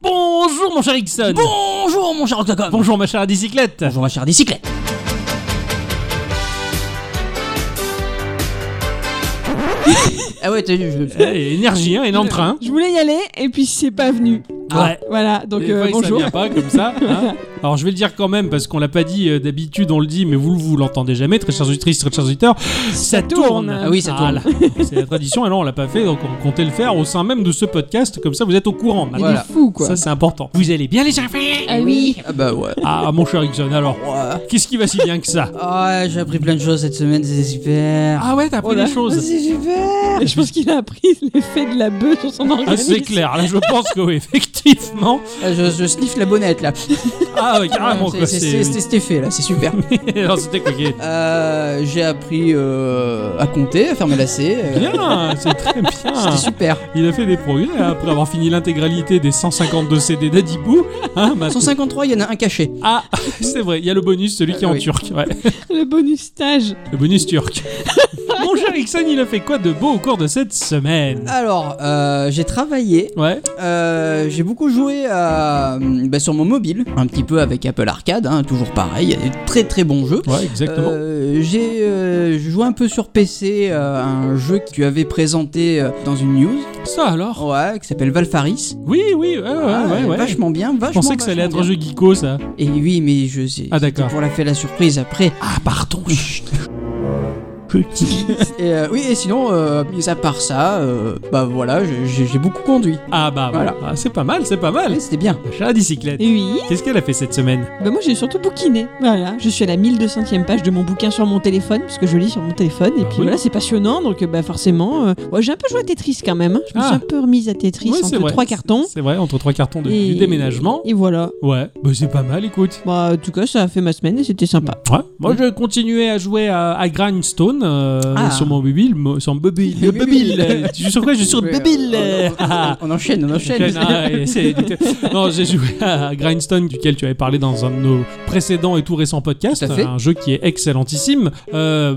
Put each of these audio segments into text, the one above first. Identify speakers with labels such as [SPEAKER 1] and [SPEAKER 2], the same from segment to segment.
[SPEAKER 1] Bonjour mon cher Ixon
[SPEAKER 2] Bonjour mon cher Octocom
[SPEAKER 1] Bonjour ma chère bicyclette
[SPEAKER 2] Bonjour ma chère bicyclette Ah ouais, t'as vu, je- je-
[SPEAKER 1] Eh, énergie, hein, énorme train
[SPEAKER 3] Je voulais y aller et puis c'est pas venu.
[SPEAKER 1] Ah. Ouais.
[SPEAKER 3] Voilà, donc
[SPEAKER 1] Des
[SPEAKER 3] euh,
[SPEAKER 1] fois, il
[SPEAKER 3] bonjour.
[SPEAKER 1] s'avient pas comme ça. hein. Alors je vais le dire quand même parce qu'on l'a pas dit euh, d'habitude, on le dit, mais vous vous l'entendez jamais, très chers auditrices, très chers auditeurs. Ça tourne.
[SPEAKER 3] tourne.
[SPEAKER 2] Ah oui, ça tourne.
[SPEAKER 1] là, C'est la tradition. Alors on l'a pas fait, donc on comptait le faire au sein même de ce podcast. Comme ça, vous êtes au courant.
[SPEAKER 3] Il
[SPEAKER 1] maintenant.
[SPEAKER 3] est
[SPEAKER 2] Voilà.
[SPEAKER 3] fou quoi.
[SPEAKER 1] Ça c'est important. Vous allez bien les chers
[SPEAKER 3] ah oui.
[SPEAKER 2] Ah bah ouais.
[SPEAKER 1] Ah mon cher Ixon, alors
[SPEAKER 2] Ouais.
[SPEAKER 1] qu'est-ce qui va si bien que ça
[SPEAKER 2] Ah, j'ai appris plein de choses cette semaine, c'est super.
[SPEAKER 1] Ah ouais, t'as appris
[SPEAKER 3] Oh là.
[SPEAKER 1] des choses.
[SPEAKER 2] c'est super.
[SPEAKER 3] Et je pense qu'il a appris l'effet de la bœuf sur son
[SPEAKER 1] Ah,
[SPEAKER 3] organisme.
[SPEAKER 1] c'est clair. Là, je pense que oui, effectivement.
[SPEAKER 2] Ah, Je, je sniffe la bonnette là.
[SPEAKER 1] Ah ouais, carrément
[SPEAKER 2] C'est-
[SPEAKER 1] quoi.
[SPEAKER 2] c'est- c'est c'est cet effet là, c'est super.
[SPEAKER 1] c'est- Alors, c'était quoi ok.
[SPEAKER 2] Euh, j'ai appris euh, à compter, à faire mes lacets. euh,
[SPEAKER 1] Bien, Ah, c'est très bien.
[SPEAKER 2] C'était super.
[SPEAKER 1] Il a fait des progrès hein, après avoir fini l'intégralité des 152 CD d'Adibou. Hein, maintenant-
[SPEAKER 2] 153, il y en a un caché.
[SPEAKER 1] Ah, c'est vrai, il y a le bonus, celui qui est en
[SPEAKER 2] Oui.
[SPEAKER 1] turc. ouais.
[SPEAKER 3] Le bonus stage.
[SPEAKER 1] Le bonus turc. Mon cher Ixon, il a fait quoi de beau au cours de cette semaine
[SPEAKER 2] Alors, euh, j'ai travaillé,
[SPEAKER 1] Ouais,
[SPEAKER 2] euh, j'ai beaucoup joué à, bah, sur mon mobile, un petit peu avec Apple Arcade, hein, toujours pareil, il y a des très très bons jeux.
[SPEAKER 1] ouais, exactement.
[SPEAKER 2] Euh, j'ai euh, joué un peu sur PC euh, à un jeu que tu avais présenté euh, dans une news,
[SPEAKER 1] Ça alors
[SPEAKER 2] ouais, qui s'appelle Valfaris.
[SPEAKER 1] Oui, oui, ouais, ouais,
[SPEAKER 2] Ah,
[SPEAKER 1] ouais. ouais.
[SPEAKER 2] Vachement bien, vachement
[SPEAKER 1] Je pensais que ça allait être
[SPEAKER 2] vachement
[SPEAKER 1] un jeu geeko, ça.
[SPEAKER 2] bien. Et oui, mais je sais.
[SPEAKER 1] Ah, d'accord.
[SPEAKER 2] c'était Pour la faire la surprise après.
[SPEAKER 1] Ah, pardon.
[SPEAKER 2] Et euh, oui, et sinon, euh, mis à part ça, euh, bah voilà, je- j'ai j'ai beaucoup conduit.
[SPEAKER 1] Ah, bah voilà.
[SPEAKER 2] Voilà.
[SPEAKER 1] Ah, c'est pas mal, c'est pas mal.
[SPEAKER 2] Ouais, C'était bien.
[SPEAKER 1] Ma chère bicyclette.
[SPEAKER 3] Et oui.
[SPEAKER 1] Qu'est-ce qu'elle a fait cette semaine
[SPEAKER 3] Bah moi j'ai surtout bouquiné. Voilà, je suis à la 1200e page de mon bouquin sur mon téléphone parce que je lis sur mon téléphone et
[SPEAKER 1] Ah
[SPEAKER 3] puis
[SPEAKER 1] oui.
[SPEAKER 3] voilà, c'est passionnant donc euh, bah forcément euh, ouais, j'ai un peu joué à Tetris quand même. hein. Je me suis
[SPEAKER 1] Ah.
[SPEAKER 3] un peu remise à Tetris
[SPEAKER 1] Ouais, c'est
[SPEAKER 3] entre
[SPEAKER 1] vrai.
[SPEAKER 3] trois cartons.
[SPEAKER 1] C'est vrai, entre trois cartons de,
[SPEAKER 3] et...
[SPEAKER 1] du déménagement.
[SPEAKER 3] Et voilà.
[SPEAKER 1] Ouais, bah c'est pas mal, écoute.
[SPEAKER 3] Bah en tout cas, ça a fait ma semaine et c'était sympa.
[SPEAKER 1] Ouais. Moi, je continuais à jouer à, à Grindstone euh,
[SPEAKER 2] Ah.
[SPEAKER 1] sur mon mobile. mo- Sur mobile.
[SPEAKER 2] Le mobile.
[SPEAKER 1] Euh, tu- sur quoi Je suis sur
[SPEAKER 2] Oui,
[SPEAKER 1] mobile.
[SPEAKER 2] euh, on-
[SPEAKER 1] Ah.
[SPEAKER 2] On enchaîne, on enchaîne.
[SPEAKER 1] Ah, et c'est- non, j'ai joué à Grindstone, duquel tu avais parlé dans un de nos précédents et tout récents podcasts.
[SPEAKER 2] Tout à fait.
[SPEAKER 1] Un jeu qui est excellentissime. Euh,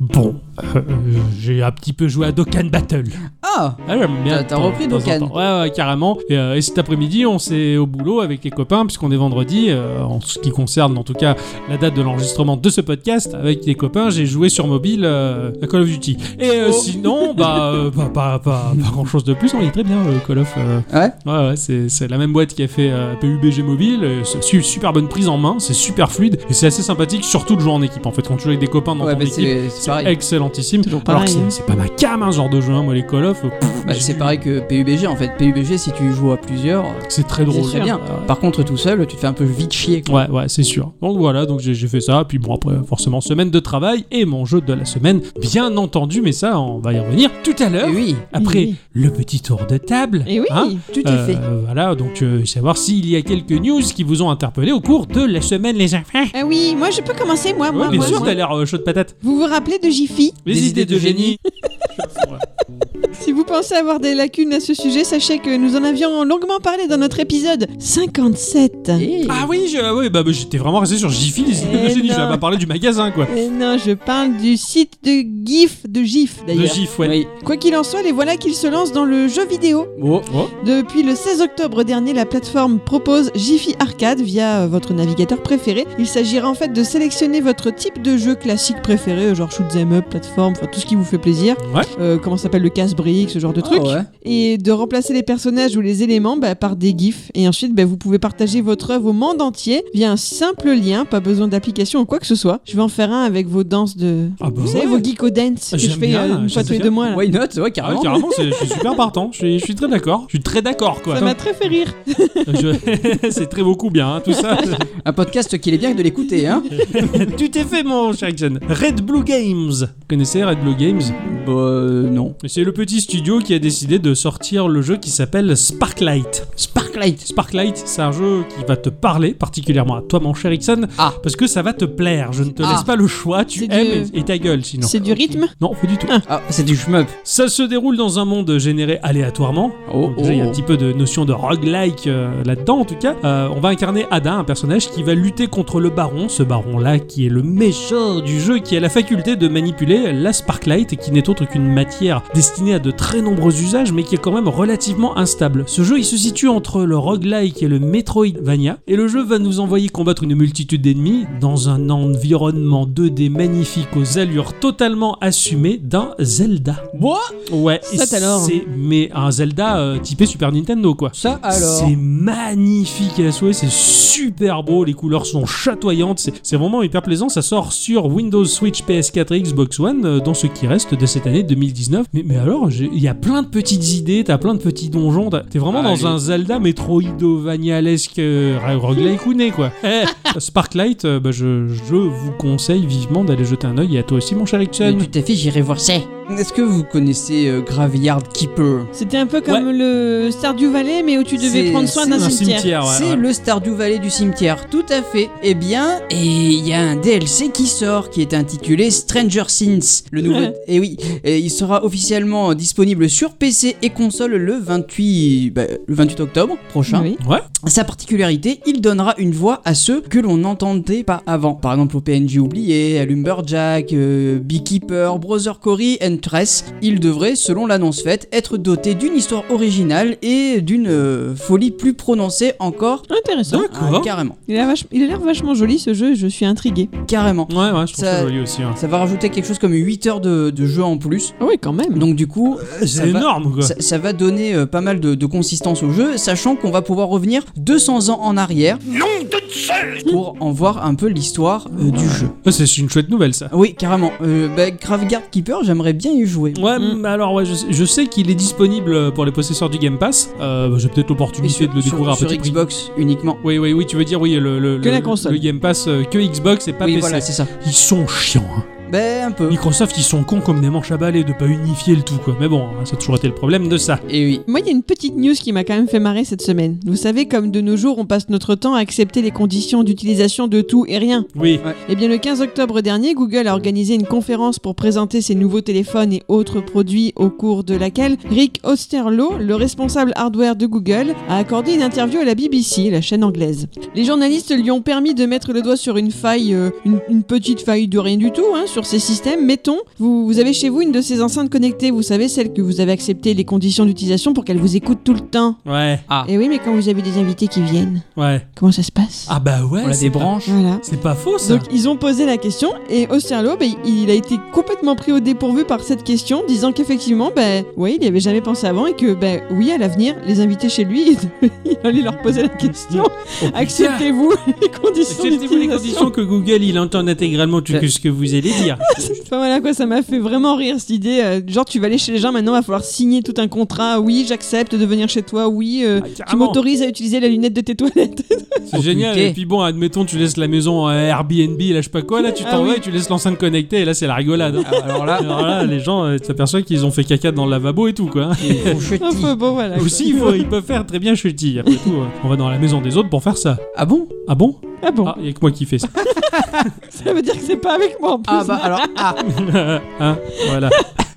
[SPEAKER 1] bon, euh, j'ai un petit peu joué à Dokkan Battle.
[SPEAKER 2] Ah
[SPEAKER 1] Ah, j'aime bien
[SPEAKER 2] T'as-
[SPEAKER 1] de
[SPEAKER 2] t'as
[SPEAKER 1] temps-
[SPEAKER 2] repris
[SPEAKER 1] de temps en
[SPEAKER 2] Dokkan.
[SPEAKER 1] temps. Ouais, ouais, carrément. Et, euh, et cet après-midi, on s'est au boulot avec les copains, puisqu'on est vendredi, euh, en ce qui concerne en tout cas la date de l'enregistrement de ce podcast, avec les copains, j'ai joué sur mobile euh, à Call of Duty. Et euh,
[SPEAKER 2] Oh.
[SPEAKER 1] sinon, bah, euh, bah, pas, pas- pas grand-chose de plus. On est très bien, euh, Call of. euh,
[SPEAKER 2] Ouais
[SPEAKER 1] Ouais, ouais, c'est c'est la même boîte qui a fait euh, PUBG Mobile. euh, c'est su- super bonne prise en main, c'est super fluide, et c'est assez sympathique, surtout de jouer en équipe. En fait, quand tu joues avec des copains dans
[SPEAKER 2] Ouais,
[SPEAKER 1] ton
[SPEAKER 2] bah,
[SPEAKER 1] équipe,
[SPEAKER 2] c'est c'est
[SPEAKER 1] c'est
[SPEAKER 2] pareil.
[SPEAKER 1] excellentissime. Alors que
[SPEAKER 3] pareil,
[SPEAKER 1] c'est
[SPEAKER 3] hein.
[SPEAKER 1] c'est pas ma cam, hein, ce genre de jeu. hein. Moi, les Call of, euh, pff,
[SPEAKER 2] Bah,
[SPEAKER 1] j'ai-
[SPEAKER 2] c'est pareil que PUBG en fait. PUBG, si tu joues à plusieurs,
[SPEAKER 1] C'est très
[SPEAKER 2] c'est
[SPEAKER 1] drôle.
[SPEAKER 2] très bien.
[SPEAKER 1] Ouais.
[SPEAKER 2] Par contre, tout seul, tu te fais un peu vite chier. quoi.
[SPEAKER 1] Ouais, ouais, c'est sûr. Donc voilà, donc j'ai j'ai fait ça. Puis bon, après, forcément, semaine de travail et mon jeu de la semaine, bien entendu, mais ça, on va y revenir tout à l'heure.
[SPEAKER 2] Et oui,
[SPEAKER 1] Après
[SPEAKER 3] Oui.
[SPEAKER 1] le petit tour de table.
[SPEAKER 3] Et oui.
[SPEAKER 1] hein,
[SPEAKER 2] tout à
[SPEAKER 1] euh,
[SPEAKER 2] fait.
[SPEAKER 1] voilà, donc euh, savoir s'il y a quelques news qui vous ont interpellé au cours de la semaine, les enfants.
[SPEAKER 3] Ah oui, moi je peux commencer moi,
[SPEAKER 1] Ouais,
[SPEAKER 3] Ah, moi,
[SPEAKER 1] bien
[SPEAKER 3] moi,
[SPEAKER 1] sûr,
[SPEAKER 3] moi.
[SPEAKER 1] t'as l'air euh, chaud de patate.
[SPEAKER 3] Vous vous rappelez de Jiffy
[SPEAKER 1] Les,
[SPEAKER 2] Des
[SPEAKER 1] idées,
[SPEAKER 2] idées
[SPEAKER 1] de
[SPEAKER 2] de
[SPEAKER 1] génie.
[SPEAKER 3] Si vous pensez avoir des lacunes à ce sujet, sachez que nous en avions longuement parlé dans notre épisode 57.
[SPEAKER 2] Et-
[SPEAKER 1] ah oui, je- ah oui, bah, bah, j'étais vraiment resté sur Jiffy, les idées de
[SPEAKER 3] Eh
[SPEAKER 1] génie. Je
[SPEAKER 3] non.
[SPEAKER 1] vais pas parler du magasin, quoi.
[SPEAKER 3] Et non, je parle du site de GIF, de GIF
[SPEAKER 1] De
[SPEAKER 3] d'ailleurs.
[SPEAKER 1] Gif, ouais.
[SPEAKER 2] Oui.
[SPEAKER 3] Quoi qu'il en soit, les voilà qu'ils se lancent dans le jeu vidéo.
[SPEAKER 2] Oh.
[SPEAKER 3] Depuis le 16 octobre dernier, la plateforme propose Jiffy Arcade via euh, votre navigateur préféré. Il s'agira en fait de sélectionner votre type de jeu classique préféré, euh, genre shoot'em up, plateforme, enfin tout ce qui vous fait plaisir.
[SPEAKER 1] Ouais.
[SPEAKER 3] Euh, comment s'appelle le casse-brique, ce genre de
[SPEAKER 2] Ah
[SPEAKER 3] truc.
[SPEAKER 2] ouais.
[SPEAKER 3] Et de remplacer les personnages ou les éléments bah, par des gifs. Et ensuite, bah, vous pouvez partager votre œuvre au monde entier via un simple lien, pas besoin d'application ou quoi que ce soit. Je vais en faire un avec vos danses de.
[SPEAKER 1] Ah bah
[SPEAKER 3] Vous savez,
[SPEAKER 1] ouais.
[SPEAKER 3] vos geeko dance que je
[SPEAKER 1] J'aime
[SPEAKER 3] fais
[SPEAKER 1] bien,
[SPEAKER 3] euh, une fois
[SPEAKER 1] j'aime
[SPEAKER 3] tous les
[SPEAKER 1] bien.
[SPEAKER 3] deux mois. là.
[SPEAKER 2] Why not Ouais,
[SPEAKER 1] Ah ouais,
[SPEAKER 2] carrément.
[SPEAKER 1] carrément, c'est- je suis super partant. Je suis, je suis très d'accord. Je suis très d'accord, quoi.
[SPEAKER 3] Ça m'a très fait rire.
[SPEAKER 1] Je- C'est très beaucoup bien, hein, tout ça.
[SPEAKER 2] Un podcast qu'il est bien de l'écouter, hein.
[SPEAKER 1] tu t'es fait, mon cher Jackson. Red Blue Games. Vous connaissez Red Blue Games
[SPEAKER 2] bah, euh, non.
[SPEAKER 1] C'est le petit studio qui a décidé de sortir le jeu qui s'appelle Sparklight.
[SPEAKER 2] Sparklight.
[SPEAKER 1] Sparklight, c'est un jeu qui va te parler, particulièrement à toi, mon cher Ixon,
[SPEAKER 2] Ah.
[SPEAKER 1] parce que ça va te plaire. Je ne te
[SPEAKER 2] Ah.
[SPEAKER 1] laisse pas le choix. Tu
[SPEAKER 3] C'est
[SPEAKER 1] aimes
[SPEAKER 3] du-
[SPEAKER 1] et ta gueule, sinon.
[SPEAKER 3] C'est du
[SPEAKER 2] ok.
[SPEAKER 3] rythme.
[SPEAKER 1] Non, pas du tout.
[SPEAKER 2] Ah, c'est du shmup.
[SPEAKER 1] Ça se déroule dans un monde généré aléatoirement,
[SPEAKER 2] Oh,
[SPEAKER 1] Donc Euh, déjà, il y a
[SPEAKER 2] oh,
[SPEAKER 1] un petit peu de notion de roguelike euh, là-dedans, en tout cas. Euh, on va incarner Ada, un personnage qui va lutter contre le baron, ce baron-là qui est le méchant du jeu, qui a la faculté de manipuler la Sparklight, qui n'est autre qu'une matière destinée à de très nombreux usages, mais qui est quand même relativement instable. Ce jeu, il se situe entre le roguelike et le Metroidvania, et le jeu va nous envoyer combattre une multitude d'ennemis dans un environnement 2D magnifique aux allures totalement assumées d'un Zelda.
[SPEAKER 2] Bois
[SPEAKER 1] Ouais, et
[SPEAKER 3] Ça, alors.
[SPEAKER 1] c'est mais un Zelda euh, typé Super Nintendo quoi.
[SPEAKER 2] Ça alors.
[SPEAKER 1] C'est magnifique à souhait, c'est super beau, les couleurs sont chatoyantes, c'est c'est vraiment hyper plaisant. Ça sort sur Windows, Switch, PS4 et Xbox One euh, dans ce qui reste de cette année 2019. Mais, mais alors, j'ai- il y a plein de petites idées, t'as plein de petits donjons, t'as- t'es vraiment dans
[SPEAKER 2] Allez.
[SPEAKER 1] un Zelda Metroidvania-esque euh, ra- roguelike ou né quoi. Eh, Sparklight, euh, bah, je, je vous conseille vivement d'aller jeter un œil et à toi aussi mon cher Ixon.
[SPEAKER 2] Mais tout à fait, j'irai voir ça. Est-ce que vous connaissez euh, Graveyard Keeper
[SPEAKER 3] C'était un peu comme le Stardew Valley, mais où tu devais
[SPEAKER 2] C'est-
[SPEAKER 3] prendre soin
[SPEAKER 2] c'est
[SPEAKER 3] d'un
[SPEAKER 1] Un
[SPEAKER 3] cimetière.
[SPEAKER 1] ouais,
[SPEAKER 2] C'est
[SPEAKER 1] ouais.
[SPEAKER 2] le Stardew Valley du cimetière, tout à fait. Eh bien, et il y a un DLC qui sort qui est intitulé Stranger Things. Le nouveau.
[SPEAKER 3] Ouais.
[SPEAKER 2] et oui, et il sera officiellement disponible sur PC et console le 28, bah, le 28 octobre prochain.
[SPEAKER 3] Oui.
[SPEAKER 1] Ouais.
[SPEAKER 2] Sa particularité, il donnera une voix à ceux que l'on n'entendait pas avant. Par exemple, au PNJ oublié, à Lumberjack, euh, Beekeeper, Brother Cory, and Tress. Il devrait, selon l'annonce faite, être doté d'une histoire originale et d'une euh, folie plus prononcée encore.
[SPEAKER 3] Intéressant.
[SPEAKER 2] Ah,
[SPEAKER 1] D'accord.
[SPEAKER 2] carrément,
[SPEAKER 3] Il a, vache- il a l'air vachement joli ce jeu, et je suis intrigué.
[SPEAKER 2] carrément.
[SPEAKER 1] Ouais, ouais, je trouve ça,
[SPEAKER 2] Ça-
[SPEAKER 1] joli aussi. hein.
[SPEAKER 2] Ça va rajouter quelque chose comme 8 heures de, de jeu en plus.
[SPEAKER 3] Ah oui, quand même.
[SPEAKER 2] Donc du coup, ça
[SPEAKER 1] C'est
[SPEAKER 2] va-
[SPEAKER 1] énorme quoi.
[SPEAKER 2] Ça, ça va donner euh, pas mal de, de consistance au jeu, sachant qu'on va pouvoir revenir 200 ans en arrière pour en voir un peu l'histoire euh, du jeu.
[SPEAKER 1] Ah, C'est une chouette nouvelle ça.
[SPEAKER 2] Ah Oui, carrément. Euh, bah, Graveguard Keeper, j'aimerais bien y jouer.
[SPEAKER 1] Ouais,
[SPEAKER 3] Mm.
[SPEAKER 1] mais alors ouais, je, sais- je sais qu'il est disponible pour les possesseurs du Game Pass. Euh, bah, J'ai peut-être
[SPEAKER 2] Mais
[SPEAKER 1] l'opportunité
[SPEAKER 2] sur,
[SPEAKER 1] de le
[SPEAKER 2] sur-
[SPEAKER 1] découvrir
[SPEAKER 2] sur
[SPEAKER 1] à petit prix.
[SPEAKER 2] Xbox uniquement.
[SPEAKER 1] Oui, oui, oui, tu veux dire, oui, le, le,
[SPEAKER 3] Que la
[SPEAKER 1] le-
[SPEAKER 3] console.
[SPEAKER 1] le Game Pass, euh, que Xbox et pas
[SPEAKER 2] oui,
[SPEAKER 1] PC.
[SPEAKER 2] voilà, c'est ça.
[SPEAKER 1] Ils sont chiants. hein.
[SPEAKER 2] Ben, un peu.
[SPEAKER 1] Microsoft, ils sont cons comme des manches à balai de pas unifier le tout, quoi. Mais bon, ça a toujours été le problème de ça.
[SPEAKER 2] Et Eh oui.
[SPEAKER 3] Moi, il y a une petite news qui m'a quand même fait marrer cette semaine. Vous savez, comme de nos jours, on passe notre temps à accepter les conditions d'utilisation de tout et rien.
[SPEAKER 1] Oui.
[SPEAKER 3] Eh bien, le 15 octobre dernier, Google a organisé une conférence pour présenter ses nouveaux téléphones et autres produits, au cours de laquelle Rick Osterloh, le responsable hardware de Google, a accordé une interview à la BBC, la chaîne anglaise. Les journalistes lui ont permis de mettre le doigt sur une faille, euh, une, une petite faille de rien du tout, hein, sur ces systèmes. Mettons, vous, vous avez chez vous une de ces enceintes connectées, vous savez, celle que vous avez accepté les conditions d'utilisation pour qu'elle vous écoute tout le temps.
[SPEAKER 1] Ouais,
[SPEAKER 3] Et oui, mais quand vous avez des invités qui viennent,
[SPEAKER 1] ouais.
[SPEAKER 3] comment ça se passe
[SPEAKER 1] Ah bah ouais.
[SPEAKER 2] On la
[SPEAKER 1] c'est
[SPEAKER 2] débranche.
[SPEAKER 3] Voilà.
[SPEAKER 1] pas- C'est pas faux ça.
[SPEAKER 3] Donc ils ont posé la question et Osterlo, ben, il a été complètement pris au dépourvu par cette question, disant qu'effectivement, ben oui, il n'y avait jamais pensé avant et que ben oui, à l'avenir, les invités chez lui, il allait leur poser la question.
[SPEAKER 1] Oh, putain.
[SPEAKER 3] Acceptez-vous les conditions
[SPEAKER 1] Acceptez-vous les
[SPEAKER 3] d'utilisation
[SPEAKER 1] conditions que Google il entend intégralement tout que ce que vous allez dire.
[SPEAKER 3] Enfin voilà quoi, ça m'a fait vraiment rire cette idée. euh, genre tu vas aller chez les gens maintenant, va falloir signer tout un contrat. Oui, j'accepte de venir chez toi. Oui, euh,
[SPEAKER 1] Ah,
[SPEAKER 3] tu
[SPEAKER 1] carrément.
[SPEAKER 3] m'autorises à utiliser la lunette de tes toilettes.
[SPEAKER 1] C'est
[SPEAKER 2] Oh,
[SPEAKER 1] génial.
[SPEAKER 2] putain.
[SPEAKER 1] Et puis bon, admettons, tu laisses la maison à Airbnb, là je sais pas quoi, là tu
[SPEAKER 3] Ah
[SPEAKER 1] t'en vas
[SPEAKER 3] oui.
[SPEAKER 1] et tu laisses l'enceinte connectée, et là c'est la rigolade. hein.
[SPEAKER 2] Ah, Alors là,
[SPEAKER 1] Alors là, les gens, euh, tu t'aperçois qu'ils ont fait caca dans le lavabo et tout, quoi.
[SPEAKER 2] il faut chuter.
[SPEAKER 3] Enfin, bon voilà. quoi.
[SPEAKER 1] Aussi, il faut- ils peuvent faire très bien chutis. Après tout, euh, on va dans la maison des autres pour faire ça.
[SPEAKER 2] Ah bon
[SPEAKER 1] Ah bon
[SPEAKER 3] Ah bon,
[SPEAKER 1] Ah, il y a que moi qui fais ça.
[SPEAKER 3] ça veut dire que c'est pas avec moi en plus.
[SPEAKER 2] Ah bah alors, ah,
[SPEAKER 1] hein Voilà.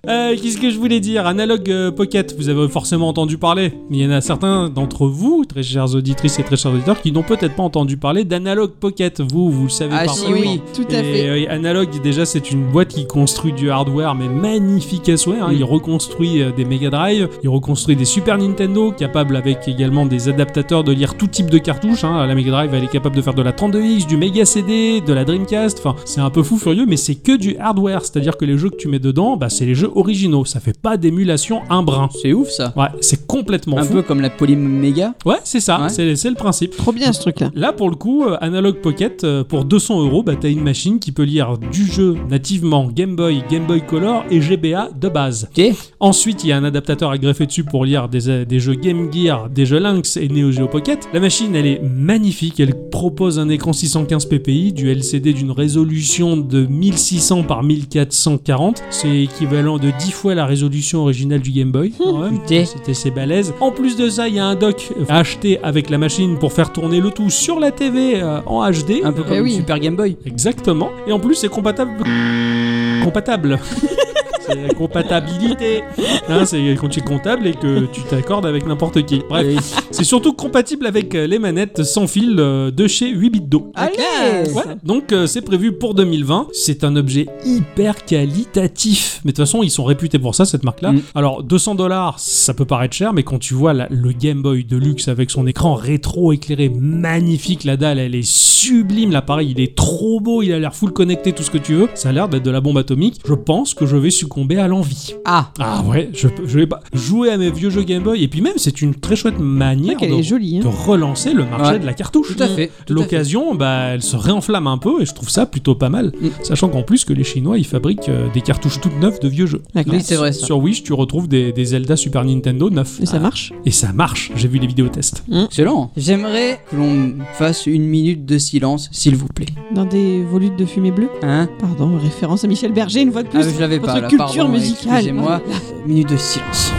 [SPEAKER 1] Euh, Qu'est-ce que je voulais dire Analogue euh, Pocket, vous avez forcément entendu parler. Il y en a certains d'entre vous, très chères auditrices et très chers auditeurs, qui n'ont peut-être pas entendu parler d'Analogue Pocket. Vous, vous le savez
[SPEAKER 2] Ah, si,
[SPEAKER 1] parfaitement.
[SPEAKER 2] oui.
[SPEAKER 3] Tout à fait.
[SPEAKER 1] Et euh, Analog, déjà, c'est une boîte qui construit du hardware, mais magnifique à souhait. hein.
[SPEAKER 2] Mm.
[SPEAKER 1] Il reconstruit euh, des Mega Drive, il reconstruit des Super Nintendo, capable avec également des adaptateurs de lire tout type de cartouches. hein. La Mega Drive, elle est capable de faire de la 32X, du Mega CD, de la Dreamcast. Enfin, c'est un peu fou furieux, mais c'est que du hardware. C'est-à-dire que les jeux que tu mets dedans, bah, c'est les jeux originaux. Ça fait pas d'émulation un brin.
[SPEAKER 2] c'est ouf ça.
[SPEAKER 1] Ouais, c'est complètement
[SPEAKER 2] Un
[SPEAKER 1] fou.
[SPEAKER 2] peu comme la polyméga.
[SPEAKER 1] Ouais, c'est ça,
[SPEAKER 2] Ouais.
[SPEAKER 1] c'est c'est le principe.
[SPEAKER 3] Trop bien ce truc là.
[SPEAKER 1] Là, pour le coup, euh, Analog Pocket, euh, pour 200 euros, bah, t'as une machine qui peut lire du jeu nativement Game Boy, Game Boy Color et GBA de base.
[SPEAKER 2] Ok.
[SPEAKER 1] Ensuite, il y a un adaptateur à greffer dessus pour lire des, euh, des jeux Game Gear, des jeux Lynx et Neo Geo Pocket. La machine, elle est magnifique. Elle propose un écran 615 ppi, du LCD d'une résolution de 1600 par 1440. C'est équivalent de 10 fois la résolution originale du Game Boy. quand même.
[SPEAKER 2] Oh, Putain.
[SPEAKER 1] C'était c'est balèze. En plus de ça, il y a un dock à acheter avec la machine pour faire tourner le tout sur la TV euh, en HD.
[SPEAKER 2] Un peu
[SPEAKER 1] Euh,
[SPEAKER 2] comme
[SPEAKER 3] oui.
[SPEAKER 2] Super Game Boy.
[SPEAKER 1] Exactement. Et en plus, c'est compatible. Compatible. C'est la compatibilité. Hein, c'est quand tu es comptable et que tu t'accordes avec n'importe qui. Bref,
[SPEAKER 2] Oui.
[SPEAKER 1] c'est surtout compatible avec euh, les manettes sans fil euh, de chez 8 bits d'eau.
[SPEAKER 2] Ah,
[SPEAKER 3] Allez
[SPEAKER 1] Ouais, donc euh, c'est prévu pour 2020. C'est un objet hyper qualitatif. Mais de toute façon, ils sont réputés pour ça, cette marque-là.
[SPEAKER 2] Mm.
[SPEAKER 1] Alors, 200 dollars, ça peut paraître cher, mais quand tu vois la- le Game Boy de luxe avec son écran rétro éclairé magnifique, la dalle, elle est sublime. L'appareil, il est trop beau, il a l'air full connecté, tout ce que tu veux. Ça a l'air d'être de la bombe atomique. Je pense que je vais succomber à l'envie.
[SPEAKER 2] Ah,
[SPEAKER 1] Ah ouais, je, peux- je vais pas jouer à mes vieux jeux Game Boy. Et puis même, c'est une très chouette
[SPEAKER 3] C'est vrai
[SPEAKER 1] manière
[SPEAKER 3] qu'elle
[SPEAKER 1] de,
[SPEAKER 3] est jolie. hein.
[SPEAKER 1] de relancer le marché
[SPEAKER 2] Ouais.
[SPEAKER 1] de la cartouche.
[SPEAKER 2] tout à fait. tout à
[SPEAKER 1] L'occasion, bah, elle se réenflamme un peu et je trouve ça plutôt pas mal.
[SPEAKER 2] Mm.
[SPEAKER 1] Sachant qu'en plus que les Chinois, ils fabriquent euh, des cartouches toutes neuves de vieux jeux.
[SPEAKER 3] La
[SPEAKER 2] fait. Oui,
[SPEAKER 3] classe.
[SPEAKER 2] c'est vrai. Ça.
[SPEAKER 1] Sur Wish, tu retrouves des, des Zelda Super Nintendo neufs.
[SPEAKER 3] Et ça marche
[SPEAKER 1] Et ça marche, j'ai vu les vidéos tests.
[SPEAKER 2] Excellent. J'aimerais que l'on fasse une minute de silence, s'il vous plaît.
[SPEAKER 3] Dans des volutes de fumée bleue
[SPEAKER 2] Hein
[SPEAKER 3] Pardon, référence à Michel Berger une fois de plus.
[SPEAKER 2] Ah, je l'avais pas.
[SPEAKER 3] Votre
[SPEAKER 2] là,
[SPEAKER 3] culture
[SPEAKER 2] pardon,
[SPEAKER 3] musicale.
[SPEAKER 2] Excusez-moi. Minute de silence.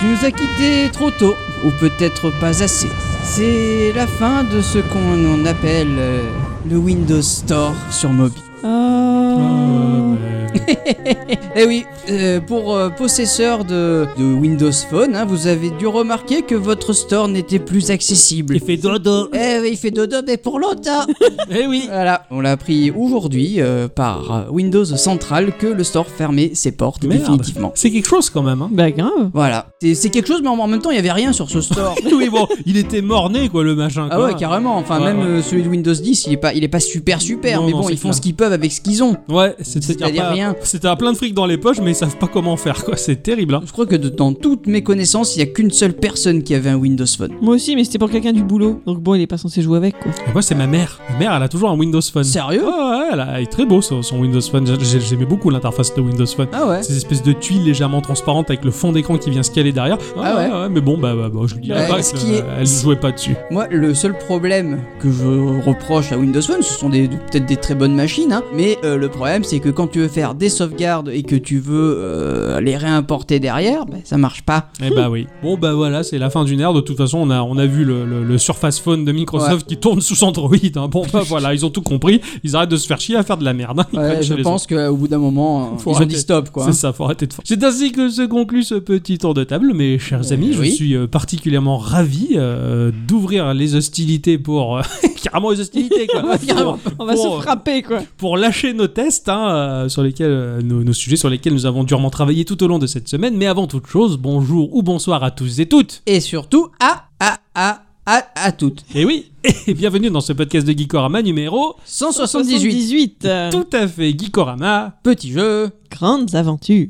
[SPEAKER 2] Tu nous as quittés trop tôt, ou peut-être pas assez. C'est la fin de ce qu'on appelle euh, le Windows Store sur mobile. Ah,
[SPEAKER 3] Oh.
[SPEAKER 1] Euh, bah,
[SPEAKER 2] Eh oui, euh, pour euh, possesseur de, de Windows Phone, hein, vous avez dû remarquer que votre store n'était plus accessible.
[SPEAKER 1] il fait dodo.
[SPEAKER 2] Eh oui, il fait dodo, mais pour longtemps
[SPEAKER 1] Eh oui.
[SPEAKER 2] Voilà, on l'a appris aujourd'hui euh, par euh, Windows Central que le store fermait ses portes
[SPEAKER 1] Merde.
[SPEAKER 2] définitivement.
[SPEAKER 1] C'est quelque chose quand même. Hein.
[SPEAKER 3] Bah grave.
[SPEAKER 2] Voilà, c'est c'est quelque chose, mais en en même temps, il n'y avait rien sur ce store.
[SPEAKER 1] oui, bon, il était mort-né, quoi, le machin.
[SPEAKER 2] Ah
[SPEAKER 1] quoi.
[SPEAKER 2] ouais, carrément. Enfin,
[SPEAKER 1] Ouais,
[SPEAKER 2] même
[SPEAKER 1] ouais.
[SPEAKER 2] euh, celui de Windows 10, il est pas, il est pas super super,
[SPEAKER 1] Non,
[SPEAKER 2] mais
[SPEAKER 1] non,
[SPEAKER 2] bon,
[SPEAKER 1] c'est
[SPEAKER 2] ils font
[SPEAKER 1] clair.
[SPEAKER 2] ce qu'ils peuvent avec ce qu'ils ont.
[SPEAKER 1] Ouais, c'est- c'est-à-dire
[SPEAKER 2] C'est-à-dire
[SPEAKER 1] pas-
[SPEAKER 2] rien.
[SPEAKER 1] C'était à plein de fric dans les poches, mais ils savent pas comment faire, quoi. C'est terrible. hein.
[SPEAKER 2] Je crois que de- dans toutes mes connaissances, il n'y a qu'une seule personne qui avait un Windows Phone.
[SPEAKER 3] Moi aussi, mais c'était pour quelqu'un du boulot. Donc bon, il est pas censé jouer avec quoi.
[SPEAKER 1] Et moi, c'est ma mère. Ma mère, elle a toujours un Windows Phone.
[SPEAKER 2] Sérieux
[SPEAKER 1] Ah ouais, elle a- elle est très beau son son Windows Phone. J'ai- J'aimais beaucoup l'interface de Windows Phone.
[SPEAKER 2] Ah ouais.
[SPEAKER 1] Ces espèces de tuiles légèrement transparentes avec le fond d'écran qui vient se caler derrière.
[SPEAKER 2] Ah ouais.
[SPEAKER 1] Mais bon, bah, bah, bah, je lui dirais
[SPEAKER 2] Ouais,
[SPEAKER 1] pas
[SPEAKER 2] ce
[SPEAKER 1] que,
[SPEAKER 2] qui est-
[SPEAKER 1] euh, elle jouait pas dessus.
[SPEAKER 2] Moi, le seul problème que je reproche à Windows Phone, ce sont des- peut-être des très bonnes machines, hein, mais euh, le problème, c'est que quand tu veux faire des sauvegardes et que tu veux euh, les réimporter derrière, bah, ça marche pas.
[SPEAKER 1] Eh bah oui. Bon bah voilà, c'est la fin d'une ère. De toute façon, on a, on a vu le, le- le Surface Phone de Microsoft qui tourne sous Android. hein. Bon bah voilà, ils ont tout compris. Ils arrêtent de se faire chier à faire de la merde. hein. Ils prennent
[SPEAKER 2] je
[SPEAKER 1] chez les
[SPEAKER 2] pense qu'au bout d'un moment, euh,
[SPEAKER 1] Faut
[SPEAKER 2] ils ont
[SPEAKER 1] arrêter.
[SPEAKER 2] dit stop, quoi.
[SPEAKER 1] C'est ça, faut arrêter de faire. C'est ainsi que se conclut ce petit tour de table, mes chers
[SPEAKER 2] Euh,
[SPEAKER 1] amis. Je
[SPEAKER 2] oui.
[SPEAKER 1] suis euh, particulièrement ravi euh, d'ouvrir les hostilités pour. euh, carrément les hostilités, quoi.
[SPEAKER 3] Ouais, carrément.
[SPEAKER 1] Pour-
[SPEAKER 3] On va
[SPEAKER 1] pour,
[SPEAKER 3] se
[SPEAKER 1] euh,
[SPEAKER 3] frapper quoi.
[SPEAKER 1] pour lâcher nos tests, hein, euh, sur lesquels, euh, nos, nos sujets sur lesquels nous avons durement travaillé tout au long de cette semaine. Mais avant toute chose, bonjour ou bonsoir à tous et toutes.
[SPEAKER 2] Et surtout, à, à, à, à, à toutes.
[SPEAKER 1] Et Eh oui, et bienvenue dans ce podcast de Geekorama numéro
[SPEAKER 2] 178,
[SPEAKER 3] 78. euh,
[SPEAKER 1] tout à fait Geekorama.
[SPEAKER 2] petit jeu.
[SPEAKER 3] Grandes aventures.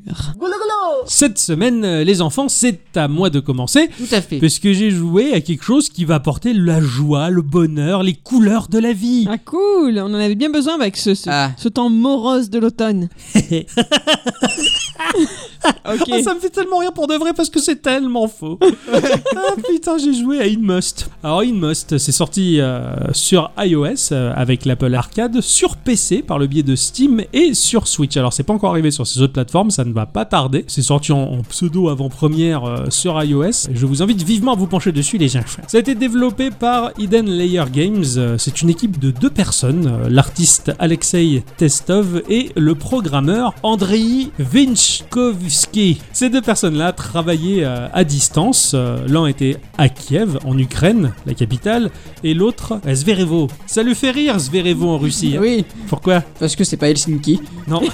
[SPEAKER 1] Cette semaine, euh, les enfants, c'est à moi de commencer.
[SPEAKER 2] Tout à fait.
[SPEAKER 1] Parce que j'ai joué à quelque chose qui va apporter la joie, le bonheur, les couleurs de la vie.
[SPEAKER 3] Ah cool, on en avait bien besoin avec ce, ce,
[SPEAKER 2] Ah.
[SPEAKER 3] ce temps morose de l'automne. ok.
[SPEAKER 1] Ah, ça me fait tellement rire pour de vrai parce que c'est tellement faux. ah putain, j'ai joué à Inmost. Alors Inmost, c'est sorti euh, sur iOS euh, avec l'Apple Arcade, sur PC par le biais de Steam et sur Switch. Alors c'est pas encore arrivé sur ces autres plateformes, ça ne va pas tarder. C'est sorti en, en pseudo avant-première euh, sur iOS. Je vous invite vivement à vous pencher dessus les enfants. Ça a été développé par Hidden Layer Games. Euh, C'est une équipe de deux personnes, euh, l'artiste Alexei Testov et le programmeur Andrei Vinchkovski. Ces deux personnes-là travaillaient euh, à distance. Euh, L'un était à Kiev, en Ukraine, la capitale, et l'autre à Zverevo. Ça lui fait rire, Zverevo en Russie. hein.
[SPEAKER 2] Oui,
[SPEAKER 1] Pourquoi
[SPEAKER 2] parce que c'est pas Helsinki.
[SPEAKER 1] non.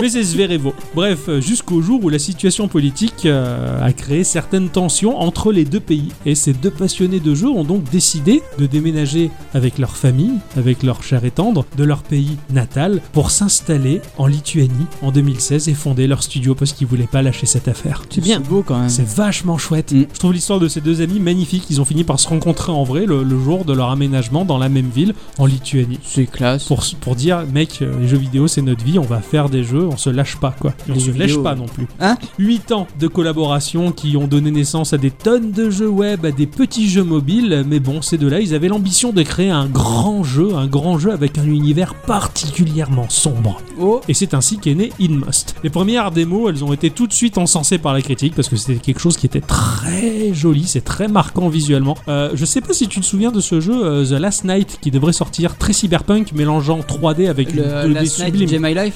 [SPEAKER 1] Mais c'est Zverevo. Bref, euh, jusqu'au jour où la situation politique euh, a créé certaines tensions entre les deux pays. Et ces deux passionnés de jeu ont donc décidé de déménager avec leur famille, avec leur chair et tendre, de leur pays natal pour s'installer en Lituanie en 2016 et fonder leur studio parce qu'ils voulaient pas lâcher cette affaire.
[SPEAKER 3] C'est bien.
[SPEAKER 2] beau quand même.
[SPEAKER 1] C'est vachement chouette.
[SPEAKER 2] Mm.
[SPEAKER 1] Je trouve l'histoire de ces deux amis magnifique. Ils ont fini par se rencontrer en vrai le, le jour de leur aménagement dans la même ville en Lituanie
[SPEAKER 2] C'est classe.
[SPEAKER 1] pour, pour dire mec euh, les jeux vidéo c'est notre vie on va faire des jeux on se lâche pas quoi Et on
[SPEAKER 2] Les
[SPEAKER 1] se
[SPEAKER 2] jeux
[SPEAKER 1] lâche
[SPEAKER 2] vidéo,
[SPEAKER 1] pas
[SPEAKER 2] ouais.
[SPEAKER 1] non plus
[SPEAKER 2] Hein
[SPEAKER 1] 8 ans de collaboration qui ont donné naissance à des tonnes de jeux web à des petits jeux mobiles mais bon c'est de là ils avaient l'ambition de créer un grand jeu un grand jeu avec un univers particulièrement sombre
[SPEAKER 2] Oh,
[SPEAKER 1] et c'est ainsi qu'est né Inmost. Les premiers premières démos, elles ont été tout de suite encensées par la critique parce que c'était quelque chose qui était très joli, c'est très marquant visuellement. Euh, je sais pas si tu te souviens de ce jeu euh, The Last Night qui devrait sortir très cyberpunk mélangeant 3D avec une
[SPEAKER 2] Le
[SPEAKER 1] 2D
[SPEAKER 2] Last Night
[SPEAKER 1] sublime.
[SPEAKER 2] DJ My Life.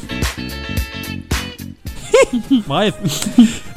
[SPEAKER 1] Bref,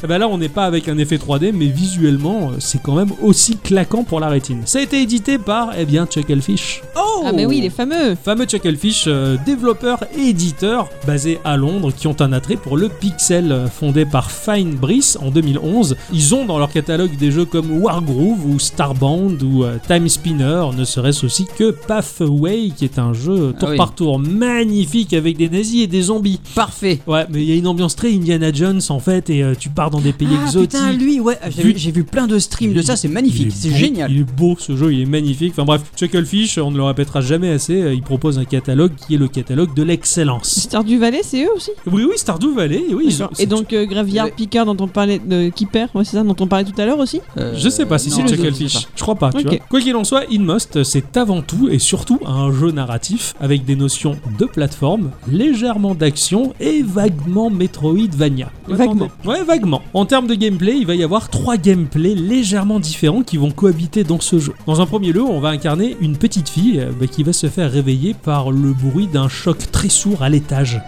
[SPEAKER 1] Eh ben là on n'est pas avec un effet 3D, mais visuellement euh, c'est quand même aussi claquant pour la rétine. Ça a été édité par eh bien Chucklefish,
[SPEAKER 2] Oh
[SPEAKER 3] Ah, mais oui, il est fameux.
[SPEAKER 1] fameux Chucklefish, euh, développeur et éditeur basé à Londres, qui ont un attrait pour le pixel, euh, fondé par Fine Brice en 2011. Ils ont dans leur catalogue des jeux comme Wargroove ou Starbound ou euh, Time Spinner, ne serait-ce aussi que Pathway, qui est un jeu euh, tour
[SPEAKER 2] Ah oui.
[SPEAKER 1] par tour magnifique avec des nazis et des zombies.
[SPEAKER 2] Parfait.
[SPEAKER 1] Ouais, mais il y a une ambiance très Indiana Jones en fait, et euh, tu pars dans des pays
[SPEAKER 2] ah,
[SPEAKER 1] exotiques.
[SPEAKER 2] Putain, lui, ouais, ah, j'ai
[SPEAKER 1] Vu-
[SPEAKER 2] vu, j'ai vu plein de streams de ça, c'est
[SPEAKER 1] Il
[SPEAKER 2] magnifique,
[SPEAKER 1] est
[SPEAKER 2] c'est
[SPEAKER 1] beau,
[SPEAKER 2] génial.
[SPEAKER 1] Il est beau ce jeu, il est magnifique. Enfin bref, Chucklefish, on ne le répétera jamais assez, euh, il propose un catalogue qui est le catalogue de l'excellence.
[SPEAKER 3] Star du Valais, c'est eux aussi.
[SPEAKER 1] Oui, oui, Stardew Valley, oui. ils ont-
[SPEAKER 3] Et donc euh, Graveyard
[SPEAKER 2] Ouais.
[SPEAKER 3] Picker dont on parlait, de Keeper, ouais, c'est ça, dont on parlait tout à l'heure aussi.
[SPEAKER 2] Euh,
[SPEAKER 1] Je sais pas si
[SPEAKER 2] non,
[SPEAKER 1] c'est
[SPEAKER 2] je- je sais
[SPEAKER 1] Chucklefish. Je crois pas, tu
[SPEAKER 3] Ok.
[SPEAKER 1] vois. Quoi qu'il en soit, Inmost, c'est avant tout et surtout un jeu narratif avec des notions de plateforme, légèrement d'action et vaguement Metroidvania.
[SPEAKER 3] Vaguement.
[SPEAKER 1] Ouais, vaguement. En termes de gameplay, il va y avoir trois gameplays légèrement différents qui vont cohabiter dans ce jeu. Dans un premier lieu, on va incarner une petite fille euh, bah, qui va se faire réveiller par le bruit d'un choc très sourd à l'étage.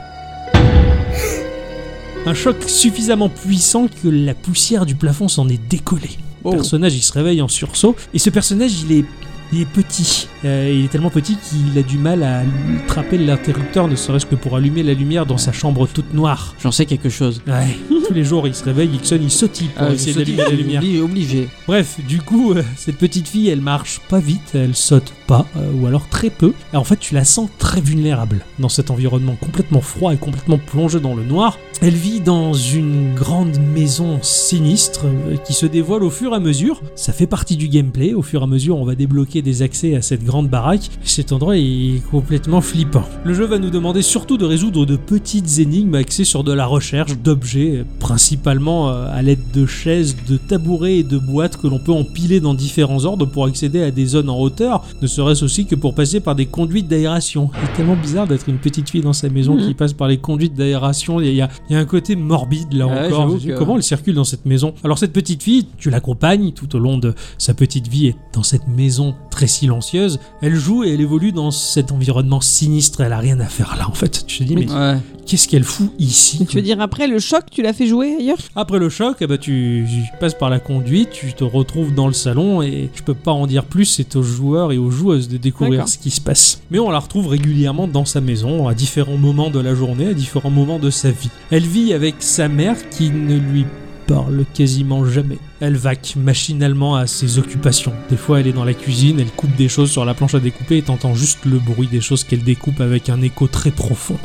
[SPEAKER 1] Un choc suffisamment puissant que la poussière du plafond s'en est décollée
[SPEAKER 2] Oh.
[SPEAKER 1] personnage, il se réveille en sursaut. Et ce personnage, il est, il est petit. Euh, il est tellement petit qu'il a du mal à attraper l'interrupteur, ne serait-ce que pour allumer la lumière dans sa chambre toute noire.
[SPEAKER 2] J'en sais quelque chose.
[SPEAKER 1] Ouais. Tous les jours, il se réveille, il sonne, il sautille pour
[SPEAKER 2] Ah, je
[SPEAKER 1] essayer
[SPEAKER 2] sautille,
[SPEAKER 1] d'allumer la lumière.
[SPEAKER 2] obli- Obligé.
[SPEAKER 1] Bref, du coup, euh, cette petite fille, elle marche pas vite, elle saute pas, euh, ou alors très peu. Et en fait, tu la sens très vulnérable dans cet environnement complètement froid et complètement plongé dans le noir. Elle vit dans une grande maison sinistre euh, qui se dévoile au fur et à mesure. Ça fait partie du gameplay. Au fur et à mesure, on va débloquer des accès à cette grande baraque. Cet endroit est complètement flippant. Le jeu va nous demander surtout de résoudre de petites énigmes axées sur de la recherche d'objets, euh, principalement euh, à l'aide de chaises, de tabourets et de boîtes que l'on peut empiler dans différents ordres pour accéder à des zones en hauteur, ne serait-ce aussi que pour passer par des conduites d'aération. C'est tellement bizarre d'être une petite fille dans sa maison
[SPEAKER 2] Mhm.
[SPEAKER 1] qui passe par les conduites d'aération. Il y, a- il y a un côté morbide là
[SPEAKER 2] Ah Ouais,
[SPEAKER 1] encore.
[SPEAKER 2] j'avoue
[SPEAKER 1] Je sais
[SPEAKER 2] que-
[SPEAKER 1] Comment elle circule dans cette maison Alors cette petite fille, tu l'accompagnes tout au long de sa petite vie et dans cette maison très silencieuse. Elle joue et elle évolue dans cet environnement sinistre. Elle a rien à faire là en fait. Tu te dis mais
[SPEAKER 2] Ouais.
[SPEAKER 1] qu'est-ce qu'elle fout ici
[SPEAKER 3] Et tu veux dire après le choc, tu l'as fait jouer ailleurs
[SPEAKER 1] après le choc, eh ben, tu, tu passes par la conduite, tu te retrouves dans le salon et je peux pas en dire plus, c'est aux joueurs et aux joueuses de découvrir
[SPEAKER 3] D'accord.
[SPEAKER 1] ce qui se passe. Mais on la retrouve régulièrement dans sa maison, à différents moments de la journée, à différents moments de sa vie. Elle vit avec sa mère qui ne lui parle quasiment jamais. Elle vaque machinalement à ses occupations. Des fois, elle est dans la cuisine, elle coupe des choses sur la planche à découper et t'entends juste le bruit des choses qu'elle découpe avec un écho très profond.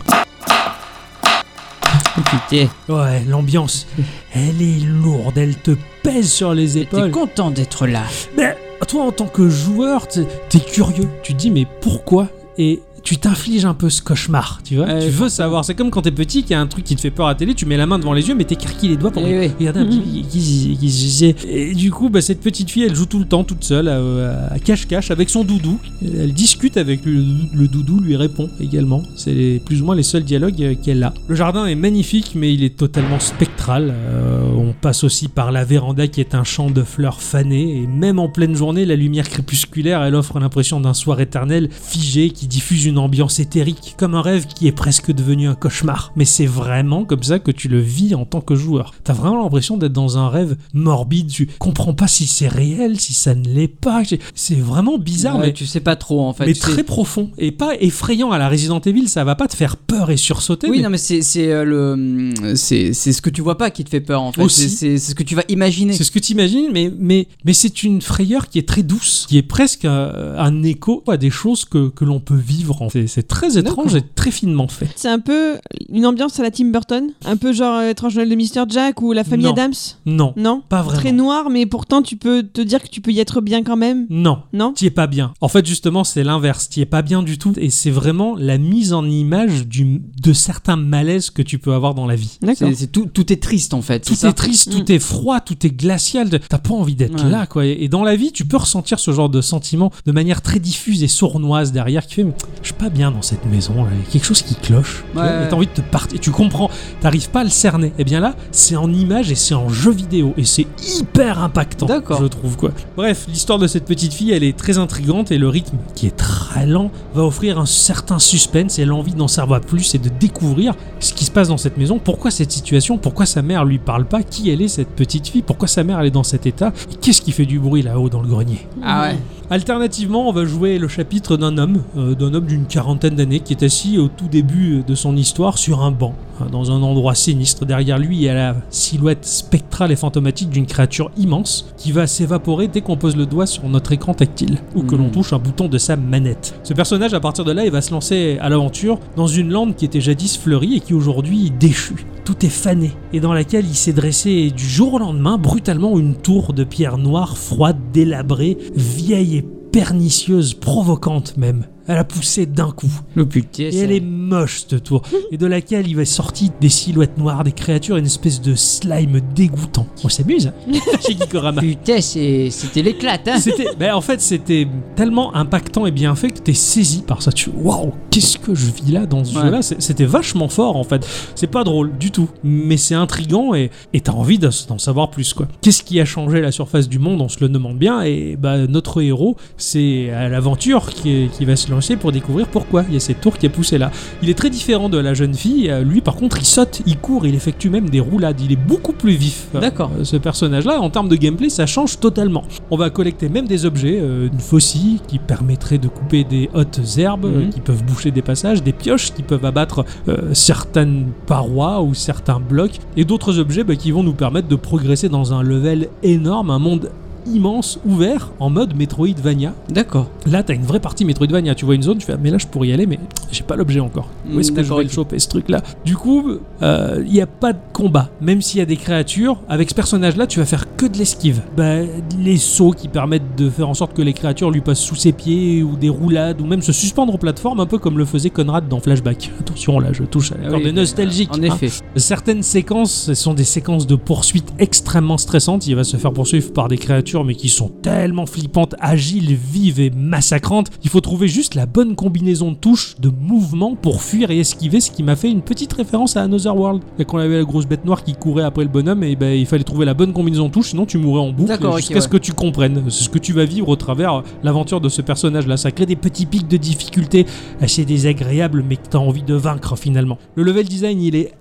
[SPEAKER 2] Oh, putain.
[SPEAKER 1] Ouais, l'ambiance, elle est lourde, elle te pèse sur les
[SPEAKER 2] T'es
[SPEAKER 1] épaules.
[SPEAKER 2] content d'être là.
[SPEAKER 1] Mais toi, en tant que joueur, t'es t'es curieux. Tu te dis, mais pourquoi Et tu t'infliges un peu ce cauchemar, tu vois
[SPEAKER 2] Ouais,
[SPEAKER 1] Tu veux savoir. C'est comme quand t'es petit, qu'il y a un truc qui te fait peur à la télé, tu mets la main devant les yeux, mais t'écarquilles les doigts pour
[SPEAKER 2] Eh oui.
[SPEAKER 1] regarder un petit peu qui se- qui se- qui se- Et du coup, bah, cette petite fille, elle joue tout le temps, toute seule, à à cache-cache, avec son doudou. Elle discute avec lui, le doudou- le doudou lui répond également. C'est les- plus ou moins les seuls dialogues euh, qu'elle a. Le jardin est magnifique, mais il est totalement spectral. Euh, on passe aussi par la véranda qui est un champ de fleurs fanées, et même en pleine journée, la lumière crépusculaire, elle offre l'impression d'un soir éternel figé qui diffuse une ambiance éthérique, comme un rêve qui est presque devenu un cauchemar. Mais c'est vraiment comme ça que tu le vis en tant que joueur. T'as vraiment l'impression d'être dans un rêve morbide, tu comprends pas si c'est réel, si ça ne l'est pas. C'est- C'est vraiment bizarre,
[SPEAKER 2] Ouais,
[SPEAKER 1] mais
[SPEAKER 2] tu sais pas trop en fait.
[SPEAKER 1] mais
[SPEAKER 2] tu sais-
[SPEAKER 1] très profond et pas effrayant à la Resident Evil, ça va pas te faire peur et sursauter.
[SPEAKER 2] Oui,
[SPEAKER 1] mais
[SPEAKER 2] non, mais c'est c'est, euh, le c'est c'est ce que tu vois pas qui te fait peur en fait.
[SPEAKER 1] Aussi.
[SPEAKER 2] C'est c'est- c'est ce que tu vas imaginer.
[SPEAKER 1] C'est ce que tu imagines, mais, mais, mais c'est une frayeur qui est très douce, qui est presque euh, un écho à des choses que, que l'on peut vivre. en fait. C'est très étrange
[SPEAKER 2] D'accord.
[SPEAKER 1] et très finement fait.
[SPEAKER 3] C'est un peu une ambiance à la Tim Burton, un peu genre euh, Étrange Noël de Mr Jack ou La Famille
[SPEAKER 1] Non.
[SPEAKER 3] Adams.
[SPEAKER 1] Non,
[SPEAKER 3] Non,
[SPEAKER 1] pas vraiment.
[SPEAKER 3] très noir, mais pourtant tu peux te dire que tu peux y être bien quand même.
[SPEAKER 1] Non.
[SPEAKER 3] Non
[SPEAKER 1] T'y es pas bien. En fait, justement, c'est l'inverse. T'y es pas bien du tout. Et c'est vraiment la mise en image du, de certains malaises que tu peux avoir dans la vie.
[SPEAKER 3] D'accord.
[SPEAKER 2] C'est- c'est tout, tout est triste en fait.
[SPEAKER 1] Tout
[SPEAKER 2] c'est ça Mm.
[SPEAKER 1] est triste, tout est froid, tout est glacial. de- T'as pas envie d'être
[SPEAKER 2] Ouais.
[SPEAKER 1] là, quoi. Et et dans la vie, tu peux ressentir ce genre de sentiment de manière très diffuse et sournoise derrière, qui fait je suis pas bien dans cette maison. là. Il y a quelque chose qui cloche. tu vois,
[SPEAKER 2] Ouais.
[SPEAKER 1] Et t'as envie de te partir. Tu comprends. T'arrives pas à le cerner. Et bien là, c'est en image et c'est en jeu vidéo et c'est hyper impactant.
[SPEAKER 2] D'accord.
[SPEAKER 1] Je trouve quoi. Bref, l'histoire de cette petite fille, elle est très intrigante et le rythme, qui est très lent, va offrir un certain suspense et l'envie d'en savoir plus et de découvrir ce qui se passe dans cette maison, pourquoi cette situation, pourquoi sa mère lui parle pas, qui elle est cette petite fille, pourquoi sa mère elle est dans cet état, et qu'est-ce qui fait du bruit là-haut dans le grenier.
[SPEAKER 2] Ah ouais.
[SPEAKER 1] Alternativement, on va jouer le chapitre d'un homme, euh, d'un homme d'une quarantaine d'années qui est assis au tout début de son histoire sur un banc, hein, dans un endroit sinistre. Derrière lui, il y a la silhouette spectrale et fantomatique d'une créature immense qui va s'évaporer dès qu'on pose le doigt sur notre écran tactile ou que l'on
[SPEAKER 2] Mhm.
[SPEAKER 1] touche un bouton de sa manette. Ce personnage, à partir de là, il va se lancer à l'aventure dans une lande qui était jadis fleurie et qui aujourd'hui est déchue. Tout est fané et dans laquelle il s'est dressé du jour au lendemain brutalement une tour de pierre noire, froide, délabrée, vieille et pernicieuse, provocante même. Elle a poussé d'un coup.
[SPEAKER 2] Le putain.
[SPEAKER 1] Et elle est moche cette tour. Et de laquelle il va sortir des silhouettes noires, des créatures, et une espèce de slime dégoûtant. On s'amuse hein, chez Gikorama.
[SPEAKER 2] Putain, c'est- c'était l'éclate, hein.
[SPEAKER 1] C'était, ben, en fait, c'était tellement impactant et bien fait que t'es saisi par ça. Tu, waouh, qu'est-ce que je vis là dans ce
[SPEAKER 2] Ouais.
[SPEAKER 1] jeu-là C'est- C'était vachement fort en fait. C'est pas drôle du tout, mais c'est intrigant et et t'as envie d'en d'en savoir plus quoi. Qu'est-ce qui a changé la surface du monde On se le demande bien. Et bah notre héros, c'est à l'aventure qui, est- qui va se lancer pour découvrir pourquoi il y a cette tour qui est poussée là. Il est très différent de la jeune fille. Euh, Lui, par contre, il saute, il court, il effectue même des roulades. Il est beaucoup plus vif. euh,
[SPEAKER 2] D'accord.
[SPEAKER 1] euh, ce personnage-là, en termes de gameplay, ça change totalement. On va collecter même des objets, euh, une faucille qui permettrait de couper des hautes herbes euh,
[SPEAKER 2] Mhm.
[SPEAKER 1] qui peuvent boucher des passages, des pioches qui peuvent abattre euh, certaines parois ou certains blocs, et d'autres objets bah, qui vont nous permettre de progresser dans un level énorme, un monde immense, ouvert, en mode Metroidvania.
[SPEAKER 2] D'accord.
[SPEAKER 1] Là, t'as une vraie partie Metroidvania. Tu vois une zone, tu fais ah, mais là je pourrais y aller, mais j'ai pas l'objet encore. Où est-ce
[SPEAKER 2] Mm,
[SPEAKER 1] que je
[SPEAKER 2] d'accord,
[SPEAKER 1] vais
[SPEAKER 2] ok.
[SPEAKER 1] le choper ce truc-là Du coup, euh, il n'y a pas de combat. Même s'il y a des créatures, avec ce personnage-là, tu vas faire que de l'esquive. Bah, les sauts qui permettent de faire en sorte que les créatures lui passent sous ses pieds ou des roulades ou même se suspendre aux plateformes, un peu comme le faisait Conrad dans Flashback. Attention, là, je touche à la
[SPEAKER 2] Ah
[SPEAKER 1] corde
[SPEAKER 2] oui,
[SPEAKER 1] nostalgique.
[SPEAKER 2] En
[SPEAKER 1] hein.
[SPEAKER 2] effet.
[SPEAKER 1] Certaines séquences ce sont des séquences de poursuite extrêmement stressantes. Il va se faire poursuivre par des créatures, mais qui sont tellement flippantes, agiles, vives et massacrantes. Il faut trouver juste la bonne combinaison de touches, de mouvements pour fuir et esquiver, ce qui m'a fait une petite référence à Another World. Et Quand on avait la grosse bête noire qui courait après le bonhomme, et ben, il fallait trouver la bonne combinaison de touches, sinon tu mourrais en boucle
[SPEAKER 2] D'accord, ok,
[SPEAKER 1] jusqu'à
[SPEAKER 2] ouais.
[SPEAKER 1] ce que tu comprennes. C'est ce que tu vas vivre au travers euh, l'aventure de ce personnage-là. Ça crée des petits pics de difficulté assez désagréable mais que t'as envie de vaincre finalement. Le level design il est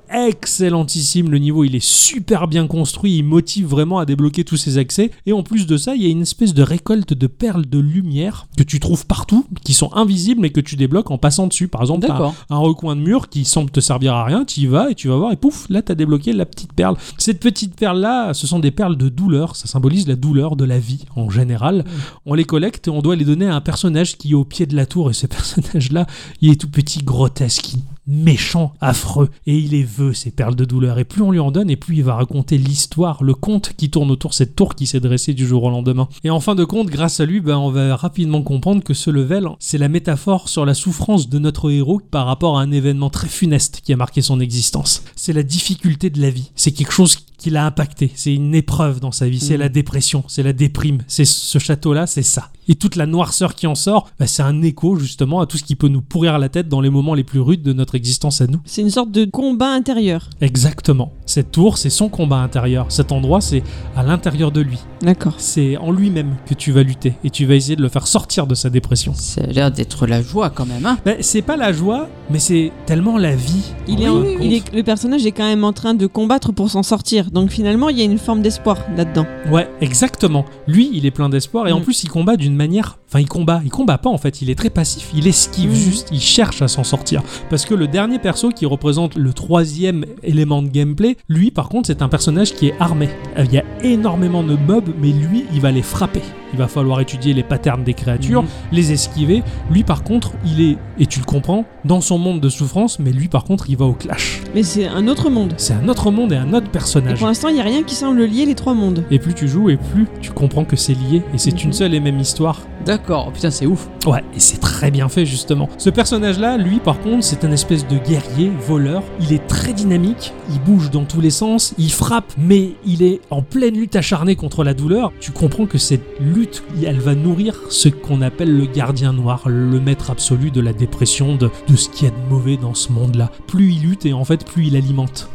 [SPEAKER 1] excellentissime, le niveau il est super bien construit, il motive vraiment à débloquer tous ses accès et en plus de ça il y a une espèce de récolte de perles de lumière que tu trouves partout, qui sont invisibles mais que tu débloques en passant dessus. Par exemple t'as un-
[SPEAKER 2] D'accord.
[SPEAKER 1] un recoin de mur qui semble te servir à rien, tu y vas et tu vas voir et pouf, là t'as débloqué la petite perle. Cette petite perle là, ce sont des perles de douleur, ça symbolise la douleur de la vie en général. On les collecte et on doit les donner à un personnage qui est au pied de la tour et ce personnage là, il est tout petit, grotesque, méchant, affreux et il les veut ces perles de douleur et plus on lui en donne et plus il va raconter l'histoire, le conte qui tourne autour de cette tour qui s'est dressée du jour au lendemain. Et en fin de compte, grâce à lui, ben, on va rapidement comprendre que ce level, c'est la métaphore sur la souffrance de notre héros par rapport à un événement très funeste qui a marqué son existence. C'est la difficulté de la vie, c'est quelque chose qui l'a impacté, c'est une épreuve dans sa vie, c'est
[SPEAKER 3] Mm.
[SPEAKER 2] Mhm.
[SPEAKER 1] la dépression, c'est la déprime, c'est ce château-là, c'est ça. Et toute la noirceur qui en sort, ben, c'est un écho justement à tout ce qui peut nous pourrir la tête dans les moments les plus rudes de notre existence à nous.
[SPEAKER 3] C'est une sorte de combat intérieur.
[SPEAKER 1] Exactement. Cette tour, c'est son combat intérieur. Cet endroit, c'est à l'intérieur de lui.
[SPEAKER 3] D'accord.
[SPEAKER 1] C'est en lui-même que tu vas lutter et tu vas essayer de le faire sortir de sa dépression.
[SPEAKER 2] Ça a l'air d'être la joie quand même, hein.
[SPEAKER 1] Ben, c'est pas la joie, mais c'est tellement la vie. Hein,
[SPEAKER 3] Il
[SPEAKER 1] en
[SPEAKER 3] est
[SPEAKER 1] fin
[SPEAKER 3] en-
[SPEAKER 1] de compte.
[SPEAKER 3] il est- le personnage est quand même en train de combattre pour s'en sortir. Donc finalement, il y a une forme d'espoir là-dedans.
[SPEAKER 1] Ouais, exactement. Lui, il est plein d'espoir et en
[SPEAKER 3] Mm.
[SPEAKER 1] plus, il combat d'une manière. Enfin, il combat. Il combat pas en fait. Il est très passif. Il esquive
[SPEAKER 3] Mm.
[SPEAKER 1] juste. Il cherche à s'en sortir. Parce que le dernier perso qui représente le troisième élément de gameplay, lui, par contre, c'est un personnage qui est armé. Euh, Il y a énormément de mobs, mais lui, il va les frapper. il va falloir étudier les patterns des créatures,
[SPEAKER 3] Mm.
[SPEAKER 2] Mhm.
[SPEAKER 1] les esquiver. Lui, par contre, il est, et tu le comprends, dans son monde de souffrance, mais lui, par contre, il va au clash.
[SPEAKER 3] Mais c'est un autre monde.
[SPEAKER 1] C'est un autre monde et un autre
[SPEAKER 3] Et
[SPEAKER 1] personnage.
[SPEAKER 3] pour l'instant, il n'y a rien qui semble lier les trois mondes.
[SPEAKER 1] Et plus tu joues, et plus tu comprends que c'est lié, et c'est une
[SPEAKER 3] Mhm.
[SPEAKER 1] seule et même histoire.
[SPEAKER 2] D'accord, Oh, putain, c'est ouf.
[SPEAKER 1] Ouais, et c'est très bien fait justement. Ce personnage-là, lui par contre, c'est un espèce de guerrier, voleur. Il est très dynamique, il bouge dans tous les sens, il frappe, mais il est en pleine lutte acharnée contre la douleur. Tu comprends que cette lutte, elle va nourrir ce qu'on appelle le gardien noir, le maître absolu de la dépression, de, de ce qu'il y a de mauvais dans ce monde-là. Plus il lutte et en fait plus il alimente.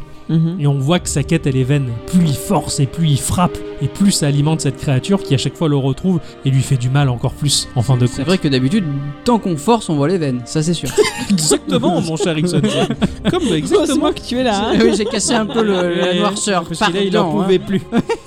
[SPEAKER 1] Et on voit que sa quête, elle est vaine. Plus il force et plus il frappe, et plus ça alimente cette créature qui à chaque fois le retrouve et lui fait du mal encore plus en fin de compte.
[SPEAKER 2] C'est vrai que d'habitude, tant qu'on force, on voit les veines, ça c'est sûr.
[SPEAKER 1] Exactement, mon cher Ixon. Comme exactement.
[SPEAKER 3] Heureusement que tu es là. hein.
[SPEAKER 2] oui, j'ai cassé un peu le, la noirceur.
[SPEAKER 1] Parce qu'il là, il en
[SPEAKER 2] Pardon, hein.
[SPEAKER 1] pouvait plus.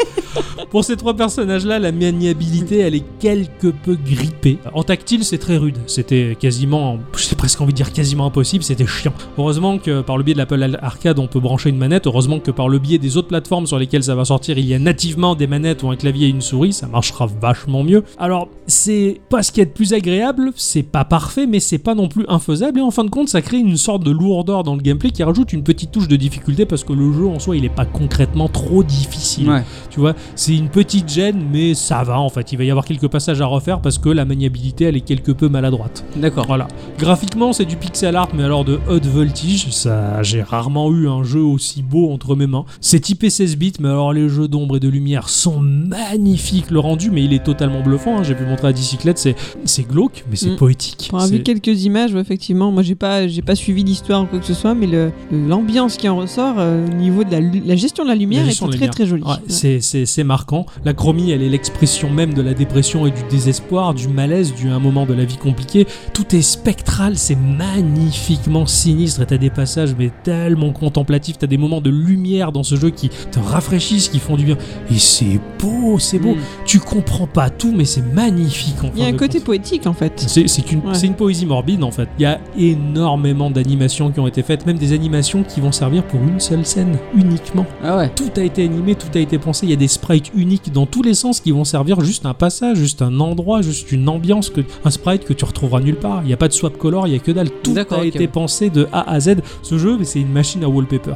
[SPEAKER 1] Pour ces trois personnages-là, la maniabilité, elle est quelque peu grippée. En tactile, c'est très rude. C'était quasiment, j'ai presque envie de dire quasiment impossible, c'était chiant. Heureusement que par le biais de l'Apple Arcade, on peut brancher une manette. Heureusement que par le biais des autres plateformes sur lesquelles ça va sortir, il y a nativement des manettes ou un clavier et une souris. Ça marchera vachement mieux. Alors, c'est pas ce qu'il y a de plus agréable, c'est pas parfait, mais c'est pas non plus infaisable. Et en fin de compte, ça crée une sorte de lourdeur dans le gameplay qui rajoute une petite touche de difficulté parce que le jeu en soi, il est pas concrètement trop difficile.
[SPEAKER 2] hein. Ouais.
[SPEAKER 1] Tu vois, c'est une petite gêne, mais ça va en fait. Il va y avoir quelques passages à refaire parce que la maniabilité, elle est quelque peu maladroite.
[SPEAKER 2] D'accord.
[SPEAKER 1] Voilà. Graphiquement, c'est du pixel art, mais alors de haute voltige. Ça, j'ai rarement eu un jeu aussi beau entre mes mains. C'est typé 16 bits, mais alors les jeux d'ombre et de lumière sont magnifiques. Le rendu, mais il est totalement bluffant. hein. J'ai pu montrer à Dicyclette, c'est, c'est glauque, mais c'est
[SPEAKER 3] Mm.
[SPEAKER 1] poétique.
[SPEAKER 3] Pour avoir vu
[SPEAKER 1] C'est-
[SPEAKER 3] quelques images, ouais, effectivement, moi j'ai pas, j'ai pas suivi l'histoire ou quoi que ce soit, mais le- l'ambiance qui en ressort euh, au niveau de la, lu- la gestion de la lumière
[SPEAKER 1] La
[SPEAKER 3] est
[SPEAKER 1] gestion
[SPEAKER 3] très
[SPEAKER 1] de la
[SPEAKER 3] très jolie.
[SPEAKER 1] Ouais, c'est- C'est c'est marquant. La chromie, elle est l'expression même de la dépression et du désespoir, du malaise, dû à un moment de la vie compliquée. Tout est spectral, c'est magnifiquement sinistre et t'as des passages mais tellement contemplatifs, t'as des moments de lumière dans ce jeu qui te rafraîchissent, qui font du bien. Et c'est beau, c'est beau.
[SPEAKER 2] Mm.
[SPEAKER 1] Tu comprends pas tout mais c'est magnifique en
[SPEAKER 3] Il y a
[SPEAKER 1] fin
[SPEAKER 3] un
[SPEAKER 1] de
[SPEAKER 3] côté
[SPEAKER 1] compte.
[SPEAKER 3] poétique en fait.
[SPEAKER 1] C'est c'est une,
[SPEAKER 3] Ouais.
[SPEAKER 1] c'est une poésie morbide en fait. Il y a énormément d'animations qui ont été faites, même des animations qui vont servir pour une seule scène uniquement
[SPEAKER 2] Ah ouais.
[SPEAKER 1] tout a été animé, tout a été pensé. Il y a des sprites uniques dans tous les sens qui vont servir juste un passage, juste un endroit, juste une ambiance, que, un sprite que tu retrouveras nulle part. Il n'y a pas de swap color, il n'y a que dalle. Tout a
[SPEAKER 2] D'accord, ok,
[SPEAKER 1] été
[SPEAKER 2] ouais.
[SPEAKER 1] pensé de A à Z. Ce jeu, mais c'est une machine à wallpaper.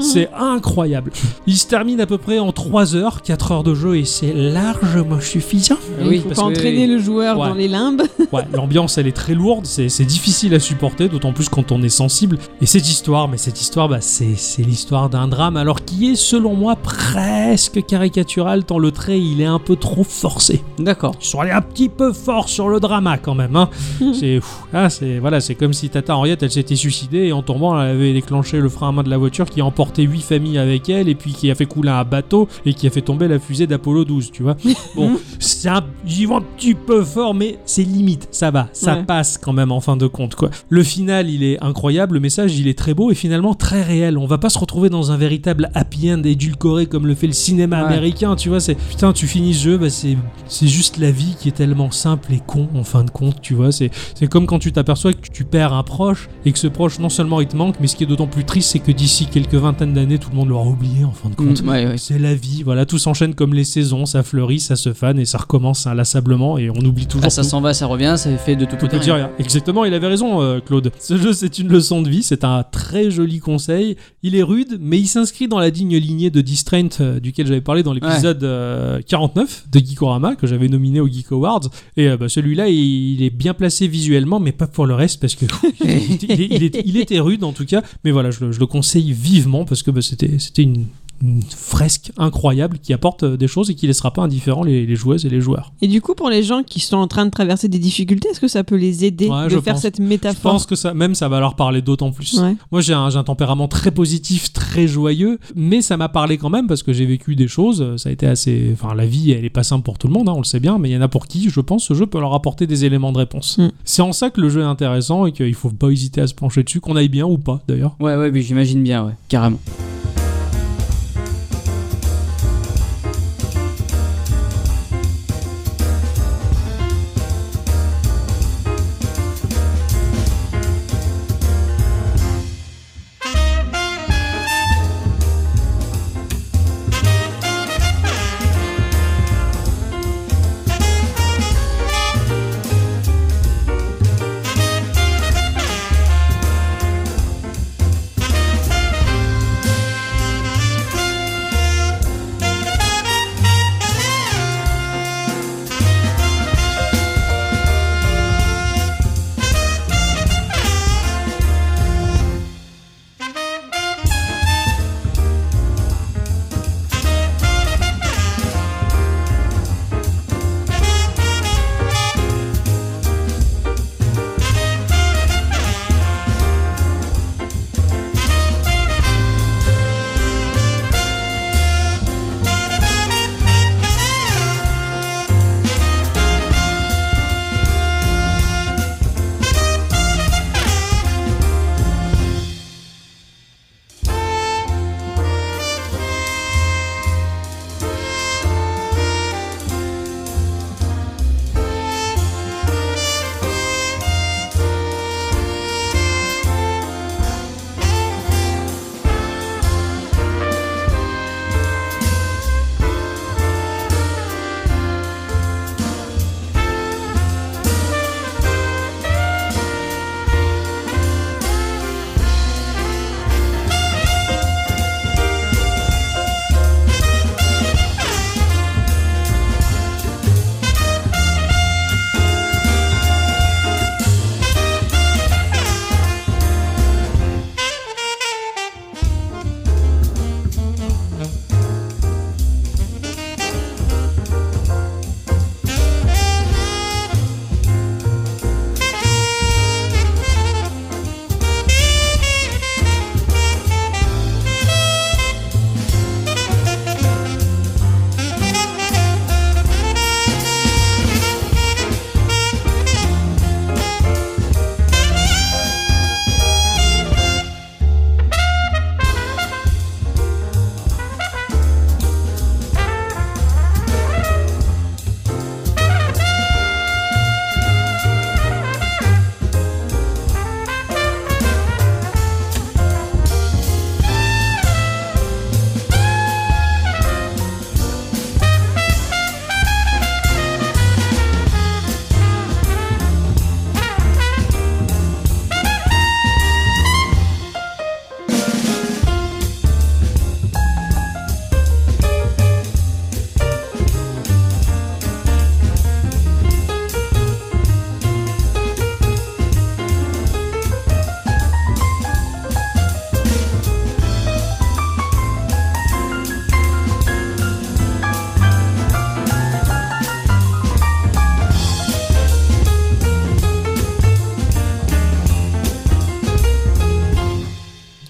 [SPEAKER 1] c'est incroyable. Il se termine à peu près en 3 heures, 4 heures de jeu et c'est largement suffisant.
[SPEAKER 3] il
[SPEAKER 2] Ah oui,
[SPEAKER 3] faut
[SPEAKER 2] parce
[SPEAKER 3] pas
[SPEAKER 2] que-
[SPEAKER 3] entraîner le joueur
[SPEAKER 1] Ouais.
[SPEAKER 3] dans les limbes.
[SPEAKER 1] Ouais, l'ambiance elle est très lourde, c'est c'est difficile à supporter, d'autant plus quand on est sensible. Et cette histoire, mais cette histoire, bah, c'est c'est l'histoire d'un drame, alors qui est selon moi presque caricatural, tant le trait il est un peu trop forcé.
[SPEAKER 2] D'accord.
[SPEAKER 1] Ils sont allés un petit peu fort sur le drama quand même. Hein. c'est pff, ah, c'est voilà, c'est comme si Tata Henriette elle s'était suicidée et en tombant elle avait déclenché le frein à main de la voiture qui a emporté huit familles avec elle et puis qui a fait couler un bateau et qui a fait tomber la fusée d'Apollo 12, tu vois. Bon, c'est un, j'y vais un petit peu fort mais c'est limite, ça va, ça
[SPEAKER 3] Ouais.
[SPEAKER 1] passe quand même en fin de compte quoi. Le final, il est incroyable, le message, il est très beau et finalement très réel. On va pas se retrouver dans un véritable happy end édulcoré comme le fait le cinéma
[SPEAKER 2] Ouais.
[SPEAKER 1] américain, tu vois, c'est putain, tu finis ce jeu, bah c'est c'est juste la vie qui est tellement simple et con en fin de compte, tu vois. C'est c'est comme quand tu t'aperçois que tu, tu perds un proche et que ce proche, non seulement il te manque, mais ce qui est d'autant plus triste, c'est que d'ici quelques vingtaines d'années, tout le monde l'aura oublié en fin de compte.
[SPEAKER 2] Mm, ouais, ouais.
[SPEAKER 1] C'est la vie, voilà, tout s'enchaîne comme les saisons, ça fleurit, ça se fane et ça recommence inlassablement et on oublie toujours.
[SPEAKER 2] Ah, ça
[SPEAKER 1] tout.
[SPEAKER 2] s'en va, ça revient, ça fait de tout
[SPEAKER 1] On peut
[SPEAKER 2] côté.
[SPEAKER 1] dire rien. Exactement, il avait raison, euh, Claude. Ce jeu, c'est une leçon de vie, c'est un très joli conseil. Il est rude, mais il s'inscrit dans la digne lignée de Distraint, euh, duquel j'avais parlé dans l'épisode euh, 49 de Geekorama, que j'avais nominé au Geek Awards. Et euh, bah, celui-là, il, il est bien placé visuellement, mais pas pour le reste, parce que il, était- il est- il est- il était rude en tout cas. Mais voilà, je le, je le conseille vivement, parce que bah, c'était c'était une une fresque incroyable qui apporte euh, des choses et qui laissera pas indifférents les- les joueuses et les joueurs.
[SPEAKER 3] Et du coup, pour les gens qui sont en train de traverser des difficultés, est-ce que ça peut les aider
[SPEAKER 1] Ouais,
[SPEAKER 3] de
[SPEAKER 1] je
[SPEAKER 3] faire
[SPEAKER 1] pense.
[SPEAKER 3] cette
[SPEAKER 1] Je
[SPEAKER 3] métaphore
[SPEAKER 1] pense que ça, même ça va leur parler d'autant plus.
[SPEAKER 3] Ouais.
[SPEAKER 1] Moi, j'ai un, j'ai un tempérament très positif, très joyeux, mais ça m'a parlé quand même parce que j'ai vécu des choses. euh, Ça a été assez. Enfin, la vie, elle est pas simple pour tout le monde, hein, on le sait bien, mais il y en a pour qui, je pense, ce jeu peut leur apporter des éléments de réponse.
[SPEAKER 3] Mm.
[SPEAKER 1] C'est en ça que le jeu est intéressant et qu'il faut pas hésiter à se pencher dessus, qu'on aille bien ou pas d'ailleurs.
[SPEAKER 2] Ouais, ouais, mais j'imagine bien, ouais, carrément.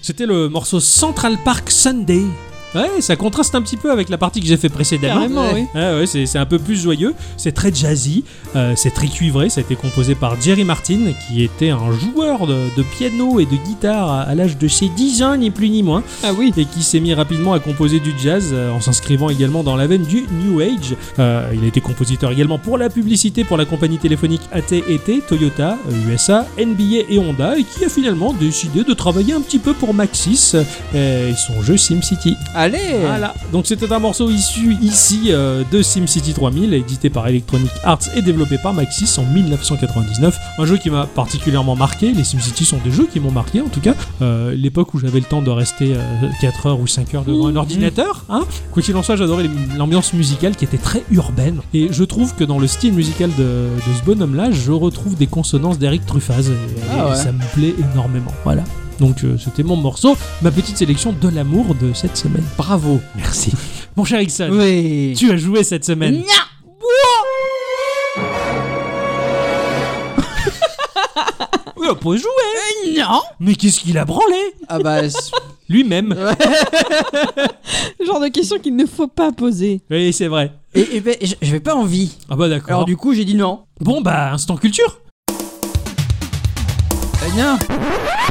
[SPEAKER 1] C'était le morceau Central Park Sunday. Ouais, ça contraste un petit peu avec la partie que j'ai fait précédemment.
[SPEAKER 3] Carrément,
[SPEAKER 2] ouais.
[SPEAKER 3] oui.
[SPEAKER 1] Ah ouais, c'est c'est un peu plus joyeux, c'est très jazzy, euh, c'est très cuivré, ça a été composé par Jerry Martin, qui était un joueur de, de piano et de guitare à, à l'âge de ses 10 ans, ni plus ni moins,
[SPEAKER 3] Ah oui.
[SPEAKER 1] et qui s'est mis rapidement à composer du jazz, euh, en s'inscrivant également dans la veine du New Age. Euh, il a été compositeur également pour la publicité pour la compagnie téléphonique AT&T, Toyota, euh, USA, NBA et Honda, et qui a finalement décidé de travailler un petit peu pour Maxis euh, et son jeu SimCity.
[SPEAKER 2] Allez
[SPEAKER 1] Voilà. Donc c'était un morceau issu ici euh, de SimCity 3000, édité par Electronic Arts et développé par Maxis en 1999. Un jeu qui m'a particulièrement marqué. Les SimCity sont des jeux qui m'ont marqué en tout cas. Euh, L'époque où j'avais le temps de rester 4 heures ou 5 heures
[SPEAKER 2] Mmh.
[SPEAKER 1] devant un ordinateur. Hein Quoi qu'il en soit, j'adorais les- l'ambiance musicale qui était très urbaine. Et je trouve que dans le style musical de, de ce bonhomme-là, je retrouve des consonances d'Eric Truffaz. Et,
[SPEAKER 2] Ah
[SPEAKER 1] et
[SPEAKER 2] ouais.
[SPEAKER 1] ça me plaît énormément. Voilà. Donc euh, c'était mon morceau, ma petite sélection de l'amour de cette semaine.
[SPEAKER 2] Bravo
[SPEAKER 1] Merci. Mon cher Ixon,
[SPEAKER 2] Oui
[SPEAKER 1] tu as joué cette semaine.
[SPEAKER 2] Nya
[SPEAKER 1] Oui, on peut jouer.
[SPEAKER 3] Euh,
[SPEAKER 2] Non
[SPEAKER 1] Mais qu'est-ce qu'il a branlé
[SPEAKER 2] Ah bah... c'est-
[SPEAKER 1] Lui-même.
[SPEAKER 3] Le genre de question qu'il ne faut pas poser.
[SPEAKER 1] Oui, c'est vrai.
[SPEAKER 2] Et, et ben, j- j'avais pas envie.
[SPEAKER 1] Ah bah
[SPEAKER 2] Alors
[SPEAKER 1] d'accord.
[SPEAKER 2] du coup, j'ai dit non.
[SPEAKER 1] Bon bah, instant culture.
[SPEAKER 2] Bah, non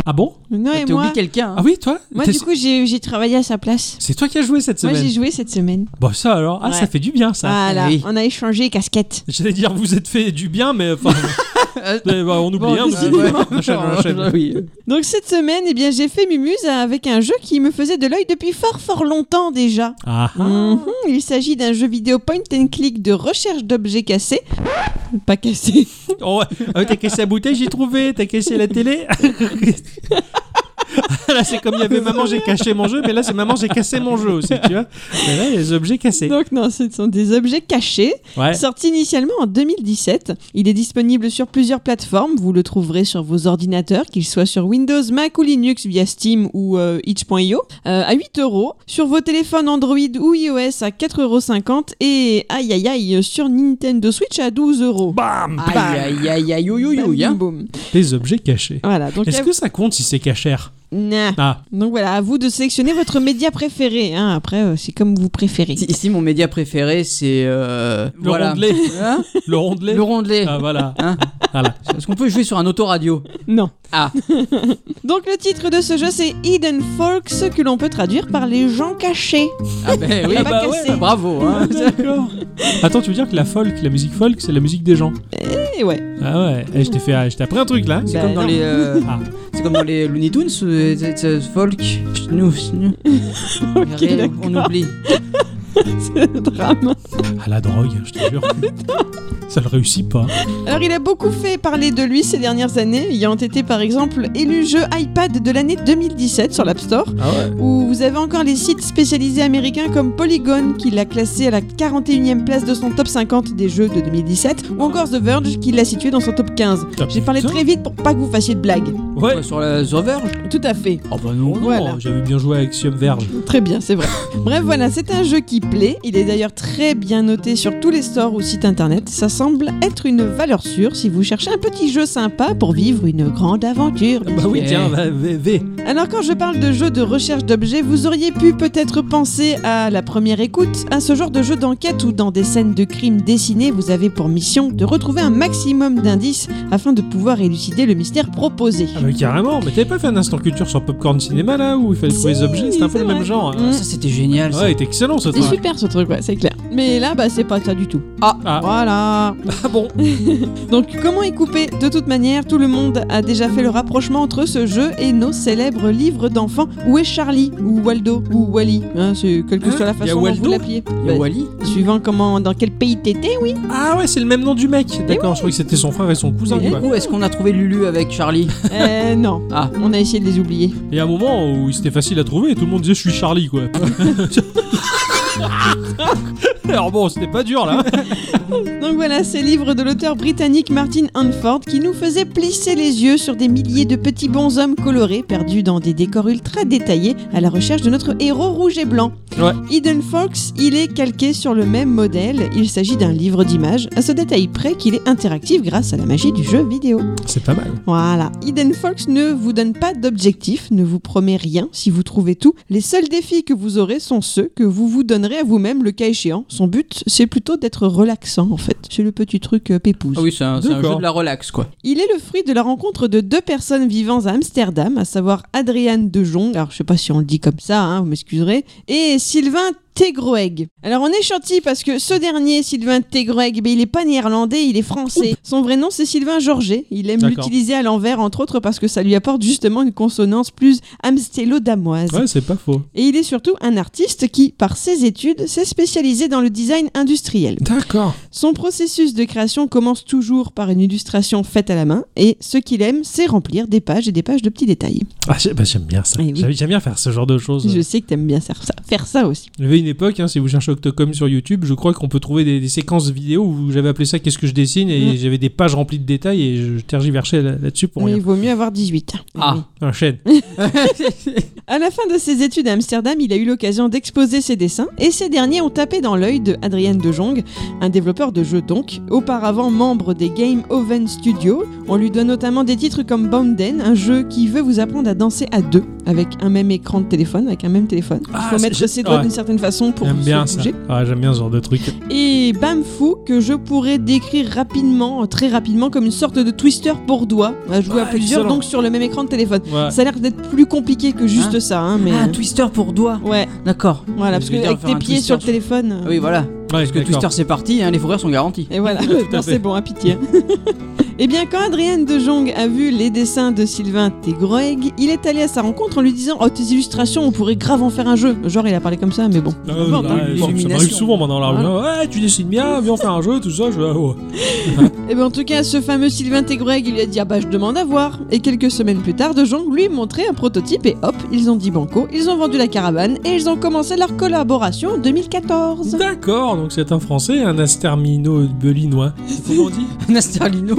[SPEAKER 1] Ah bon
[SPEAKER 3] Non, et
[SPEAKER 2] T'as
[SPEAKER 3] moi,
[SPEAKER 2] oublié quelqu'un. hein.
[SPEAKER 1] Ah oui, toi
[SPEAKER 3] moi
[SPEAKER 1] T'es-
[SPEAKER 3] du coup, j'ai j'ai travaillé à sa place.
[SPEAKER 1] C'est toi qui as joué cette
[SPEAKER 3] Moi, j'ai
[SPEAKER 1] semaine.
[SPEAKER 3] joué cette semaine.
[SPEAKER 1] Bon, ça alors. Ah,
[SPEAKER 3] Ouais.
[SPEAKER 1] ça fait du bien, ça.
[SPEAKER 3] voilà,
[SPEAKER 2] oui.
[SPEAKER 3] on a échangé casquettes.
[SPEAKER 1] J'allais dire, vous êtes fait du bien, mais enfin,
[SPEAKER 2] Euh,
[SPEAKER 1] eh, bah, on oublie
[SPEAKER 3] Bon,
[SPEAKER 1] hein,
[SPEAKER 2] Ah,
[SPEAKER 1] vous-
[SPEAKER 3] décidément.
[SPEAKER 2] ouais.
[SPEAKER 1] on enchaîne, on enchaîne.
[SPEAKER 2] Ah oui.
[SPEAKER 3] Donc cette semaine, eh bien, j'ai fait mumuse avec un jeu qui me faisait de l'œil depuis fort fort longtemps déjà.
[SPEAKER 1] Ah, ah.
[SPEAKER 3] Mhm, il s'agit d'un jeu vidéo point and click de recherche d'objets cassés. Pas cassés.
[SPEAKER 1] Oh, ouais. Ah, t'as cassé la bouteille, j'ai trouvé. T'as cassé la télé. là, c'est comme il y avait maman, j'ai caché mon jeu, mais là, c'est maman, j'ai cassé mon jeu aussi, tu vois. Mais là, il y a les objets cassés.
[SPEAKER 3] Donc non, ce sont des objets cachés.
[SPEAKER 1] Ouais.
[SPEAKER 3] Sorti initialement en 2017, il est disponible sur plusieurs plateformes. Vous le trouverez sur vos ordinateurs, qu'il soit sur Windows, Mac ou Linux via Steam ou euh, itch.io, euh, à 8 euros. Sur vos téléphones Android ou iOS à 4,50 euros. Et aïe aïe aïe, sur Nintendo Switch à 12 euros.
[SPEAKER 1] Bam
[SPEAKER 2] Aïe
[SPEAKER 3] Bah,
[SPEAKER 2] aïe aïe aïe ouïe, ouïe,
[SPEAKER 3] Bam,
[SPEAKER 2] ouïe,
[SPEAKER 3] Bah, boum,
[SPEAKER 2] hein.
[SPEAKER 3] boum.
[SPEAKER 1] Des objets cachés.
[SPEAKER 3] Voilà, donc,
[SPEAKER 1] Est-ce
[SPEAKER 3] à-
[SPEAKER 1] que ça compte si c'est cachère
[SPEAKER 3] Nah.
[SPEAKER 1] Ah,
[SPEAKER 3] donc voilà, à vous de sélectionner votre média préféré. hein. Après, euh, c'est comme vous préférez.
[SPEAKER 2] Si- Ici, mon média préféré, c'est... euh,
[SPEAKER 1] le
[SPEAKER 2] voilà.
[SPEAKER 1] rondelet.
[SPEAKER 2] Hein
[SPEAKER 1] Le rondelet.
[SPEAKER 2] Le rondelet.
[SPEAKER 1] Ah, voilà.
[SPEAKER 2] Hein
[SPEAKER 1] voilà.
[SPEAKER 2] Est-ce qu'on peut jouer sur un autoradio
[SPEAKER 3] Non.
[SPEAKER 2] Ah.
[SPEAKER 3] donc le titre de ce jeu, c'est Hidden Folks, que l'on peut traduire par les gens cachés.
[SPEAKER 2] Ah ben oui,
[SPEAKER 3] Ah
[SPEAKER 1] bah
[SPEAKER 2] bah,
[SPEAKER 1] ouais.
[SPEAKER 2] bravo hein.
[SPEAKER 1] D'accord. Attends, tu veux dire que la folk, la musique folk, c'est la musique des gens
[SPEAKER 3] Et ouais.
[SPEAKER 1] Ah ouais. Eh, je t'ai fait, ah, je t'ai appris un truc là.
[SPEAKER 2] C'est
[SPEAKER 3] Bah,
[SPEAKER 2] comme dans
[SPEAKER 3] non.
[SPEAKER 2] les... euh,
[SPEAKER 1] Ah.
[SPEAKER 2] C'est comme dans les Looney Tunes, euh, c'est- c'est folk, Schnou, schnou. Ré- on
[SPEAKER 3] d'accord.
[SPEAKER 2] oublie.
[SPEAKER 3] C'est le drame.
[SPEAKER 1] Ah la drogue, je te jure. Ça le réussit pas.
[SPEAKER 3] Alors, il a beaucoup fait parler de lui ces dernières années, ayant été par exemple élu jeu iPad de l'année 2017 sur l'App Store,
[SPEAKER 1] Ah ouais.
[SPEAKER 3] où vous avez encore les sites spécialisés américains comme Polygon, qui l'a classé à la 41e place de son top 50 des jeux de 2017, ou encore The Verge, qui l'a situé dans son top 15. J'ai parlé très vite pour pas que vous fassiez de blagues.
[SPEAKER 1] Ouais.
[SPEAKER 2] Quoi, Sur la sur Verge
[SPEAKER 3] Tout à fait.
[SPEAKER 1] Oh bah non, non,
[SPEAKER 3] Voilà.
[SPEAKER 1] j'avais bien joué avec Sium Verge.
[SPEAKER 3] Très bien, c'est vrai. Bref, voilà, c'est un jeu qui plaît. Il est d'ailleurs très bien noté sur tous les stores ou sites internet. Ça semble être une valeur sûre si vous cherchez un petit jeu sympa pour vivre une grande aventure.
[SPEAKER 1] Bah oui,
[SPEAKER 2] Eh.
[SPEAKER 1] tiens, bah, V. v.
[SPEAKER 3] Alors quand je parle de jeu de recherche d'objets, vous auriez pu peut-être penser à la première écoute, à ce genre de jeu d'enquête où dans des scènes de crimes dessinées, vous avez pour mission de retrouver un maximum d'indices afin de pouvoir élucider le mystère proposé.
[SPEAKER 1] Ah bah carrément, mais t'avais pas fait un instant culture sur Popcorn Cinéma là où il fallait trouver les
[SPEAKER 3] Si,
[SPEAKER 1] objets C'était un peu
[SPEAKER 3] c'est
[SPEAKER 1] le même
[SPEAKER 3] vrai.
[SPEAKER 1] genre. hein.
[SPEAKER 3] Mm.
[SPEAKER 2] Ça c'était génial. ça.
[SPEAKER 1] Ouais, il était excellent ce
[SPEAKER 3] C'est
[SPEAKER 1] truc.
[SPEAKER 3] super ce truc, ouais, c'est clair. Mais là, bah, c'est pas ça du tout.
[SPEAKER 1] Ah.
[SPEAKER 3] Voilà.
[SPEAKER 1] Ah bon
[SPEAKER 3] Donc comment y couper De toute manière, tout le monde a déjà fait le rapprochement entre ce jeu et nos célèbres livres d'enfants. Où est Charlie Ou Waldo Ou Wally hein, C'est quelle que
[SPEAKER 1] Hein
[SPEAKER 3] soit la
[SPEAKER 1] Y a
[SPEAKER 3] façon dont
[SPEAKER 1] Waldo
[SPEAKER 3] vous l'appuyez.
[SPEAKER 2] Il y a
[SPEAKER 3] Bah,
[SPEAKER 2] Wally.
[SPEAKER 3] suivant comment, dans quel pays t'étais, oui.
[SPEAKER 1] Ah ouais, c'est le même nom du mec. D'accord, je croyais que c'était son frère et son cousin.
[SPEAKER 2] Et du
[SPEAKER 1] quoi.
[SPEAKER 2] coup, est-ce qu'on a trouvé Lulu avec Charlie
[SPEAKER 3] Euh, non.
[SPEAKER 2] Ah.
[SPEAKER 3] On a essayé de les oublier.
[SPEAKER 1] Et à un moment où c'était facile à trouver, tout le monde disait je suis Charlie quoi. Alors bon, c'était pas dur là.
[SPEAKER 3] Donc voilà, ces livres de l'auteur britannique Martin Hanford qui nous faisait plisser les yeux sur des milliers de petits bonshommes colorés perdus dans des décors ultra détaillés à la recherche de notre héros rouge et blanc.
[SPEAKER 1] Ouais.
[SPEAKER 3] Hidden Fox, il est calqué sur le même modèle. Il s'agit d'un livre d'images, à ce détail près qu'il est interactif grâce à la magie du jeu vidéo.
[SPEAKER 1] C'est pas mal.
[SPEAKER 3] Voilà. Hidden Fox ne vous donne pas d'objectif, ne vous promet rien si vous trouvez tout. Les seuls défis que vous aurez sont ceux que vous vous donnerez à vous-même le cas échéant. Son but, c'est plutôt d'être relaxant en fait. C'est le petit truc euh, pépouze.
[SPEAKER 2] Ah oui, c'est un, c'est un
[SPEAKER 1] D'accord.
[SPEAKER 2] jeu de la relax, quoi.
[SPEAKER 3] Il est le fruit de la rencontre de deux personnes vivant à Amsterdam, à savoir Adriane de Jong, alors je sais pas si on le dit comme ça, hein, vous m'excuserez, et Sylvain Tegroeg. Alors on est gentil parce que ce dernier, Sylvain Tegroeg, ben, il est pas néerlandais, il est français. Son vrai nom c'est Sylvain Georget. Il aime
[SPEAKER 1] D'accord.
[SPEAKER 3] l'utiliser à l'envers, entre autres parce que ça lui apporte justement une consonance plus amstello-damoise.
[SPEAKER 1] Ouais, c'est pas faux.
[SPEAKER 3] Et il est surtout un artiste qui, par ses études, s'est spécialisé dans le design industriel.
[SPEAKER 1] D'accord.
[SPEAKER 3] Son processus de création commence toujours par une illustration faite à la main, et ce qu'il aime, c'est remplir des pages et des pages de petits détails.
[SPEAKER 1] Ah, j'ai- bah, j'aime bien ça.
[SPEAKER 3] Eh oui.
[SPEAKER 1] J'aime- J'aime bien faire ce genre de choses.
[SPEAKER 3] Je sais que t'aimes bien faire ça, faire ça aussi.
[SPEAKER 1] Il y avait une époque, hein, si vous cherchez Octocom sur YouTube, je crois qu'on peut trouver des, des séquences vidéo où j'avais appelé ça Qu'est-ce que je dessine et
[SPEAKER 3] Mm.
[SPEAKER 1] j'avais des pages remplies de détails et je tergiversais là- là-dessus pour
[SPEAKER 3] Mais
[SPEAKER 1] rien.
[SPEAKER 3] il vaut mieux avoir 18.
[SPEAKER 2] Ah.
[SPEAKER 3] Oui.
[SPEAKER 1] Un chaîne.
[SPEAKER 3] À la fin de ses études à Amsterdam, il a eu l'occasion d'exposer ses dessins, et ces derniers ont tapé dans l'œil de Adrien de Jong, un développeur de jeux donc, auparavant membre des Game Oven Studio. On lui donne notamment des titres comme Bounden, un jeu qui veut vous apprendre à danser à deux, avec un même écran de téléphone, avec un même téléphone. Il
[SPEAKER 1] Ah,
[SPEAKER 3] faut
[SPEAKER 1] c'est-
[SPEAKER 3] mettre
[SPEAKER 1] j'ai-
[SPEAKER 3] ses doigts
[SPEAKER 1] ouais.
[SPEAKER 3] d'une certaine façon pour
[SPEAKER 1] J'aime
[SPEAKER 3] se
[SPEAKER 1] bien ça.
[SPEAKER 3] bouger.
[SPEAKER 1] Ah, j'aime bien ce genre de truc.
[SPEAKER 3] et Bamfou que je pourrais décrire rapidement, très rapidement, comme une sorte de twister pour doigts à jouer à
[SPEAKER 1] Ah,
[SPEAKER 3] plusieurs,
[SPEAKER 1] excellent.
[SPEAKER 3] donc sur le même écran de téléphone.
[SPEAKER 1] Ouais.
[SPEAKER 3] Ça a l'air d'être plus compliqué que juste ça, hein, mais.
[SPEAKER 2] Ah, Twister pour doigts.
[SPEAKER 3] ouais,
[SPEAKER 2] D'accord.
[SPEAKER 3] voilà, parce
[SPEAKER 2] Je
[SPEAKER 3] que
[SPEAKER 2] veux dire,
[SPEAKER 3] avec
[SPEAKER 2] faire
[SPEAKER 3] tes
[SPEAKER 2] un
[SPEAKER 3] pieds
[SPEAKER 2] twister
[SPEAKER 3] sur le
[SPEAKER 2] sur-
[SPEAKER 3] téléphone. euh,
[SPEAKER 2] Ah oui, voilà. Parce que Twister, c'est parti, hein, les fourrures sont garanties.
[SPEAKER 3] Et voilà,
[SPEAKER 1] à
[SPEAKER 3] maintenant
[SPEAKER 1] fait.
[SPEAKER 3] c'est bon, un pitié. Eh bien, quand Adrien de Jong a vu les dessins de Sylvain Tegroeg, il est allé à sa rencontre en lui disant Oh, tes illustrations, on pourrait grave en faire un jeu. Genre, il a parlé comme ça, mais bon.
[SPEAKER 1] Ah,
[SPEAKER 2] Bon,
[SPEAKER 1] ouais,
[SPEAKER 2] dans
[SPEAKER 1] ouais, ça
[SPEAKER 2] l'illumination.
[SPEAKER 1] m'arrive souvent moi dans la rue. hein. Ouais, tu dessines bien, viens on fait un jeu, tout ça. Je... ah, ouais.
[SPEAKER 3] Et bien Eh ben, en tout cas, ce fameux Sylvain Tegreg, il lui a dit Ah bah je demande à voir. Et quelques semaines plus tard, De Jong lui montrait un prototype et hop, ils ont dit banco, ils ont vendu la caravane et ils ont commencé leur collaboration en 2014.
[SPEAKER 1] D'accord, donc c'est un français, un astermino belinois. Comment on dit
[SPEAKER 2] Nasterlino.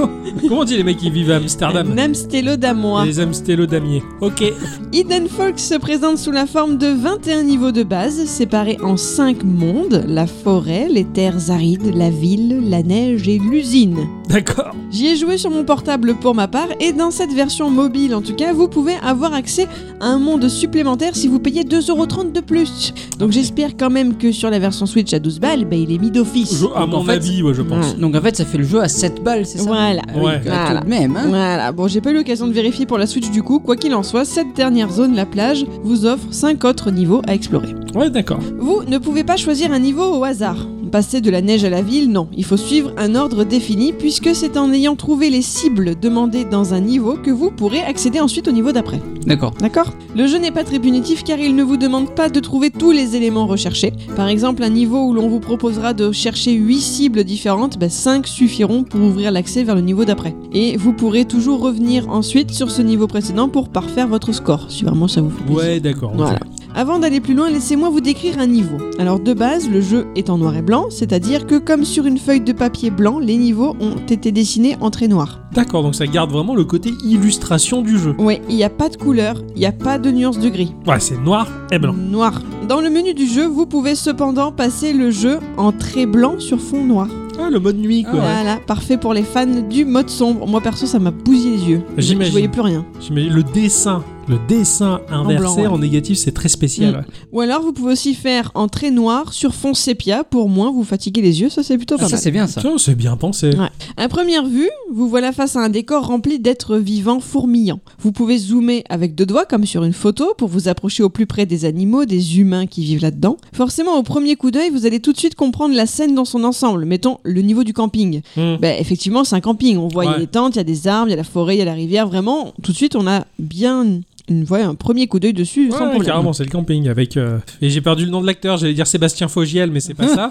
[SPEAKER 1] Comment on dit les mecs qui vivent à Amsterdam
[SPEAKER 3] Namstello d'Amois.
[SPEAKER 1] Les Amstello damier. Ok.
[SPEAKER 3] Hidden Folks se présente sous la forme de 21 niveaux de base, séparés en 5 mondes la forêt, les terres arides, la ville, la neige et l'usine.
[SPEAKER 1] D'accord.
[SPEAKER 3] J'y ai joué sur mon portable pour ma part, et dans cette version mobile en tout cas, vous pouvez avoir accès à un monde supplémentaire si vous payez 2,30€ de plus. Donc j'espère quand même que sur la version Switch à 12 balles, bah, il est mis d'office.
[SPEAKER 1] Je- à
[SPEAKER 2] Donc, en
[SPEAKER 1] mon
[SPEAKER 2] fait,
[SPEAKER 1] avis, ouais, je pense.
[SPEAKER 2] Donc en fait, ça fait le jeu à 7 balles, c'est ça
[SPEAKER 3] Voilà.
[SPEAKER 2] Ah oui,
[SPEAKER 1] Ouais.
[SPEAKER 2] quand-
[SPEAKER 3] Voilà.
[SPEAKER 2] Tout de même, hein.
[SPEAKER 3] Voilà, bon j'ai pas eu l'occasion de vérifier pour la Switch du coup, quoi qu'il en soit, cette dernière zone, la plage, vous offre 5 autres niveaux à explorer.
[SPEAKER 1] Ouais, d'accord.
[SPEAKER 3] Vous ne pouvez pas choisir un niveau au hasard. Passer de la neige à la ville, non. Il faut suivre un ordre défini puisque c'est en ayant trouvé les cibles demandées dans un niveau que vous pourrez accéder ensuite au niveau d'après.
[SPEAKER 2] D'accord.
[SPEAKER 3] D'accord Le jeu n'est pas très punitif car il ne vous demande pas de trouver tous les éléments recherchés. Par exemple, un niveau où l'on vous proposera de chercher 8 cibles différentes, 5 suffiront pour ouvrir l'accès vers le niveau d'après. Et vous pourrez toujours revenir ensuite sur ce niveau précédent pour parfaire votre score, si vraiment ça vous fait plaisir.
[SPEAKER 1] Ouais, d'accord. ok.
[SPEAKER 3] Voilà. Avant d'aller plus loin, laissez-moi vous décrire un niveau. Alors de base, le jeu est en noir et blanc, c'est-à-dire que comme sur une feuille de papier blanc, les niveaux ont été dessinés en trait noir.
[SPEAKER 1] D'accord, donc ça garde vraiment le côté illustration du jeu.
[SPEAKER 3] Ouais, il n'y a pas de couleur, il n'y a pas de nuance de gris.
[SPEAKER 1] Ouais, c'est noir et blanc.
[SPEAKER 3] Noir. Dans le menu du jeu, vous pouvez cependant passer le jeu en trait blanc sur fond noir.
[SPEAKER 1] Ah, le mode nuit, quoi.
[SPEAKER 3] Voilà, parfait pour les fans du mode sombre. Moi perso, ça m'a bousillé les yeux. Je-
[SPEAKER 1] J'imagine.
[SPEAKER 3] Je voyais plus rien.
[SPEAKER 1] J'imagine le dessin. Le dessin inversé en,
[SPEAKER 3] blanc, ouais.
[SPEAKER 1] négatif, c'est très spécial.
[SPEAKER 3] Mm.
[SPEAKER 1] ouais.
[SPEAKER 3] Ou alors, vous pouvez aussi faire en trait noir sur fond sépia pour moins vous fatiguer les yeux. Ça, c'est plutôt
[SPEAKER 2] Ah,
[SPEAKER 3] pas
[SPEAKER 2] ça,
[SPEAKER 3] mal.
[SPEAKER 2] c'est bien, ça.
[SPEAKER 1] Tiens, c'est bien pensé.
[SPEAKER 3] Ouais. À première vue, vous voilà face à un décor rempli d'êtres vivants fourmillants. Vous pouvez zoomer avec deux doigts comme sur une photo pour vous approcher au plus près des animaux, des humains qui vivent là-dedans. Forcément, au premier coup d'œil, vous allez tout de suite comprendre la scène dans son ensemble. Mettons le niveau du camping.
[SPEAKER 1] Mm.
[SPEAKER 3] Ben, effectivement, c'est un camping. On voit il y
[SPEAKER 1] Ouais.
[SPEAKER 3] a des tentes, il y a des arbres, il y a la forêt, il y a la rivière. Vraiment, tout de suite, on a bien une, ouais, un premier coup d'œil dessus sans
[SPEAKER 1] Ouais,
[SPEAKER 3] problème.
[SPEAKER 1] carrément, c'est le camping avec. euh, Et j'ai perdu le nom de l'acteur, j'allais dire Sébastien Fogiel, mais c'est pas ça.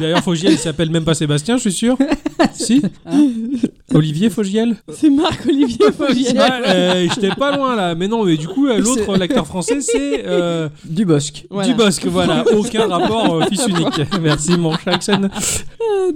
[SPEAKER 1] D'ailleurs, Fogiel, il s'appelle même pas Sébastien, je suis sûr. si Olivier Fogiel
[SPEAKER 3] C'est Marc-Olivier Fogiel.
[SPEAKER 1] ah, euh, J'étais pas loin là, mais non, mais du coup, euh, l'autre,
[SPEAKER 2] C'est-
[SPEAKER 1] l'acteur français, c'est euh,
[SPEAKER 2] Dubosc.
[SPEAKER 3] Voilà.
[SPEAKER 1] Dubosc, voilà. Aucun rapport euh, fils unique. Merci, mon Jackson.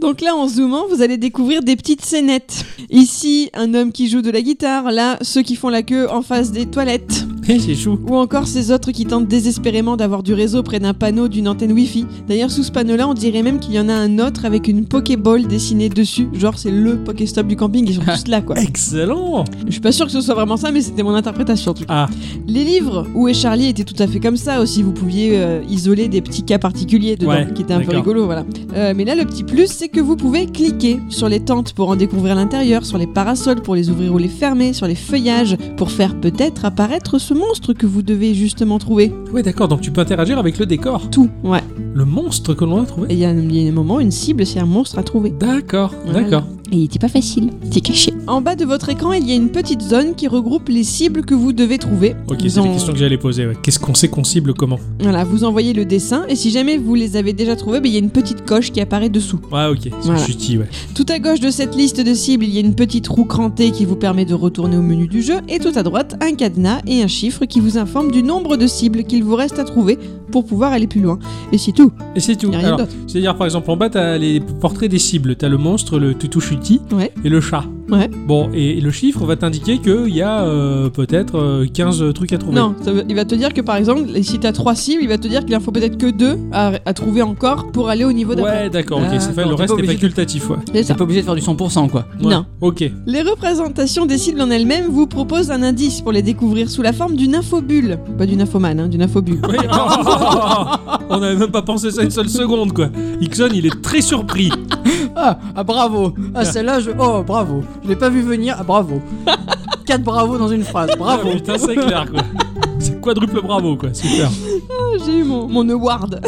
[SPEAKER 3] Donc là, en zoomant, vous allez découvrir des petites scénettes. Ici, un homme qui joue de la guitare. Là, ceux qui font la queue en face des toilettes.
[SPEAKER 1] Eh, c'est chou.
[SPEAKER 3] Ou encore ces autres qui tentent désespérément d'avoir du réseau près d'un panneau d'une antenne Wi-Fi. D'ailleurs, sous ce panneau-là, on dirait même qu'il y en a un autre avec une Pokéball dessinée dessus. Genre, c'est le Pokéstop du camping, ils sont tous là, quoi.
[SPEAKER 1] Excellent
[SPEAKER 3] Je suis pas sûre que ce soit vraiment ça, mais c'était mon interprétation, en tout cas.
[SPEAKER 1] Ah,
[SPEAKER 3] Les livres, où et Charlie étaient tout à fait comme ça aussi. Vous pouviez euh, isoler des petits cas particuliers dedans,
[SPEAKER 1] Ouais,
[SPEAKER 3] qui étaient un peu
[SPEAKER 1] d'accord.
[SPEAKER 3] rigolo, voilà. Euh, mais là, le petit plus, c'est que vous pouvez cliquer sur les tentes pour en découvrir l'intérieur, sur les parasols pour les ouvrir ou les fermer, sur les feuillages pour faire peut-être apparaître ce monstre que vous devez justement trouver.
[SPEAKER 1] ouais, d'accord, donc tu peux interagir avec le décor.
[SPEAKER 3] Tout, ouais.
[SPEAKER 1] Le monstre que l'on a trouvé
[SPEAKER 3] Et il y a un il y a un moment, une cible, c'est un monstre à trouver.
[SPEAKER 1] D'accord,
[SPEAKER 3] Voilà.
[SPEAKER 1] d'accord.
[SPEAKER 3] Et il était pas facile, c'est caché. En bas de votre écran, il y a une petite zone qui regroupe les cibles que vous devez trouver.
[SPEAKER 1] Ok,
[SPEAKER 3] Ils
[SPEAKER 1] c'est
[SPEAKER 3] ont-
[SPEAKER 1] la question que j'allais poser. ouais. Qu'est-ce qu'on sait qu'on cible comment
[SPEAKER 3] Voilà, vous envoyez le dessin et si jamais vous les avez déjà trouvés, ben, il y a une petite coche qui apparaît dessous.
[SPEAKER 1] Ouais, ok, c'est
[SPEAKER 3] Voilà.
[SPEAKER 1] chutis, ouais.
[SPEAKER 3] Tout à gauche de cette liste de cibles, il y a une petite roue crantée qui vous permet de retourner au menu du jeu et tout à droite, un cadenas et un chiffre qui vous informe du nombre de cibles qu'il vous reste à trouver pour pouvoir aller plus loin. Et c'est tout,
[SPEAKER 1] Et c'est
[SPEAKER 3] il
[SPEAKER 1] tout.
[SPEAKER 3] n'y a rien
[SPEAKER 1] Alors,
[SPEAKER 3] d'autre.
[SPEAKER 1] C'est-à-dire, par exemple, en bas, t'as les portraits des cibles. T'as le monstre, le toutou chuti
[SPEAKER 3] Ouais.
[SPEAKER 1] et le chat.
[SPEAKER 3] Ouais.
[SPEAKER 1] Bon, et, et le chiffre va t'indiquer qu'il y a euh, peut-être euh, 15 trucs à trouver.
[SPEAKER 3] Non, ça veut- il va te dire que par exemple, si t'as trois cibles, il va te dire qu'il en faut peut-être que deux à, à trouver encore pour aller au niveau d'après. Ah,
[SPEAKER 1] Ouais, d'accord, ok. c'est fait,
[SPEAKER 2] D'accord,
[SPEAKER 1] le
[SPEAKER 2] t'es pas
[SPEAKER 1] reste est
[SPEAKER 2] obligé de-
[SPEAKER 1] facultatif, ouais.
[SPEAKER 3] C'est
[SPEAKER 2] T'es
[SPEAKER 3] ça.
[SPEAKER 2] pas obligé de faire du 100% quoi.
[SPEAKER 1] Ouais.
[SPEAKER 3] Non.
[SPEAKER 1] Ok.
[SPEAKER 3] Les représentations des cibles en elles-mêmes vous proposent un indice pour les découvrir sous la forme d'une infobulle. Pas d'une infomane, hein, d'une infobulle.
[SPEAKER 1] Oui, oh, oh, oh, oh. on n'avait même pas pensé ça une seule seconde, quoi. Ixon, il est très surpris.
[SPEAKER 2] Ah, ah, bravo Ah celle-là, je... Oh, bravo Je l'ai pas vu venir, ah bravo Quatre bravo dans une phrase, bravo
[SPEAKER 1] Ah, putain, c'est clair, quoi. C'est quadruple bravo, quoi. Super.
[SPEAKER 3] Ah, J'ai eu mon, mon award.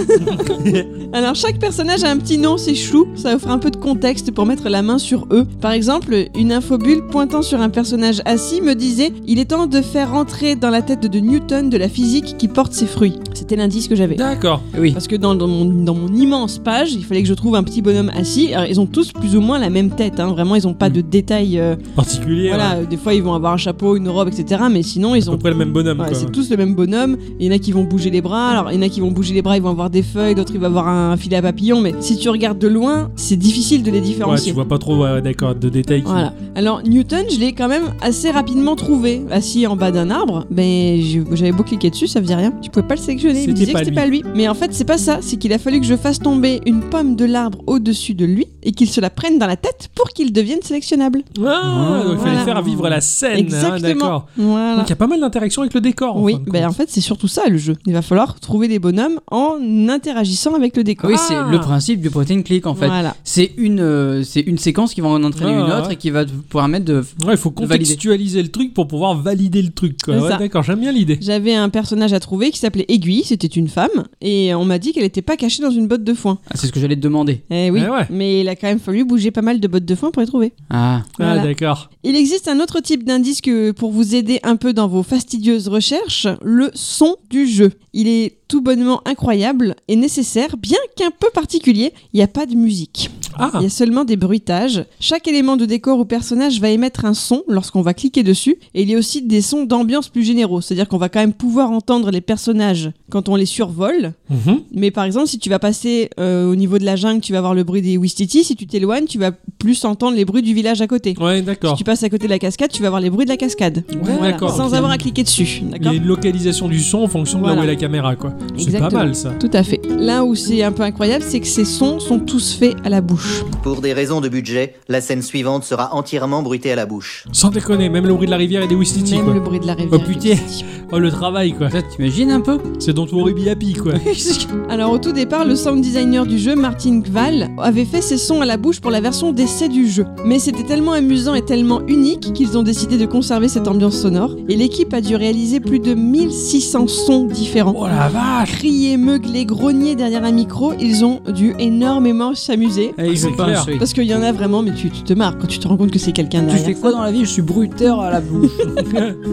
[SPEAKER 3] Alors, chaque personnage a un petit nom, c'est chou. Ça offre un peu de contexte pour mettre la main sur eux. Par exemple, une infobulle pointant sur un personnage assis me disait Il est temps de faire entrer dans la tête de Newton de la physique qui porte ses fruits. C'était l'indice que j'avais.
[SPEAKER 1] D'accord.
[SPEAKER 2] Oui.
[SPEAKER 3] Parce que dans, dans mon, dans mon immense page, il fallait que je trouve un petit bonhomme assis. Alors, ils ont tous plus ou moins la même tête. hein. Vraiment, ils n'ont pas de détails. euh,
[SPEAKER 1] Particulier, ouais.
[SPEAKER 3] voilà, des fois, ils vont avoir un chapeau, une robe, etc. Mais sinon, ils
[SPEAKER 1] à
[SPEAKER 3] ont
[SPEAKER 1] peu près le même bonhomme,
[SPEAKER 3] Ouais,
[SPEAKER 1] quoi.
[SPEAKER 3] c'est tous le même bonhomme. Il y en a qui vont bouger les bras. Alors, il y en a qui vont bouger les bras, ils vont avoir des feuilles. D'autres, ils vont avoir un filet à papillon. Mais si tu regardes de loin, c'est difficile de les
[SPEAKER 1] Ouais,
[SPEAKER 3] différencier.
[SPEAKER 1] tu vois pas trop, ouais, d'accord, de détails. qui-
[SPEAKER 3] voilà. Alors, Newton, je l'ai quand même assez rapidement trouvé, assis en bas d'un arbre. Mais j'ai- j'avais beau cliquer dessus, ça faisait rien. Tu pouvais pas le sélectionner. Il
[SPEAKER 1] C'était
[SPEAKER 3] me disait que
[SPEAKER 1] pas
[SPEAKER 3] c'était
[SPEAKER 1] lui.
[SPEAKER 3] pas lui. Mais en fait, c'est pas ça. C'est qu'il a fallu que je fasse tomber une pomme de l'arbre au-dessus de lui et qu'il se la prenne dans la tête pour qu'il devienne sélectionnable.
[SPEAKER 1] Ah, donc il fallait
[SPEAKER 3] Voilà.
[SPEAKER 1] faire vivre la scène. hein,
[SPEAKER 3] Exactement.
[SPEAKER 1] d'accord.
[SPEAKER 3] Voilà.
[SPEAKER 1] Donc il y a pas mal d'interactions avec le décor. En
[SPEAKER 3] Oui,
[SPEAKER 1] fin de
[SPEAKER 3] ben en
[SPEAKER 1] compte.
[SPEAKER 3] fait c'est surtout ça le jeu. Il va falloir trouver des bonhommes en interagissant avec le décor. Ah
[SPEAKER 2] Oui, c'est le principe du point and click en fait.
[SPEAKER 3] Voilà.
[SPEAKER 2] C'est une, euh, c'est une séquence qui va en entraîner
[SPEAKER 1] Ah,
[SPEAKER 2] une autre
[SPEAKER 1] ouais.
[SPEAKER 2] et qui va te permettre de.
[SPEAKER 1] Ouais, il faut
[SPEAKER 2] de valider.
[SPEAKER 1] contextualiser le truc pour pouvoir valider le truc. quoi.
[SPEAKER 3] C'est
[SPEAKER 1] Ouais,
[SPEAKER 3] ça.
[SPEAKER 1] d'accord, j'aime bien l'idée.
[SPEAKER 3] J'avais un personnage à trouver qui s'appelait Aiguille, c'était une femme, et on m'a dit qu'elle n'était pas cachée dans une botte de foin.
[SPEAKER 2] Ah, c'est ce que j'allais te demander.
[SPEAKER 3] Eh oui,
[SPEAKER 1] Eh ouais.
[SPEAKER 3] mais il a quand même fallu bouger pas mal de bottes de foin pour les trouver.
[SPEAKER 2] Ah,
[SPEAKER 1] Ah,
[SPEAKER 3] Voilà.
[SPEAKER 1] d'accord.
[SPEAKER 3] Il existe un autre type d'indice que pour vous aider un peu dans vos fastidieuses recherches, le son du jeu. Il est tout bonnement incroyable et nécessaire, bien qu'un peu particulier. Il n'y a pas de musique.
[SPEAKER 1] Ah,
[SPEAKER 3] Il y a seulement des bruitages. Chaque élément de décor ou personnage va émettre un son lorsqu'on va cliquer dessus. Et il y a aussi des sons d'ambiance plus généraux. C'est-à-dire qu'on va quand même pouvoir entendre les personnages quand on les survole.
[SPEAKER 1] mhm.
[SPEAKER 3] Mais par exemple, si tu vas passer euh, au niveau de la jungle, tu vas voir le bruit des Ouistiti. Si tu t'éloignes, tu vas plus entendre les bruits du village à côté.
[SPEAKER 1] ouais,
[SPEAKER 3] Si
[SPEAKER 1] d'accord.
[SPEAKER 3] tu passes à côté de la cascade, tu vas voir les bruits de la cascade.
[SPEAKER 1] Ouais, d'accord.
[SPEAKER 3] Sans
[SPEAKER 1] Ok.
[SPEAKER 3] avoir à cliquer dessus.
[SPEAKER 1] Il y a
[SPEAKER 3] D'accord
[SPEAKER 1] une localisation du son en fonction de là où
[SPEAKER 3] Voilà.
[SPEAKER 1] est la caméra. quoi. C'est pas
[SPEAKER 3] Exactement.
[SPEAKER 1] mal ça.
[SPEAKER 3] Tout à fait. Là où c'est un peu incroyable, c'est que ces sons sont tous faits à la bouche.
[SPEAKER 4] Pour des raisons de budget, la scène suivante sera entièrement bruitée à la bouche.
[SPEAKER 1] Sans déconner, même le bruit de la rivière et des Ouistiti.
[SPEAKER 3] Même
[SPEAKER 1] quoi.
[SPEAKER 3] le bruit de la rivière.
[SPEAKER 1] Oh, putain.
[SPEAKER 3] Ouistiti.
[SPEAKER 1] Oh, le travail, quoi.
[SPEAKER 2] ça t'imagines un peu
[SPEAKER 1] C'est dont on Ruby Happy, quoi.
[SPEAKER 3] Alors au tout départ, le sound designer du jeu, Martin Kval, avait fait ses sons à la bouche pour la version d'essai du jeu. Mais c'était tellement amusant et tellement unique qu'ils ont décidé de conserver cette ambiance sonore. Et l'équipe a dû réaliser plus de 1600 sons différents.
[SPEAKER 1] Oh la vache
[SPEAKER 3] Crier, meugler, grogner, enfermés derrière un micro, ils ont dû énormément s'amuser.
[SPEAKER 2] Eh,
[SPEAKER 1] c'est
[SPEAKER 2] je pense,
[SPEAKER 1] clair.
[SPEAKER 2] oui.
[SPEAKER 3] Parce qu'il y en a vraiment, mais tu, tu te marres quand tu te rends compte que c'est quelqu'un
[SPEAKER 2] Tu
[SPEAKER 3] derrière.
[SPEAKER 2] fais quoi dans la vie Je suis bruteur à la bouche.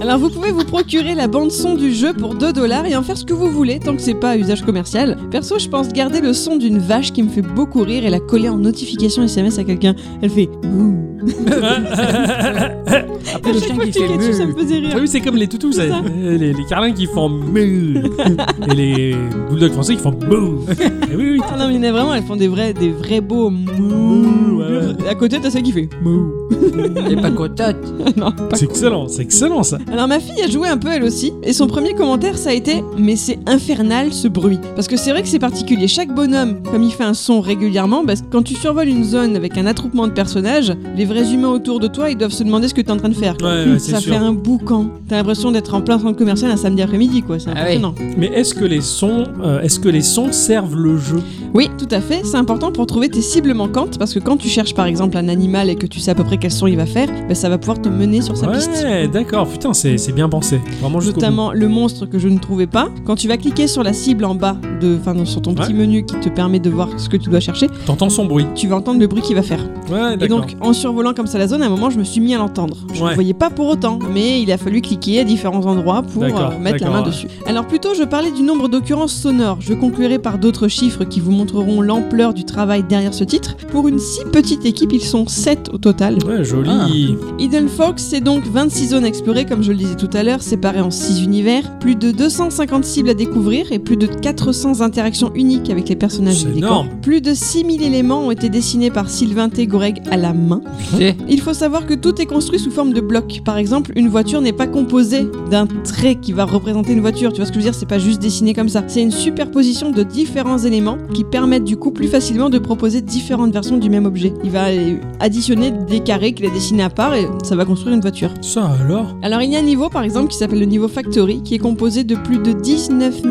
[SPEAKER 3] Alors vous pouvez vous procurer la bande son du jeu pour 2 dollars et en faire ce que vous voulez tant que c'est pas à usage commercial. Perso, je pense garder le son d'une vache qui me fait beaucoup rire et la coller en notification SMS à quelqu'un. Elle fait mouh.
[SPEAKER 2] Après,
[SPEAKER 3] À
[SPEAKER 2] le
[SPEAKER 3] chaque
[SPEAKER 2] chien
[SPEAKER 3] fois
[SPEAKER 2] qui
[SPEAKER 3] que tu
[SPEAKER 2] fait
[SPEAKER 3] cliques dessus, ça me
[SPEAKER 2] meuh.
[SPEAKER 3] faisait
[SPEAKER 1] Ah
[SPEAKER 3] rire.
[SPEAKER 1] oui, c'est comme les toutous,
[SPEAKER 3] C'est
[SPEAKER 1] ça. Eh, les, les carlins qui font meuh. et les bulldogs français qui font bouh. Eh oui, oui.
[SPEAKER 3] Ah non, mais il y en a vraiment, elles font des vrais, des vrais beaux
[SPEAKER 1] Mouh,
[SPEAKER 3] mouh.
[SPEAKER 1] ouais.
[SPEAKER 3] À côté, t'as celle qui fait
[SPEAKER 1] Mouh.
[SPEAKER 2] Et pas cotate.
[SPEAKER 3] non.
[SPEAKER 1] C'est excellent, c'est excellent ça.
[SPEAKER 3] Alors ma fille a joué un peu elle aussi, et son premier commentaire ça a été Mais c'est infernal ce bruit. Parce que c'est vrai que c'est particulier, chaque bonhomme, comme il fait un son régulièrement, parce que quand tu survoles une zone avec un attroupement de personnages, les vrais humains autour de toi ils doivent se demander ce que t'es en train de faire. quoi.
[SPEAKER 1] Ouais, ouais, c'est
[SPEAKER 3] ça
[SPEAKER 1] sûr.
[SPEAKER 3] fait un boucan. T'as l'impression d'être en plein centre commercial un samedi après-midi quoi, c'est
[SPEAKER 2] Ah
[SPEAKER 3] impressionnant.
[SPEAKER 1] Mais est-ce que les sons, euh, est-ce que les sons servent le jeu
[SPEAKER 3] Oui, tout à fait. C'est important pour trouver tes cibles manquantes parce que quand tu cherches par exemple un animal et que tu sais à peu près quel son il va faire, bah, ça va pouvoir te mener sur sa
[SPEAKER 1] Ouais,
[SPEAKER 3] piste.
[SPEAKER 1] d'accord. Putain, c'est c'est bien pensé. Vraiment jusqu'au bout.
[SPEAKER 3] notamment le monstre que je ne trouvais pas. Quand tu vas cliquer sur la cible en bas, de, enfin non, sur ton petit
[SPEAKER 1] Ouais.
[SPEAKER 3] menu qui te permet de voir ce que tu dois chercher,
[SPEAKER 1] T'entends son bruit.
[SPEAKER 3] tu vas entendre le bruit qu'il va faire.
[SPEAKER 1] Ouais,
[SPEAKER 3] Et
[SPEAKER 1] d'accord.
[SPEAKER 3] donc, en survolant comme ça la zone, à un moment, je me suis mis à l'entendre. Je ne
[SPEAKER 1] Ouais.
[SPEAKER 3] voyais pas pour autant, mais il a fallu cliquer à différents endroits pour
[SPEAKER 1] D'accord,
[SPEAKER 3] euh, mettre la
[SPEAKER 1] d'accord,
[SPEAKER 3] main
[SPEAKER 1] ouais.
[SPEAKER 3] dessus. Alors plutôt, je parlais du nombre d'occurrences sonores. Je conclurai par d'autres chiffres qui vous montreront l'ampleur du travail derrière ce titre. Pour une si petite équipe, ils sont 7 au total.
[SPEAKER 1] Ouais, joli.
[SPEAKER 3] Hidden Fox, c'est donc 26 zones explorées, comme je le disais tout à l'heure, séparées en 6 univers, plus de 250 cibles à découvrir et plus de 400 interactions uniques avec les personnages
[SPEAKER 1] C'est
[SPEAKER 3] du décor.
[SPEAKER 1] énorme.
[SPEAKER 3] Plus de 6000 éléments ont été dessinés par Sylvain T. Goreg à la main.
[SPEAKER 2] C'est-
[SPEAKER 3] Il faut savoir que tout est construit sous forme de blocs. Par exemple, une voiture n'est pas composée d'un trait qui va représenter une voiture. Tu vois ce que je veux dire C'est pas juste dessiné comme ça. C'est une superposition de différents éléments qui permettent du coup plus facilement de proposer différentes versions du même objet. Il va euh, additionner des carrés qu'il a dessinés à part et ça va construire une voiture.
[SPEAKER 1] Ça alors
[SPEAKER 3] Alors il y a un niveau par exemple qui s'appelle le niveau Factory qui est composé de plus de 19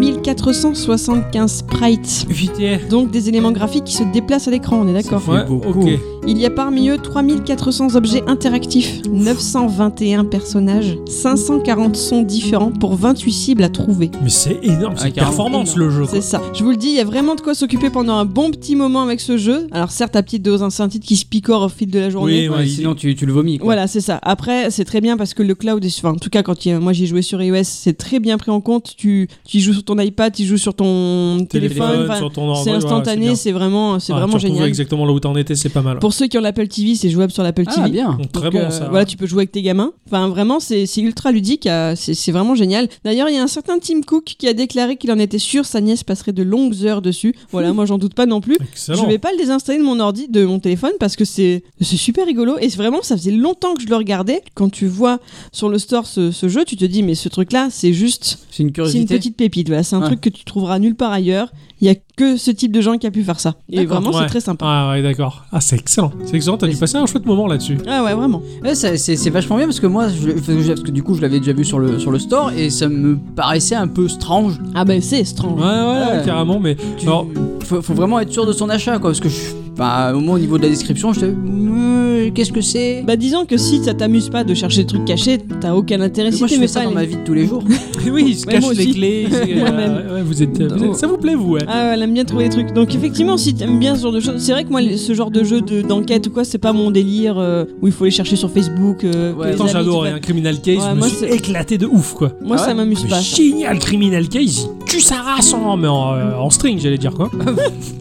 [SPEAKER 3] 475 sprites.
[SPEAKER 1] Putain.
[SPEAKER 3] Donc des éléments graphiques qui se déplacent à l'écran, on est d'accord
[SPEAKER 1] Ouais,
[SPEAKER 2] beaucoup.
[SPEAKER 1] ok.
[SPEAKER 3] il y a parmi eux 3400 objets interactifs, 921 personnages, 540 sons différents pour 28 cibles à trouver.
[SPEAKER 1] Mais c'est énorme, c'est
[SPEAKER 2] Ouais,
[SPEAKER 1] une
[SPEAKER 2] carrément.
[SPEAKER 1] performance le jeu. quoi.
[SPEAKER 3] Ah, C'est ça. Je vous le dis, il y a vraiment de quoi s'occuper pendant un bon petit moment avec ce jeu. Alors certes, à petite dose, hein, c'est un titre qui se picore au fil de la journée.
[SPEAKER 1] Oui, ouais,
[SPEAKER 2] Ouais,
[SPEAKER 1] il-
[SPEAKER 2] sinon, tu, tu le vomis. quoi.
[SPEAKER 3] Voilà, c'est ça. Après, c'est très bien parce que le cloud est. Enfin, en tout cas, quand il y a- moi j'ai joué sur iOS, c'est très bien pris en compte. Tu, tu y joues sur ton iPad, tu y joues sur ton téléphone. enfin,
[SPEAKER 1] sur ton ordi,
[SPEAKER 3] c'est
[SPEAKER 1] voilà,
[SPEAKER 3] instantané,
[SPEAKER 1] bien.
[SPEAKER 3] c'est vraiment, c'est
[SPEAKER 1] Ah,
[SPEAKER 3] vraiment
[SPEAKER 1] tu retrouves
[SPEAKER 3] génial.
[SPEAKER 1] exactement là où t'en étais, c'est pas mal.
[SPEAKER 3] Pour ceux qui ont l'Apple TV, c'est jouable sur l'Apple TV.
[SPEAKER 2] Ah, bien.
[SPEAKER 1] Donc, très
[SPEAKER 3] Donc,
[SPEAKER 1] bon
[SPEAKER 3] euh,
[SPEAKER 1] ça.
[SPEAKER 3] Voilà, tu peux jouer avec tes gamins. Enfin, vraiment, c'est c'est ultra ludique. euh, c'est c'est vraiment génial. D'ailleurs, il y a un certain Tim Cook qui a déclaré qu'il en était sûr, sa nièce passerait de longues heures dessus. Voilà, moi, j'en doute pas non plus.
[SPEAKER 1] Excellent.
[SPEAKER 3] Je vais pas le désinstaller de mon ordi, de mon téléphone, parce que c'est c'est super rigolo. Et c'est vraiment, ça faisait longtemps que je le regardais. Quand tu vois sur le store ce, ce jeu, tu te dis, mais ce truc-là, c'est juste,
[SPEAKER 2] C'est une
[SPEAKER 3] c'est une
[SPEAKER 2] curiosité.
[SPEAKER 3] petite pépite. Voilà, c'est un
[SPEAKER 2] Ouais.
[SPEAKER 3] truc que tu trouveras nulle part ailleurs. Il y a que ce type de gens qui a pu faire ça. Et
[SPEAKER 2] D'accord,
[SPEAKER 3] vraiment,
[SPEAKER 1] ouais.
[SPEAKER 3] c'est très sympa.
[SPEAKER 1] Ah ouais, d'accord. Ah, c'est excellent. C'est excellent, t'as dû passer un chouette moment là-dessus.
[SPEAKER 3] Ah ouais, vraiment.
[SPEAKER 2] Ouais, ça- c'est c'est vachement bien parce que moi, je, enfin, je- parce que du coup, je l'avais déjà vu sur le, sur le store et ça me paraissait un peu strange.
[SPEAKER 3] Ah ben, c'est strange.
[SPEAKER 1] Ouais, ouais,
[SPEAKER 2] Ouais.
[SPEAKER 1] Ah, carrément, mais
[SPEAKER 2] Tu-
[SPEAKER 1] Alors-
[SPEAKER 2] faut, faut vraiment être sûr de son achat quoi parce que je, bah, au moins au niveau de la description, je te- qu'est-ce que c'est
[SPEAKER 3] Bah disons que si ça t'amuse pas de chercher des trucs cachés, t'as aucun intérêt. si
[SPEAKER 2] Moi, je
[SPEAKER 3] t'aimais
[SPEAKER 2] fais ça
[SPEAKER 3] pas
[SPEAKER 2] dans
[SPEAKER 3] les-
[SPEAKER 2] ma vie de tous les jours.
[SPEAKER 1] oui, il se
[SPEAKER 3] Ouais,
[SPEAKER 1] cache
[SPEAKER 3] moi
[SPEAKER 1] les
[SPEAKER 3] aussi.
[SPEAKER 1] clés. c'est-
[SPEAKER 3] Moi-même.
[SPEAKER 1] ouais, vous êtes, vous êtes- ça vous plaît, vous ouais.
[SPEAKER 3] Ah, elle aime bien trouver des trucs. Donc effectivement, si t'aimes bien ce genre de choses, c'est vrai que moi, les- ce genre de jeu de- d'enquête ou quoi, c'est pas mon délire euh, où il faut les chercher sur Facebook. euh,
[SPEAKER 2] Ouais,
[SPEAKER 3] que les
[SPEAKER 1] Pourtant,
[SPEAKER 3] amis,
[SPEAKER 1] j'adorais
[SPEAKER 3] tu
[SPEAKER 1] un Criminal Case,
[SPEAKER 3] Ouais,
[SPEAKER 1] je me
[SPEAKER 3] moi,
[SPEAKER 1] suis
[SPEAKER 3] c'est-
[SPEAKER 1] éclaté de ouf, quoi.
[SPEAKER 3] vois. Moi,
[SPEAKER 2] Ah ouais
[SPEAKER 3] ça m'amuse
[SPEAKER 1] Mais
[SPEAKER 3] pas. ça.
[SPEAKER 1] Génial, Criminal Case, il tue sa race en, mais en, euh, en string, j'allais dire quoi.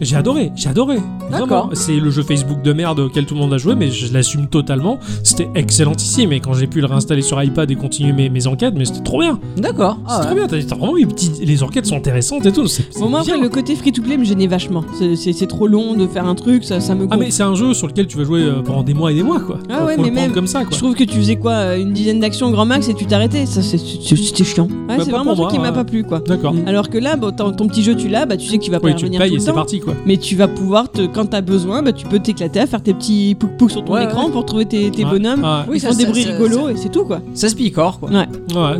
[SPEAKER 1] j'ai adoré, j'ai adoré. Vraiment,
[SPEAKER 2] D'accord.
[SPEAKER 1] c'est le jeu Facebook de merde auquel tout le monde a joué, mais je l'assume totalement. C'était excellentissime, et quand j'ai pu le réinstaller sur iPad et continuer mes, mes enquêtes, mais c'était trop bien.
[SPEAKER 2] D'accord.
[SPEAKER 1] c'est
[SPEAKER 2] Ah,
[SPEAKER 1] trop
[SPEAKER 2] ouais.
[SPEAKER 1] bien, t'as t'as vraiment les petites, les enquêtes sont intéressantes et tout. c'est- c'est
[SPEAKER 3] Bon, moi,
[SPEAKER 1] bien.
[SPEAKER 3] après, le côté free-to-play me gênait vachement. C'est- C'est c'est trop long de faire un truc, ça, ça me
[SPEAKER 1] Ah
[SPEAKER 3] gonfle.
[SPEAKER 1] mais c'est un jeu sur lequel tu vas jouer euh, pendant des mois et des mois quoi.
[SPEAKER 3] Ah
[SPEAKER 1] Faut-
[SPEAKER 3] ouais,
[SPEAKER 1] faut le
[SPEAKER 3] mais
[SPEAKER 1] prendre
[SPEAKER 3] même-
[SPEAKER 1] comme ça quoi.
[SPEAKER 3] Je trouve que tu faisais quoi euh, Une dizaine d'actions grand max et tu t'arrêtais. Ça, c'est- c'est- c'était chiant.
[SPEAKER 1] Bah,
[SPEAKER 3] Ouais, c'est
[SPEAKER 1] pas
[SPEAKER 3] vraiment un
[SPEAKER 1] pour
[SPEAKER 3] truc qui
[SPEAKER 1] moi,
[SPEAKER 3] m'a
[SPEAKER 1] ouais.
[SPEAKER 3] pas plu, quoi.
[SPEAKER 1] D'accord.
[SPEAKER 2] Mm.
[SPEAKER 3] Alors que là, bon, ton, ton petit jeu, tu l'as, bah, tu sais que tu vas pas
[SPEAKER 1] Oui,
[SPEAKER 3] y
[SPEAKER 1] tu le
[SPEAKER 3] revenir
[SPEAKER 1] payes
[SPEAKER 3] Mmh. tout
[SPEAKER 1] et
[SPEAKER 3] le
[SPEAKER 1] c'est
[SPEAKER 3] temps.
[SPEAKER 1] parti quoi.
[SPEAKER 3] Mais tu vas pouvoir, te, quand t'as besoin, bah, tu peux t'éclater à faire tes petits pouc-pouc sur ton
[SPEAKER 2] Ouais,
[SPEAKER 3] écran pour trouver tes, tes
[SPEAKER 1] Ouais,
[SPEAKER 3] bonhommes.
[SPEAKER 1] ouais,
[SPEAKER 3] Ils font des bruits rigolos et c'est tout quoi.
[SPEAKER 2] Ça se picore quoi.
[SPEAKER 1] ouais,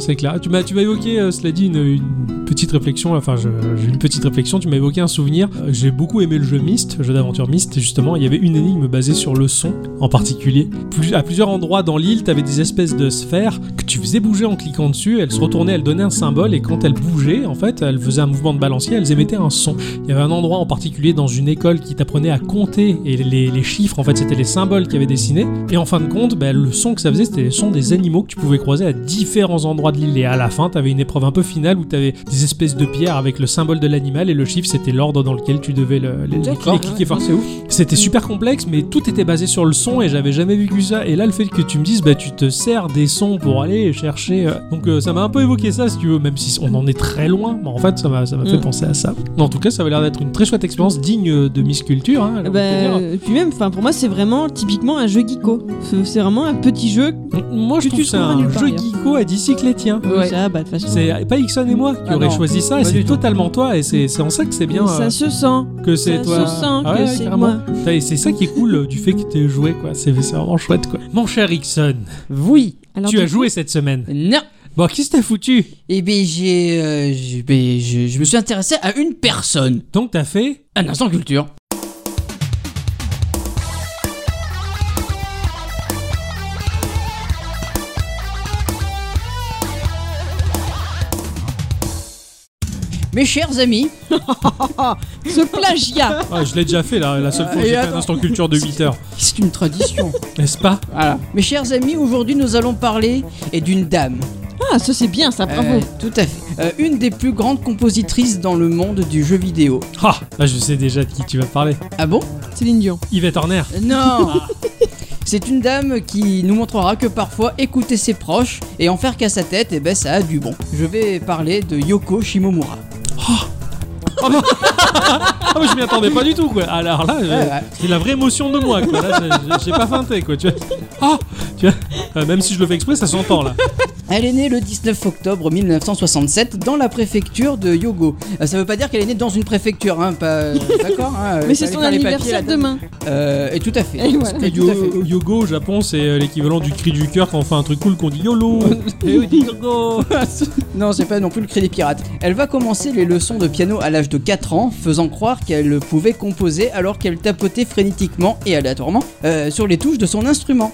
[SPEAKER 1] c'est clair. Tu m'as, tu m'as évoqué, euh, cela dit, une, une petite réflexion. Enfin, je- j'ai une petite réflexion. Tu m'as évoqué un souvenir. Euh, J'ai beaucoup aimé le jeu Myst, jeu d'aventure Myst. Justement, il y avait une énigme basée sur le son en particulier. Plus, à plusieurs endroits dans l'île, t'avais des espèces de sphères que tu faisais bouger en cliquant dessus. Elles se retournaient, elles donnaient un symbole et quand elles bougeaient, en fait, elles faisaient un mouvement de balancier, elles émettaient un son. Il y avait un endroit en particulier dans une école qui t'apprenait à compter et les, les chiffres, en fait, c'était les symboles qu'il y avait dessinés. Et en fin de compte, bah, le son que ça faisait, c'était les sons des animaux que tu pouvais croiser à différents endroits de l'île. Et à la fin, t'avais une épreuve un peu finale où t'avais des espèces de pierres avec le symbole de l'animal et le chiffre, c'était l'ordre dans lequel tu devais le, le- les-
[SPEAKER 2] D'accord,
[SPEAKER 1] les cliquer.
[SPEAKER 2] ouais,
[SPEAKER 1] Enfin,
[SPEAKER 2] c'est ouf.
[SPEAKER 1] c'était super complexe, mais tout était basé sur le son et j'avais jamais vécu ça. Et là, le fait que tu me dises, bah, tu te sers des sons pour aller chercher. euh, Donc, euh, ça m'a un peu évoqué ça, si tu veux, même si on en est très loin. Mais en fait, ça m'a ça m'a fait
[SPEAKER 3] Mm.
[SPEAKER 1] penser à ça. En tout cas, ça avait l'air d'être une très chouette expérience digne de Miss Culture. hein, j'ai envie de te
[SPEAKER 3] Bah,
[SPEAKER 1] dire.
[SPEAKER 3] et puis même, enfin pour moi, c'est vraiment typiquement un jeu geeko. C'est- C'est vraiment un petit jeu.
[SPEAKER 1] Moi, je trouve
[SPEAKER 3] que euh, tu
[SPEAKER 1] que c'est
[SPEAKER 3] trouveras
[SPEAKER 1] un
[SPEAKER 3] nulle part
[SPEAKER 1] jeu
[SPEAKER 3] ailleurs.
[SPEAKER 1] geeko à 10 les tiens.
[SPEAKER 2] Ouais.
[SPEAKER 3] Oui, ça, bah, de toute façon.
[SPEAKER 1] C'est euh, pas Ixon et moi qui
[SPEAKER 2] Ah
[SPEAKER 1] aurait
[SPEAKER 2] non,
[SPEAKER 1] choisi ça, et
[SPEAKER 2] pas
[SPEAKER 1] c'est
[SPEAKER 2] du tout.
[SPEAKER 1] totalement toi, et c'est c'est en ça que c'est bien
[SPEAKER 3] Ça
[SPEAKER 1] euh,
[SPEAKER 3] se sent.
[SPEAKER 1] que c'est
[SPEAKER 3] ça
[SPEAKER 1] toi.
[SPEAKER 3] se sent
[SPEAKER 1] Ah
[SPEAKER 3] que
[SPEAKER 1] ouais,
[SPEAKER 3] c'est
[SPEAKER 1] carrément.
[SPEAKER 3] moi.
[SPEAKER 1] Putain, et C'est ça qui est cool euh, du fait que t'aies joué, quoi. C'est c'est vraiment chouette, quoi. Mon cher Ixon,
[SPEAKER 2] Oui.
[SPEAKER 3] Alors,
[SPEAKER 1] tu
[SPEAKER 3] du
[SPEAKER 1] as
[SPEAKER 3] coup,
[SPEAKER 1] joué cette semaine.
[SPEAKER 2] Non.
[SPEAKER 1] Bon, qu'est-ce que t'as foutu
[SPEAKER 2] Eh bien, j'ai, euh, j'ai- ben, je, je me suis intéressé à une personne.
[SPEAKER 1] Donc t'as fait
[SPEAKER 2] Un instant culture. Mes chers amis,
[SPEAKER 3] Ce plagiat.
[SPEAKER 1] Ah, je l'ai déjà fait, là, la seule fois où
[SPEAKER 2] Ah, et
[SPEAKER 1] j'ai fait un
[SPEAKER 2] attends.
[SPEAKER 1] instant culture de 8 heures.
[SPEAKER 2] c'est une tradition.
[SPEAKER 1] N'est-ce pas
[SPEAKER 2] voilà. Mes chers amis, aujourd'hui nous allons parler et d'une dame.
[SPEAKER 3] Ah, ça c'est bien, ça, bravo.
[SPEAKER 2] Euh, tout à fait. Euh, une des plus grandes compositrices dans le monde du jeu vidéo.
[SPEAKER 1] Ah, là, je sais déjà de qui tu vas parler.
[SPEAKER 2] Ah bon
[SPEAKER 3] Céline Dion.
[SPEAKER 1] Yvette Horner.
[SPEAKER 2] Non C'est une dame qui nous montrera que parfois écouter ses proches et en faire qu'à sa tête, et ben ça a du bon. Je vais parler de Yoko Shimomura.
[SPEAKER 1] Ah, mais je m'y attendais pas du tout, quoi. Alors là,
[SPEAKER 3] Ah
[SPEAKER 1] je-
[SPEAKER 2] Ouais, ouais.
[SPEAKER 1] c'est la vraie émotion de moi, quoi. Là, j'ai- j'ai pas feinté, quoi. Tu vois Ah Tu vois Euh, Même si je le fais exprès, ça s'entend, là.
[SPEAKER 2] Elle est née le 19 octobre 1967 dans la préfecture de Yogo. Euh, ça veut pas dire qu'elle est née dans une préfecture, hein, pas. euh, D'accord hein,
[SPEAKER 3] Mais c'est
[SPEAKER 2] fallait
[SPEAKER 3] son
[SPEAKER 2] faire les papiers,
[SPEAKER 3] anniversaire
[SPEAKER 2] la dame.
[SPEAKER 3] demain.
[SPEAKER 2] Euh, et tout à fait.
[SPEAKER 3] Et voilà.
[SPEAKER 2] Et tout à fait.
[SPEAKER 1] Yo- Yogo au Japon, c'est euh, l'équivalent du cri du cœur quand on fait un truc cool qu'on dit YOLO Et on dit Yogo
[SPEAKER 2] Non, c'est pas non plus le cri des pirates. Elle va commencer les leçons de piano à l'âge de 4 ans, faisant croire qu'elle pouvait composer alors qu'elle tapotait frénétiquement et aléatoirement euh, sur les touches de son instrument.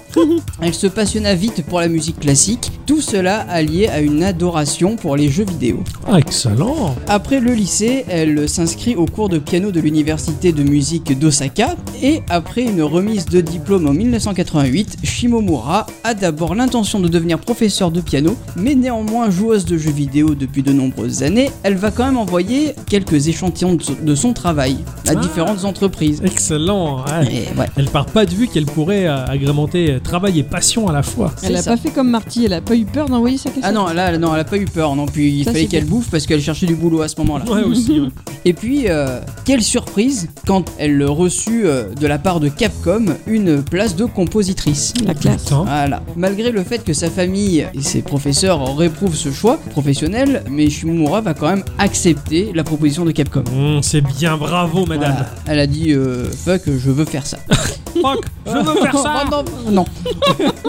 [SPEAKER 2] Elle se passionna vite pour la musique classique, tout cela allié à une adoration pour les jeux vidéo.
[SPEAKER 1] Ah, excellent
[SPEAKER 2] Après le lycée, elle s'inscrit au cours de piano de l'université de musique d'Osaka et après une remise de diplôme en 1988, Shimomura a d'abord l'intention de devenir professeur de piano, mais néanmoins joueuse de jeux vidéo depuis de nombreuses années, elle va quand même envoyer quelques échantillons de son- de son travail à
[SPEAKER 1] Ah. Euh,
[SPEAKER 2] différentes entreprises.
[SPEAKER 1] Excellent ouais.
[SPEAKER 2] Et ouais.
[SPEAKER 1] Elle part pas de vue qu'elle pourrait euh, agrémenter euh, travail et passion à la fois.
[SPEAKER 2] C'est
[SPEAKER 3] Elle a
[SPEAKER 2] ça.
[SPEAKER 3] pas fait comme Marty, elle a pas eu peur d'envoyer sa cassette.
[SPEAKER 2] Ah non, là, non, elle a pas eu peur non plus. Il
[SPEAKER 3] Ça,
[SPEAKER 2] fallait
[SPEAKER 3] c'est
[SPEAKER 2] qu'elle bouffe parce qu'elle cherchait du boulot à ce moment-là.
[SPEAKER 1] Ouais, aussi. ouais.
[SPEAKER 2] Et puis, euh, quelle surprise quand elle reçut euh, de la part de Capcom une place de compositrice.
[SPEAKER 3] La classe.
[SPEAKER 1] Putain.
[SPEAKER 2] Voilà. Malgré le fait que sa famille et ses professeurs réprouvent ce choix professionnel, mais Shimomura va quand même accepter la proposition de Capcom.
[SPEAKER 1] Mmh, c'est bien, bravo madame.
[SPEAKER 2] Voilà. Elle a dit euh, fuck, je veux faire ça. Oh,
[SPEAKER 1] Fuck, je veux faire ça.
[SPEAKER 2] non, non, non.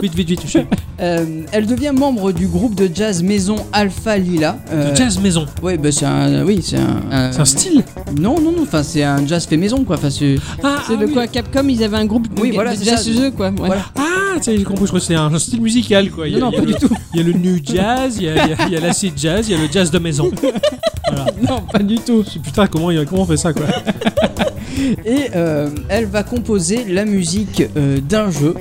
[SPEAKER 1] Vite, vite, vite. je-
[SPEAKER 2] Euh, elle devient membre du groupe de jazz maison Alpha Lila. Euh,
[SPEAKER 1] De jazz maison.
[SPEAKER 2] ouais, bah, c'est un, oui, c'est un, un-
[SPEAKER 1] C'est un style.
[SPEAKER 2] Non, non, non. Enfin, c'est un jazz fait maison, quoi. Enfin, c'est.
[SPEAKER 1] Ah,
[SPEAKER 3] C'est
[SPEAKER 1] ah,
[SPEAKER 3] le
[SPEAKER 1] oui.
[SPEAKER 3] quoi Capcom, ils avaient un groupe de
[SPEAKER 2] Oui,
[SPEAKER 3] ga-
[SPEAKER 2] voilà,
[SPEAKER 3] de
[SPEAKER 2] c'est
[SPEAKER 3] jazz
[SPEAKER 2] ça.
[SPEAKER 3] chez eux, quoi. Ouais.
[SPEAKER 2] Voilà.
[SPEAKER 1] Ah, tu sais, j'ai compris. Je crois que c'est un style musical quoi. Il y a-
[SPEAKER 2] Non, non,
[SPEAKER 1] il y a
[SPEAKER 2] pas
[SPEAKER 1] le-
[SPEAKER 2] du tout.
[SPEAKER 1] Il y a le new jazz, il y a, il y a- il y a l'acid jazz, il y a le jazz de maison.
[SPEAKER 2] Non, pas du tout.
[SPEAKER 1] Putain, comment, il- comment on fait ça quoi
[SPEAKER 2] Et euh, elle va composer la musique euh, d'un jeu.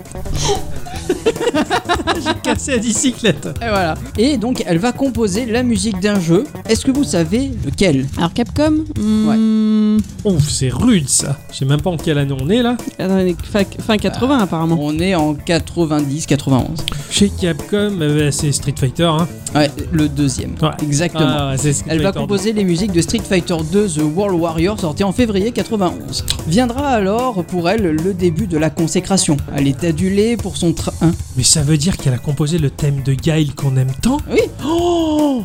[SPEAKER 1] Casser la bicyclette.
[SPEAKER 2] Et voilà. Et donc elle va composer la musique d'un jeu. Est-ce que vous savez lequel
[SPEAKER 3] Alors Capcom hmm,
[SPEAKER 1] Ouf, c'est rude ça. Je sais même pas en quelle année on est là.
[SPEAKER 3] dans les fa- fin 80 apparemment.
[SPEAKER 2] On est en 90-91.
[SPEAKER 1] Chez Capcom, euh, c'est Street Fighter. Hein.
[SPEAKER 2] Ouais, le deuxième.
[SPEAKER 1] Ouais.
[SPEAKER 2] Exactement.
[SPEAKER 1] Ah, ouais, c'est Street
[SPEAKER 2] Elle va
[SPEAKER 1] Fighter.
[SPEAKER 2] composer les musiques de Street Fighter 2 The World Warrior sorti en février 91. Viendra alors pour elle le début de la consécration. Elle est adulée pour son train. Hein?
[SPEAKER 1] Mais ça veut dire qu'elle a composé le thème de Guile qu'on aime tant
[SPEAKER 2] Oui.
[SPEAKER 1] Oh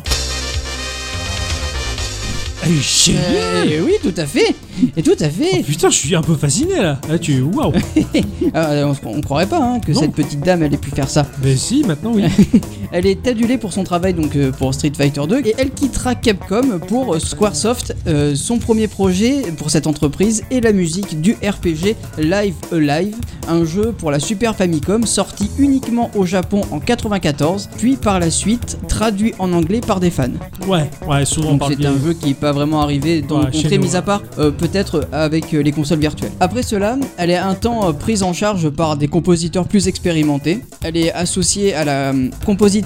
[SPEAKER 1] Eh, génial
[SPEAKER 2] Euh, oui, tout à fait. Et tout à fait.
[SPEAKER 1] Oh, Putain, je suis un peu fasciné là. Là, tu. Waouh
[SPEAKER 2] Ah, on, on croirait pas hein, que
[SPEAKER 1] Non.
[SPEAKER 2] cette petite dame, elle ait pu faire ça.
[SPEAKER 1] Mais si, maintenant oui.
[SPEAKER 2] Elle est adulée pour son travail donc euh, pour Street Fighter 2 et elle quittera Capcom pour euh, Squaresoft, euh, son premier projet pour cette entreprise et la musique du RPG Live Alive, un jeu pour la Super Famicom sorti uniquement au Japon en 94, puis par la suite traduit en anglais par des fans.
[SPEAKER 1] Ouais, ouais, souvent on
[SPEAKER 2] Donc
[SPEAKER 1] parle
[SPEAKER 2] c'est un
[SPEAKER 1] bien.
[SPEAKER 2] jeu qui est pas vraiment arrivé dans
[SPEAKER 1] Ouais,
[SPEAKER 2] nos
[SPEAKER 1] chez
[SPEAKER 2] contrées,
[SPEAKER 1] nous,
[SPEAKER 2] mis à part euh, peut-être avec euh, les consoles virtuelles. Après cela, elle est un temps euh, prise en charge par des compositeurs plus expérimentés. Elle est associée à la euh, compositrice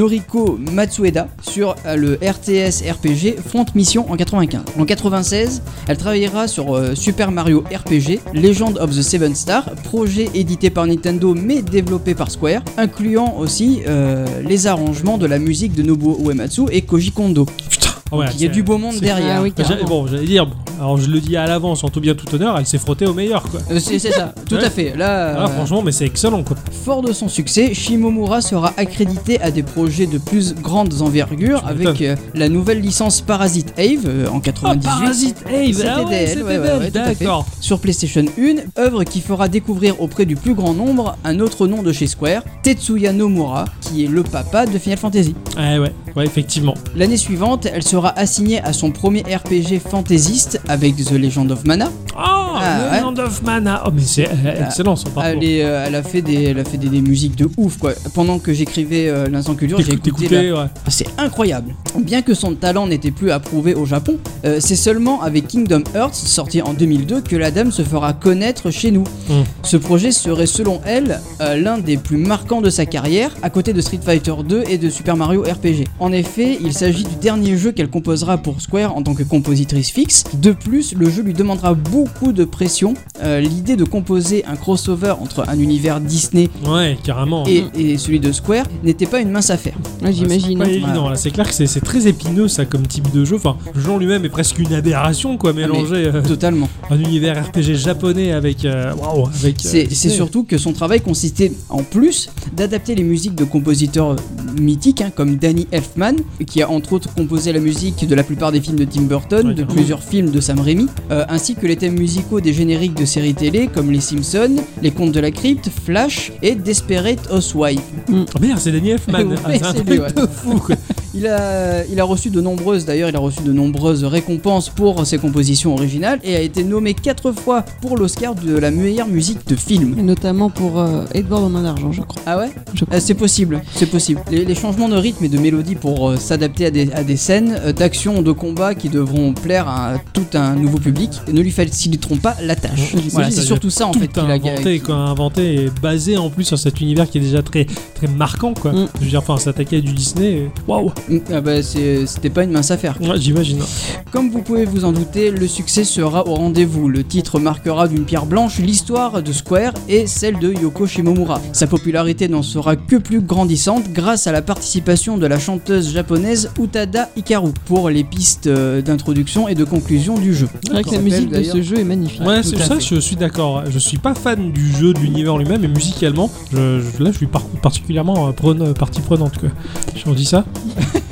[SPEAKER 2] Noriko Matsueda sur euh, le RTS RPG Front Mission en 95. En 96, elle travaillera sur euh, Super Mario RPG, Legend of the Seven Star, projet édité par Nintendo mais développé par Square, incluant aussi euh, les arrangements de la musique de Nobuo Uematsu et Koji Kondo.
[SPEAKER 1] Putain, ouais,
[SPEAKER 2] Il y a
[SPEAKER 1] c'est-
[SPEAKER 2] du beau monde
[SPEAKER 1] c'est-
[SPEAKER 2] derrière.
[SPEAKER 3] Ah oui,
[SPEAKER 1] Bah, j'allais- bon, j'allais dire, bon, alors je le dis à l'avance, en tout bien tout honneur, elle s'est frottée au meilleur quoi.
[SPEAKER 2] Euh, c'est c'est ça, tout à fait. Là,
[SPEAKER 1] Ah,
[SPEAKER 2] euh,
[SPEAKER 1] franchement, mais c'est excellent quoi.
[SPEAKER 2] fort de son succès, Shimomura sera accrédité à des projets de plus grandes envergures
[SPEAKER 1] Tu m'étonnes. Ah,
[SPEAKER 2] avec euh, la nouvelle licence Parasite Ave euh, en
[SPEAKER 1] Oh,
[SPEAKER 2] 98.
[SPEAKER 1] hey,
[SPEAKER 2] C'était
[SPEAKER 1] ah ouais,
[SPEAKER 2] d'elle,
[SPEAKER 1] c'était
[SPEAKER 2] ouais, ouais,
[SPEAKER 1] d'elle,
[SPEAKER 2] ouais, tout à fait.
[SPEAKER 1] d'accord.
[SPEAKER 2] Sur PlayStation 1, œuvre qui fera découvrir auprès du plus grand nombre un autre nom de chez Square, Tetsuya Nomura, qui est le papa de Final Fantasy.
[SPEAKER 1] Eh, Ouais, ouais, ouais, effectivement.
[SPEAKER 2] L'année suivante, elle sera assignée à son premier RPG fantaisiste avec The Legend of Mana,
[SPEAKER 1] Oh,
[SPEAKER 2] Ah,
[SPEAKER 1] le
[SPEAKER 2] ouais. Bah,
[SPEAKER 1] Land of Mana. Oh, mais c'est euh, excellent son parcours.
[SPEAKER 2] Elle, est, euh, elle a fait des, elle a fait des, des musiques de ouf quoi. Pendant que j'écrivais euh, l'instant culture, j'ai
[SPEAKER 1] T'écoutes-
[SPEAKER 2] écouté.
[SPEAKER 1] t'écoutais, ouais.
[SPEAKER 2] la- C'est incroyable. Bien que son talent n'était plus approuvé au Japon, euh, c'est seulement avec Kingdom Hearts, sorti en 2002, que la dame se fera connaître chez nous.
[SPEAKER 1] Hmm.
[SPEAKER 2] Ce projet serait selon elle euh, l'un des plus marquants de sa carrière, à côté de Street Fighter 2 et de Super Mario RPG. En effet, il s'agit du dernier jeu qu'elle composera pour Square en tant que compositrice fixe. De plus, le jeu lui demandera beaucoup de pression. Euh, L'idée de composer un crossover entre un univers Disney
[SPEAKER 1] Ouais, carrément.
[SPEAKER 2] et, et celui de Square n'était pas une mince affaire.
[SPEAKER 3] Ouais,
[SPEAKER 1] Ouais, C'est
[SPEAKER 3] J'imagine. hein.
[SPEAKER 1] pas évident, là. C'est clair que c'est c'est très épineux, ça, comme type de jeu. Enfin, le genre lui-même est presque une aberration,
[SPEAKER 2] Ah,
[SPEAKER 1] quoi, mélanger euh,
[SPEAKER 2] Totalement.
[SPEAKER 1] un univers RPG japonais avec. euh, Waouh, avec. euh,
[SPEAKER 2] C'est c'est
[SPEAKER 1] Disney.
[SPEAKER 2] surtout que son travail consistait en plus d'adapter les musiques de compositeurs mythiques hein, comme Danny Elfman, qui a entre autres composé la musique de la plupart des films de Tim Burton,
[SPEAKER 1] Ouais,
[SPEAKER 2] de
[SPEAKER 1] carrément.
[SPEAKER 2] plusieurs films de Sam Raimi, euh, ainsi que les thèmes musicaux des génériques de séries télé comme Les Simpsons, Les Contes de la Crypte, Flash et Desperate Housewives.
[SPEAKER 1] Oh merde, c'est Danny Elfman.
[SPEAKER 2] Ouais,
[SPEAKER 1] Ah, c'est un
[SPEAKER 2] c'est
[SPEAKER 1] truc
[SPEAKER 2] lui, ouais.
[SPEAKER 1] de fou, quoi.
[SPEAKER 2] Il a, il a reçu de nombreuses, d'ailleurs, il a reçu de nombreuses récompenses pour ses compositions originales et a été nommé quatre fois pour l'Oscar de la meilleure musique de film.
[SPEAKER 3] Et Notamment pour euh, Edward en main d'argent, je crois.
[SPEAKER 2] Ah ouais
[SPEAKER 3] Je crois.
[SPEAKER 2] Euh, C'est possible, c'est possible. Les, les changements de rythme et de mélodie pour euh, s'adapter à des, à des scènes euh, d'action, de combat qui devront plaire à tout un nouveau public ne lui faciliteront pas la tâche.
[SPEAKER 1] J'imagine.
[SPEAKER 2] Voilà,
[SPEAKER 1] Ça,
[SPEAKER 2] c'est
[SPEAKER 1] il a
[SPEAKER 2] surtout ça en
[SPEAKER 1] tout
[SPEAKER 2] fait qu'il a
[SPEAKER 1] inventé, quoi, inventé et basé en plus sur cet univers qui est déjà très très marquant, quoi.
[SPEAKER 3] Mm.
[SPEAKER 1] Je veux dire, enfin, s'attaquer à du Disney, et- waouh,
[SPEAKER 2] Ah bah, c'est- C'était pas une mince affaire.
[SPEAKER 1] Ouais, j'imagine.
[SPEAKER 2] Comme vous pouvez vous en douter, le succès sera au rendez-vous. Le titre marquera d'une pierre blanche l'histoire de Square et celle de Yoko Shimomura. Sa popularité n'en sera que plus grandissante grâce à la participation de la chanteuse japonaise Utada Hikaru pour les pistes euh, d'introduction et de conclusion du jeu.
[SPEAKER 3] C'est vrai que
[SPEAKER 2] Ça
[SPEAKER 3] la musique
[SPEAKER 2] s'appelle,
[SPEAKER 3] de ce jeu est magnifique.
[SPEAKER 1] Ouais,
[SPEAKER 2] tout
[SPEAKER 1] c'est
[SPEAKER 2] à
[SPEAKER 1] ça,
[SPEAKER 2] fait.
[SPEAKER 1] je suis d'accord. Je suis pas fan du jeu, de l'univers lui-même, et musicalement, je, je- là, je suis par- particulièrement euh, prene- partie prenante, quoi. On dit ça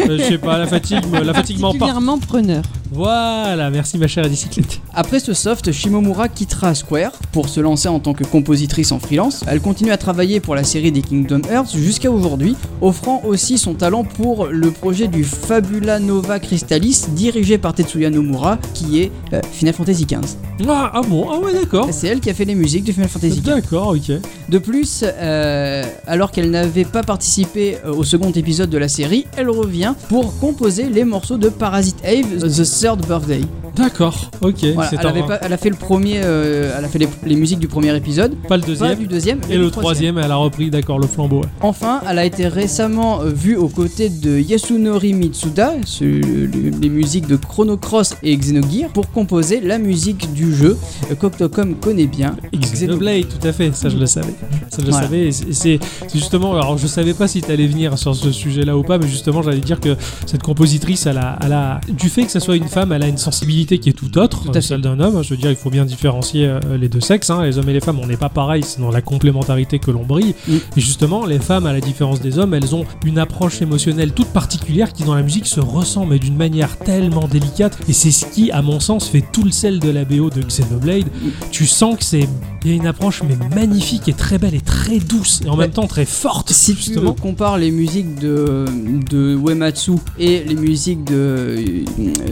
[SPEAKER 1] Euh, Je sais pas, la fatigue, me- la fatigue m'empare.
[SPEAKER 3] Particulièrement preneur.
[SPEAKER 1] Voilà, merci ma chère bicyclette.
[SPEAKER 2] Après ce soft, Shimomura quittera Square pour se lancer en tant que compositrice en freelance. Elle continue à travailler pour la série des Kingdom Hearts jusqu'à aujourd'hui, offrant aussi son talent pour le projet du Fabula Nova Crystallis dirigé par Tetsuya Nomura qui est euh, Final Fantasy XV.
[SPEAKER 1] Ah, ah bon, ah ouais, d'accord.
[SPEAKER 2] C'est elle qui a fait les musiques de Final Fantasy XV.
[SPEAKER 1] D'accord, ok.
[SPEAKER 2] De plus, euh, alors qu'elle n'avait pas participé euh, au second épisode de la série, elle revient pour composer les morceaux de Parasite Eve, The Third Birthday.
[SPEAKER 1] D'accord, ok.
[SPEAKER 2] Voilà,
[SPEAKER 1] c'est
[SPEAKER 2] elle,
[SPEAKER 1] un-
[SPEAKER 2] avait pas- elle a fait le premier, euh, elle a fait les, les musiques du premier épisode,
[SPEAKER 1] pas le
[SPEAKER 2] pas
[SPEAKER 1] deuxième.
[SPEAKER 2] du deuxième
[SPEAKER 1] Et le troisième, elle a repris, d'accord, le flambeau. ouais.
[SPEAKER 2] Enfin, elle a été récemment euh, vue aux côtés de Yasunori Mitsuda, ce- le- les musiques de Chrono Cross et Xenogear, pour composer la musique du jeu euh, qu'Octocom connaît bien.
[SPEAKER 1] Xenoblade, tout à fait, ça je le savais. Ça je le
[SPEAKER 2] Voilà.
[SPEAKER 1] savais. et c'est- C'est c'est justement, alors je savais pas si t'allais venir sur ce sujet-là ou pas, mais justement j'allais dire que cette compositrice, elle a, elle a- du fait que ça soit une femme, elle a une sensibilité activité qui est tout autre,
[SPEAKER 5] Tout à
[SPEAKER 1] euh,
[SPEAKER 5] fait.
[SPEAKER 1] celle d'un homme. Je veux dire, il faut bien différencier euh, les deux sexes. hein. Les hommes et les femmes, on n'est pas pareil, c'est dans la complémentarité que l'on brille.
[SPEAKER 2] Mm.
[SPEAKER 1] Et justement, les femmes, à la différence des hommes, elles ont une approche émotionnelle toute particulière qui, dans la musique, se ressent, mais d'une manière tellement délicate. Et c'est ce qui, à mon sens, fait tout le sel de la BO de Xenoblade. Tu sens que c'est. Il y a une approche, mais magnifique et très belle et très douce, et en même temps très forte,
[SPEAKER 2] Si tu euh,
[SPEAKER 1] justement.
[SPEAKER 2] compares les musiques de, de Uematsu et les musiques de,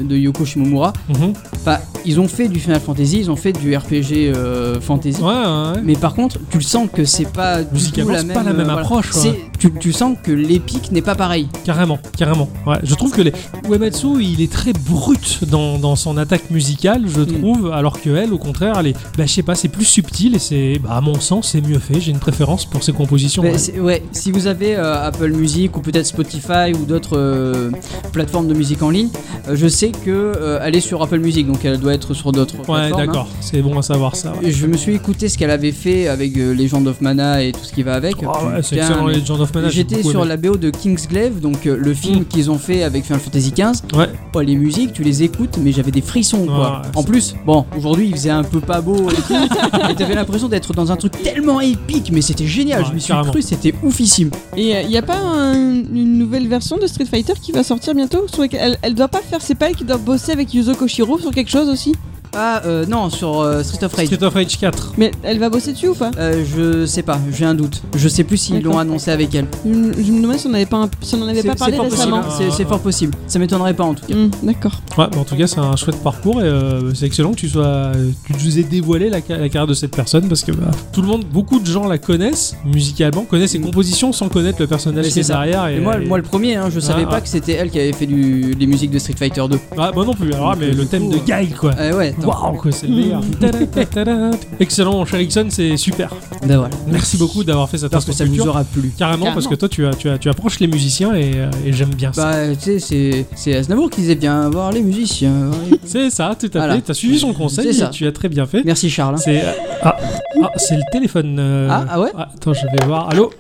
[SPEAKER 2] de Yoko Shimomura,
[SPEAKER 1] Mhm.
[SPEAKER 2] bah, ils ont fait du Final Fantasy, ils ont fait du RPG euh, fantasy.
[SPEAKER 1] Ouais, ouais, ouais.
[SPEAKER 2] Mais par contre, tu le sens que c'est pas du tout
[SPEAKER 1] Musicalement,
[SPEAKER 2] la
[SPEAKER 1] c'est
[SPEAKER 2] même, euh,
[SPEAKER 1] pas la même
[SPEAKER 2] voilà.
[SPEAKER 1] approche, quoi.
[SPEAKER 2] C'est- Tu, tu sens que l'épique n'est pas pareil.
[SPEAKER 1] Carrément, carrément. Ouais, je trouve que les... Uematsu, il est très brut dans, dans son attaque musicale, je
[SPEAKER 2] Mm.
[SPEAKER 1] trouve, alors que elle, au contraire, elle est, bah, je sais pas, c'est plus subtil et c'est, bah, à mon sens, c'est mieux fait. J'ai une préférence pour ses compositions.
[SPEAKER 2] Mais
[SPEAKER 1] ouais.
[SPEAKER 2] c'est- ouais, si vous avez euh, Apple Music ou peut-être Spotify ou d'autres euh, plateformes de musique en ligne, euh, je sais que euh, elle est sur Apple Music, donc elle doit être sur d'autres
[SPEAKER 1] Ouais,
[SPEAKER 2] plateformes.
[SPEAKER 1] d'accord, c'est bon à savoir ça.
[SPEAKER 2] hein. Et Je me suis écouté ce qu'elle avait fait avec euh, Legend of Mana et tout ce qui va avec.
[SPEAKER 1] Oh, ouais, c'est
[SPEAKER 2] Putain,
[SPEAKER 1] excellent,
[SPEAKER 2] mais-
[SPEAKER 1] Legend of Mana. j'ai
[SPEAKER 2] J'étais
[SPEAKER 1] beaucoup
[SPEAKER 2] sur
[SPEAKER 1] aimé.
[SPEAKER 2] la BO de Kingsglaive, donc euh, le film
[SPEAKER 1] Mm.
[SPEAKER 2] qu'ils ont fait avec Final Fantasy XV.
[SPEAKER 1] Ouais.
[SPEAKER 2] Oh, les musiques, tu les écoutes, mais j'avais des frissons quoi.
[SPEAKER 1] Ah,
[SPEAKER 2] en
[SPEAKER 1] c'est-
[SPEAKER 2] plus, bon, aujourd'hui il faisait un peu pas beau et tout, et t'avais l'impression d'être dans un truc tellement épique, mais c'était génial,
[SPEAKER 1] Ouais,
[SPEAKER 2] je me suis
[SPEAKER 1] carrément.
[SPEAKER 2] cru, c'était oufissime.
[SPEAKER 3] Et il n'y a pas un- une nouvelle version de Street Fighter qui va sortir bientôt sur laquelle- elle, elle doit pas faire ses pailles, qui doit bosser avec Yuzo Koshiro sur quelque chose aussi
[SPEAKER 2] Ah, euh, non, sur euh, Street of Rage.
[SPEAKER 1] Street of Rage 4.
[SPEAKER 3] Mais elle va bosser dessus ou pas
[SPEAKER 2] Euh, je sais pas, j'ai un doute. Je sais plus s'ils l'ont
[SPEAKER 3] D'accord.
[SPEAKER 2] annoncé avec elle.
[SPEAKER 3] je, me- je me demandais si on n'avait pas, un- si on en avait
[SPEAKER 2] C'est-
[SPEAKER 3] pas
[SPEAKER 2] C'est
[SPEAKER 3] parlé
[SPEAKER 2] fort possible.
[SPEAKER 3] récemment.
[SPEAKER 1] récemment.
[SPEAKER 2] C'est- C'est fort possible. Ça m'étonnerait pas en tout cas.
[SPEAKER 3] Hum, D'accord.
[SPEAKER 1] Ouais, bah, en tout cas, c'est un chouette parcours et euh, c'est excellent que tu sois, tu nous aies dévoilé la, ca- la carrière de cette personne parce que bah, tout le monde, beaucoup de gens la connaissent musicalement, connaissent ses
[SPEAKER 2] Mm.
[SPEAKER 1] compositions sans connaître le personnage
[SPEAKER 2] Mais
[SPEAKER 1] qui
[SPEAKER 2] c'est
[SPEAKER 1] est
[SPEAKER 2] ça.
[SPEAKER 1] derrière.
[SPEAKER 2] Et moi, moi le premier, hein, je savais
[SPEAKER 1] Ah,
[SPEAKER 2] pas
[SPEAKER 1] ah.
[SPEAKER 2] que c'était elle qui avait fait du, les musiques de Street Fighter 2.
[SPEAKER 1] Ah, moi non plus, alors, ah, mais
[SPEAKER 2] Du
[SPEAKER 1] le
[SPEAKER 2] coup,
[SPEAKER 1] thème de Guy, quoi.
[SPEAKER 2] Ah ouais, attends.
[SPEAKER 1] Waouh, quoi, c'est le meilleur. Ta-da-ta-ta-da. Excellent, mon cher Ixon, c'est super.
[SPEAKER 2] Bah voilà.
[SPEAKER 1] Merci beaucoup d'avoir fait cette
[SPEAKER 2] Parce que ça
[SPEAKER 1] introduction.
[SPEAKER 2] vous aura plu.
[SPEAKER 1] Carrément, parce que toi, tu, as, tu, as, tu approches les musiciens et, euh, et j'aime bien ça.
[SPEAKER 2] Bah, tu sais, c'est- c'est Aznavour qui disait bien voir les musiciens. voir les-
[SPEAKER 1] C'est ça, tout à
[SPEAKER 2] Voilà.
[SPEAKER 1] fait. T'as suivi son conseil
[SPEAKER 2] C'est ça.
[SPEAKER 1] et tu as très bien fait.
[SPEAKER 2] Merci Charles. hein.
[SPEAKER 1] C'est. euh, Ah, ah, c'est le téléphone. euh,
[SPEAKER 2] Ah, ah ouais
[SPEAKER 1] Attends, je vais voir. Allô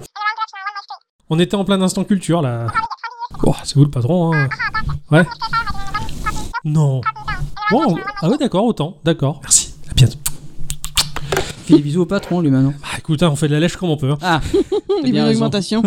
[SPEAKER 1] On était en plein instant culture là. Oh, c'est vous le patron, hein Ouais Non. Bon, ah ouais, d'accord, autant. D'accord, merci. À bientôt.
[SPEAKER 2] Fais des bisous au patron lui maintenant.
[SPEAKER 1] Bah écoute, hein, on fait de la lèche comme on peut. hein.
[SPEAKER 2] T'as
[SPEAKER 3] Les
[SPEAKER 2] bien raison.
[SPEAKER 3] augmentations.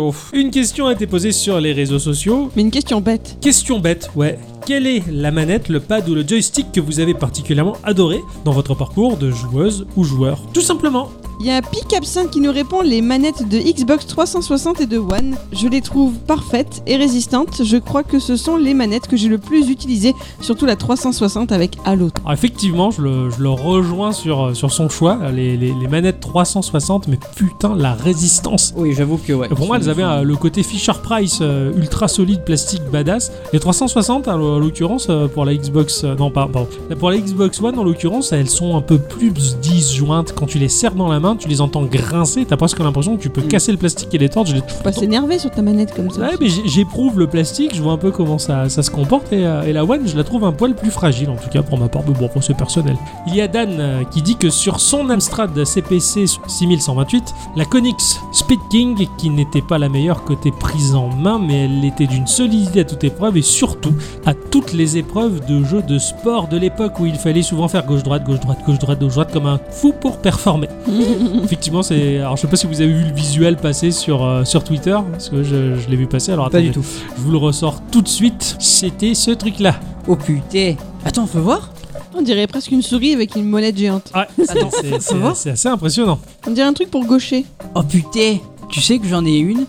[SPEAKER 1] Ouf. Une question a été posée sur les réseaux sociaux.
[SPEAKER 3] Mais une question bête.
[SPEAKER 1] Question bête, ouais. Quelle est la manette, le pad ou le joystick que vous avez particulièrement adoré dans votre parcours de joueuse ou joueur Tout simplement.
[SPEAKER 3] Il y a Pic Absinthe qui nous répond les manettes de Xbox 360 et de One. Je les trouve parfaites et résistantes. Je crois que ce sont les manettes que j'ai le plus utilisées, surtout la 360 avec Halo.
[SPEAKER 1] Alors effectivement, je le, je le rejoins sur, sur son choix, euh, les, les- les manettes 360, mais putain, la résistance
[SPEAKER 2] Oui, j'avoue que ouais.
[SPEAKER 1] Pour moi, elles avaient euh, le côté Fisher Price euh, ultra solide, plastique, badass. Les 360, hein, en l'occurrence, euh, pour la Xbox, euh, non pas, pardon. Pour la Xbox One, en l'occurrence, elles sont un peu plus disjointes. Quand tu les serres dans la main, tu les entends grincer. T'as presque l'impression que tu peux
[SPEAKER 2] Mm.
[SPEAKER 1] casser le plastique et les tordes. Je les trouve
[SPEAKER 3] Faut pas s'énerver sur ta manette comme ça.
[SPEAKER 1] Ouais, mais j'ai- j'éprouve le plastique, je vois un peu comment ça, ça se comporte et, euh, et la One, je la trouve un poil plus fragile en tout cas pour ma part, mais bon, pour c'est personnel. Il y a Dan euh, qui dit que sur son Amstrad CPC 6128, la Konix Speed King, qui n'était pas la meilleure côté prise en main, mais elle était d'une solidité à toute épreuve et surtout à toutes les épreuves de jeux de sport de l'époque où il fallait souvent faire gauche-droite, gauche-droite, gauche-droite, gauche-droite comme un fou pour performer. Effectivement, c'est. Alors, je sais pas si vous avez vu le visuel passer sur, euh, sur Twitter, parce que je, je l'ai vu passer. Alors,
[SPEAKER 2] Pas
[SPEAKER 1] attendez,
[SPEAKER 2] du tout.
[SPEAKER 1] je vous le ressors tout de suite. C'était ce truc-là.
[SPEAKER 2] Oh putain. Attends, faut voir
[SPEAKER 3] On dirait presque une souris avec une molette géante.
[SPEAKER 1] Ah,
[SPEAKER 2] Attends,
[SPEAKER 1] c'est-
[SPEAKER 2] faut
[SPEAKER 1] c'est
[SPEAKER 2] voir.
[SPEAKER 1] c'est assez impressionnant.
[SPEAKER 3] On dirait un truc pour gaucher.
[SPEAKER 2] Oh putain. Tu sais que j'en ai une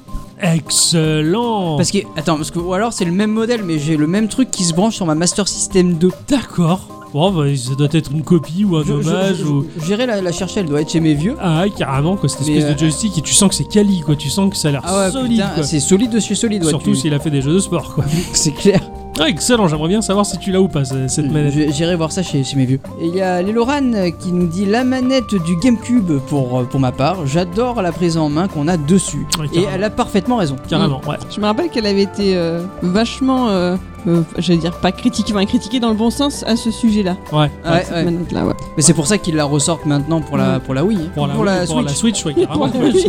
[SPEAKER 1] Excellent.
[SPEAKER 2] Parce que, attends, parce que, ou alors c'est le même modèle, mais j'ai le même truc qui se branche sur ma Master System 2.
[SPEAKER 1] D'accord. Bon, bah, ça doit être une copie ou un
[SPEAKER 2] Je- je-
[SPEAKER 1] hommage
[SPEAKER 2] je-
[SPEAKER 1] ou.
[SPEAKER 2] je- J'irai la, la chercher, elle doit être chez mes vieux.
[SPEAKER 1] Ah, ouais, carrément, quoi. Cette
[SPEAKER 2] Mais,
[SPEAKER 1] espèce
[SPEAKER 2] euh,
[SPEAKER 1] de joystick et tu sens que c'est quali, quoi. Tu sens que ça a l'air
[SPEAKER 2] Ah ouais,
[SPEAKER 1] solide,
[SPEAKER 2] putain,
[SPEAKER 1] quoi.
[SPEAKER 2] c'est solide de chez solide. ouais,
[SPEAKER 1] Surtout
[SPEAKER 2] tu-
[SPEAKER 1] s'il a fait des jeux de sport, quoi.
[SPEAKER 2] c'est clair.
[SPEAKER 1] Ah, excellent, j'aimerais bien savoir si tu l'as ou pas, cette cette manette.
[SPEAKER 2] Je- J'irai voir ça chez, chez mes vieux. Et il y a Leloran qui nous dit la manette du GameCube pour, euh, pour ma part. J'adore la prise en main qu'on a dessus.
[SPEAKER 1] Ouais,
[SPEAKER 2] Et
[SPEAKER 1] carrément.
[SPEAKER 2] elle a parfaitement raison.
[SPEAKER 1] Carrément, ouais.
[SPEAKER 3] Je me rappelle qu'elle avait été euh, vachement euh, peu, je veux dire, pas critiquer, enfin critiquer dans le bon sens à ce sujet-là.
[SPEAKER 1] Ouais.
[SPEAKER 2] Ah Ouais,
[SPEAKER 3] cette
[SPEAKER 2] ouais.
[SPEAKER 3] manette-là, ouais.
[SPEAKER 2] Mais c'est pour ça qu'ils la ressortent maintenant pour la, pour la Wii. hein.
[SPEAKER 1] Pour la, pour la
[SPEAKER 2] Switch.
[SPEAKER 1] Switch, ouais, carrément.
[SPEAKER 3] Pour la Wii.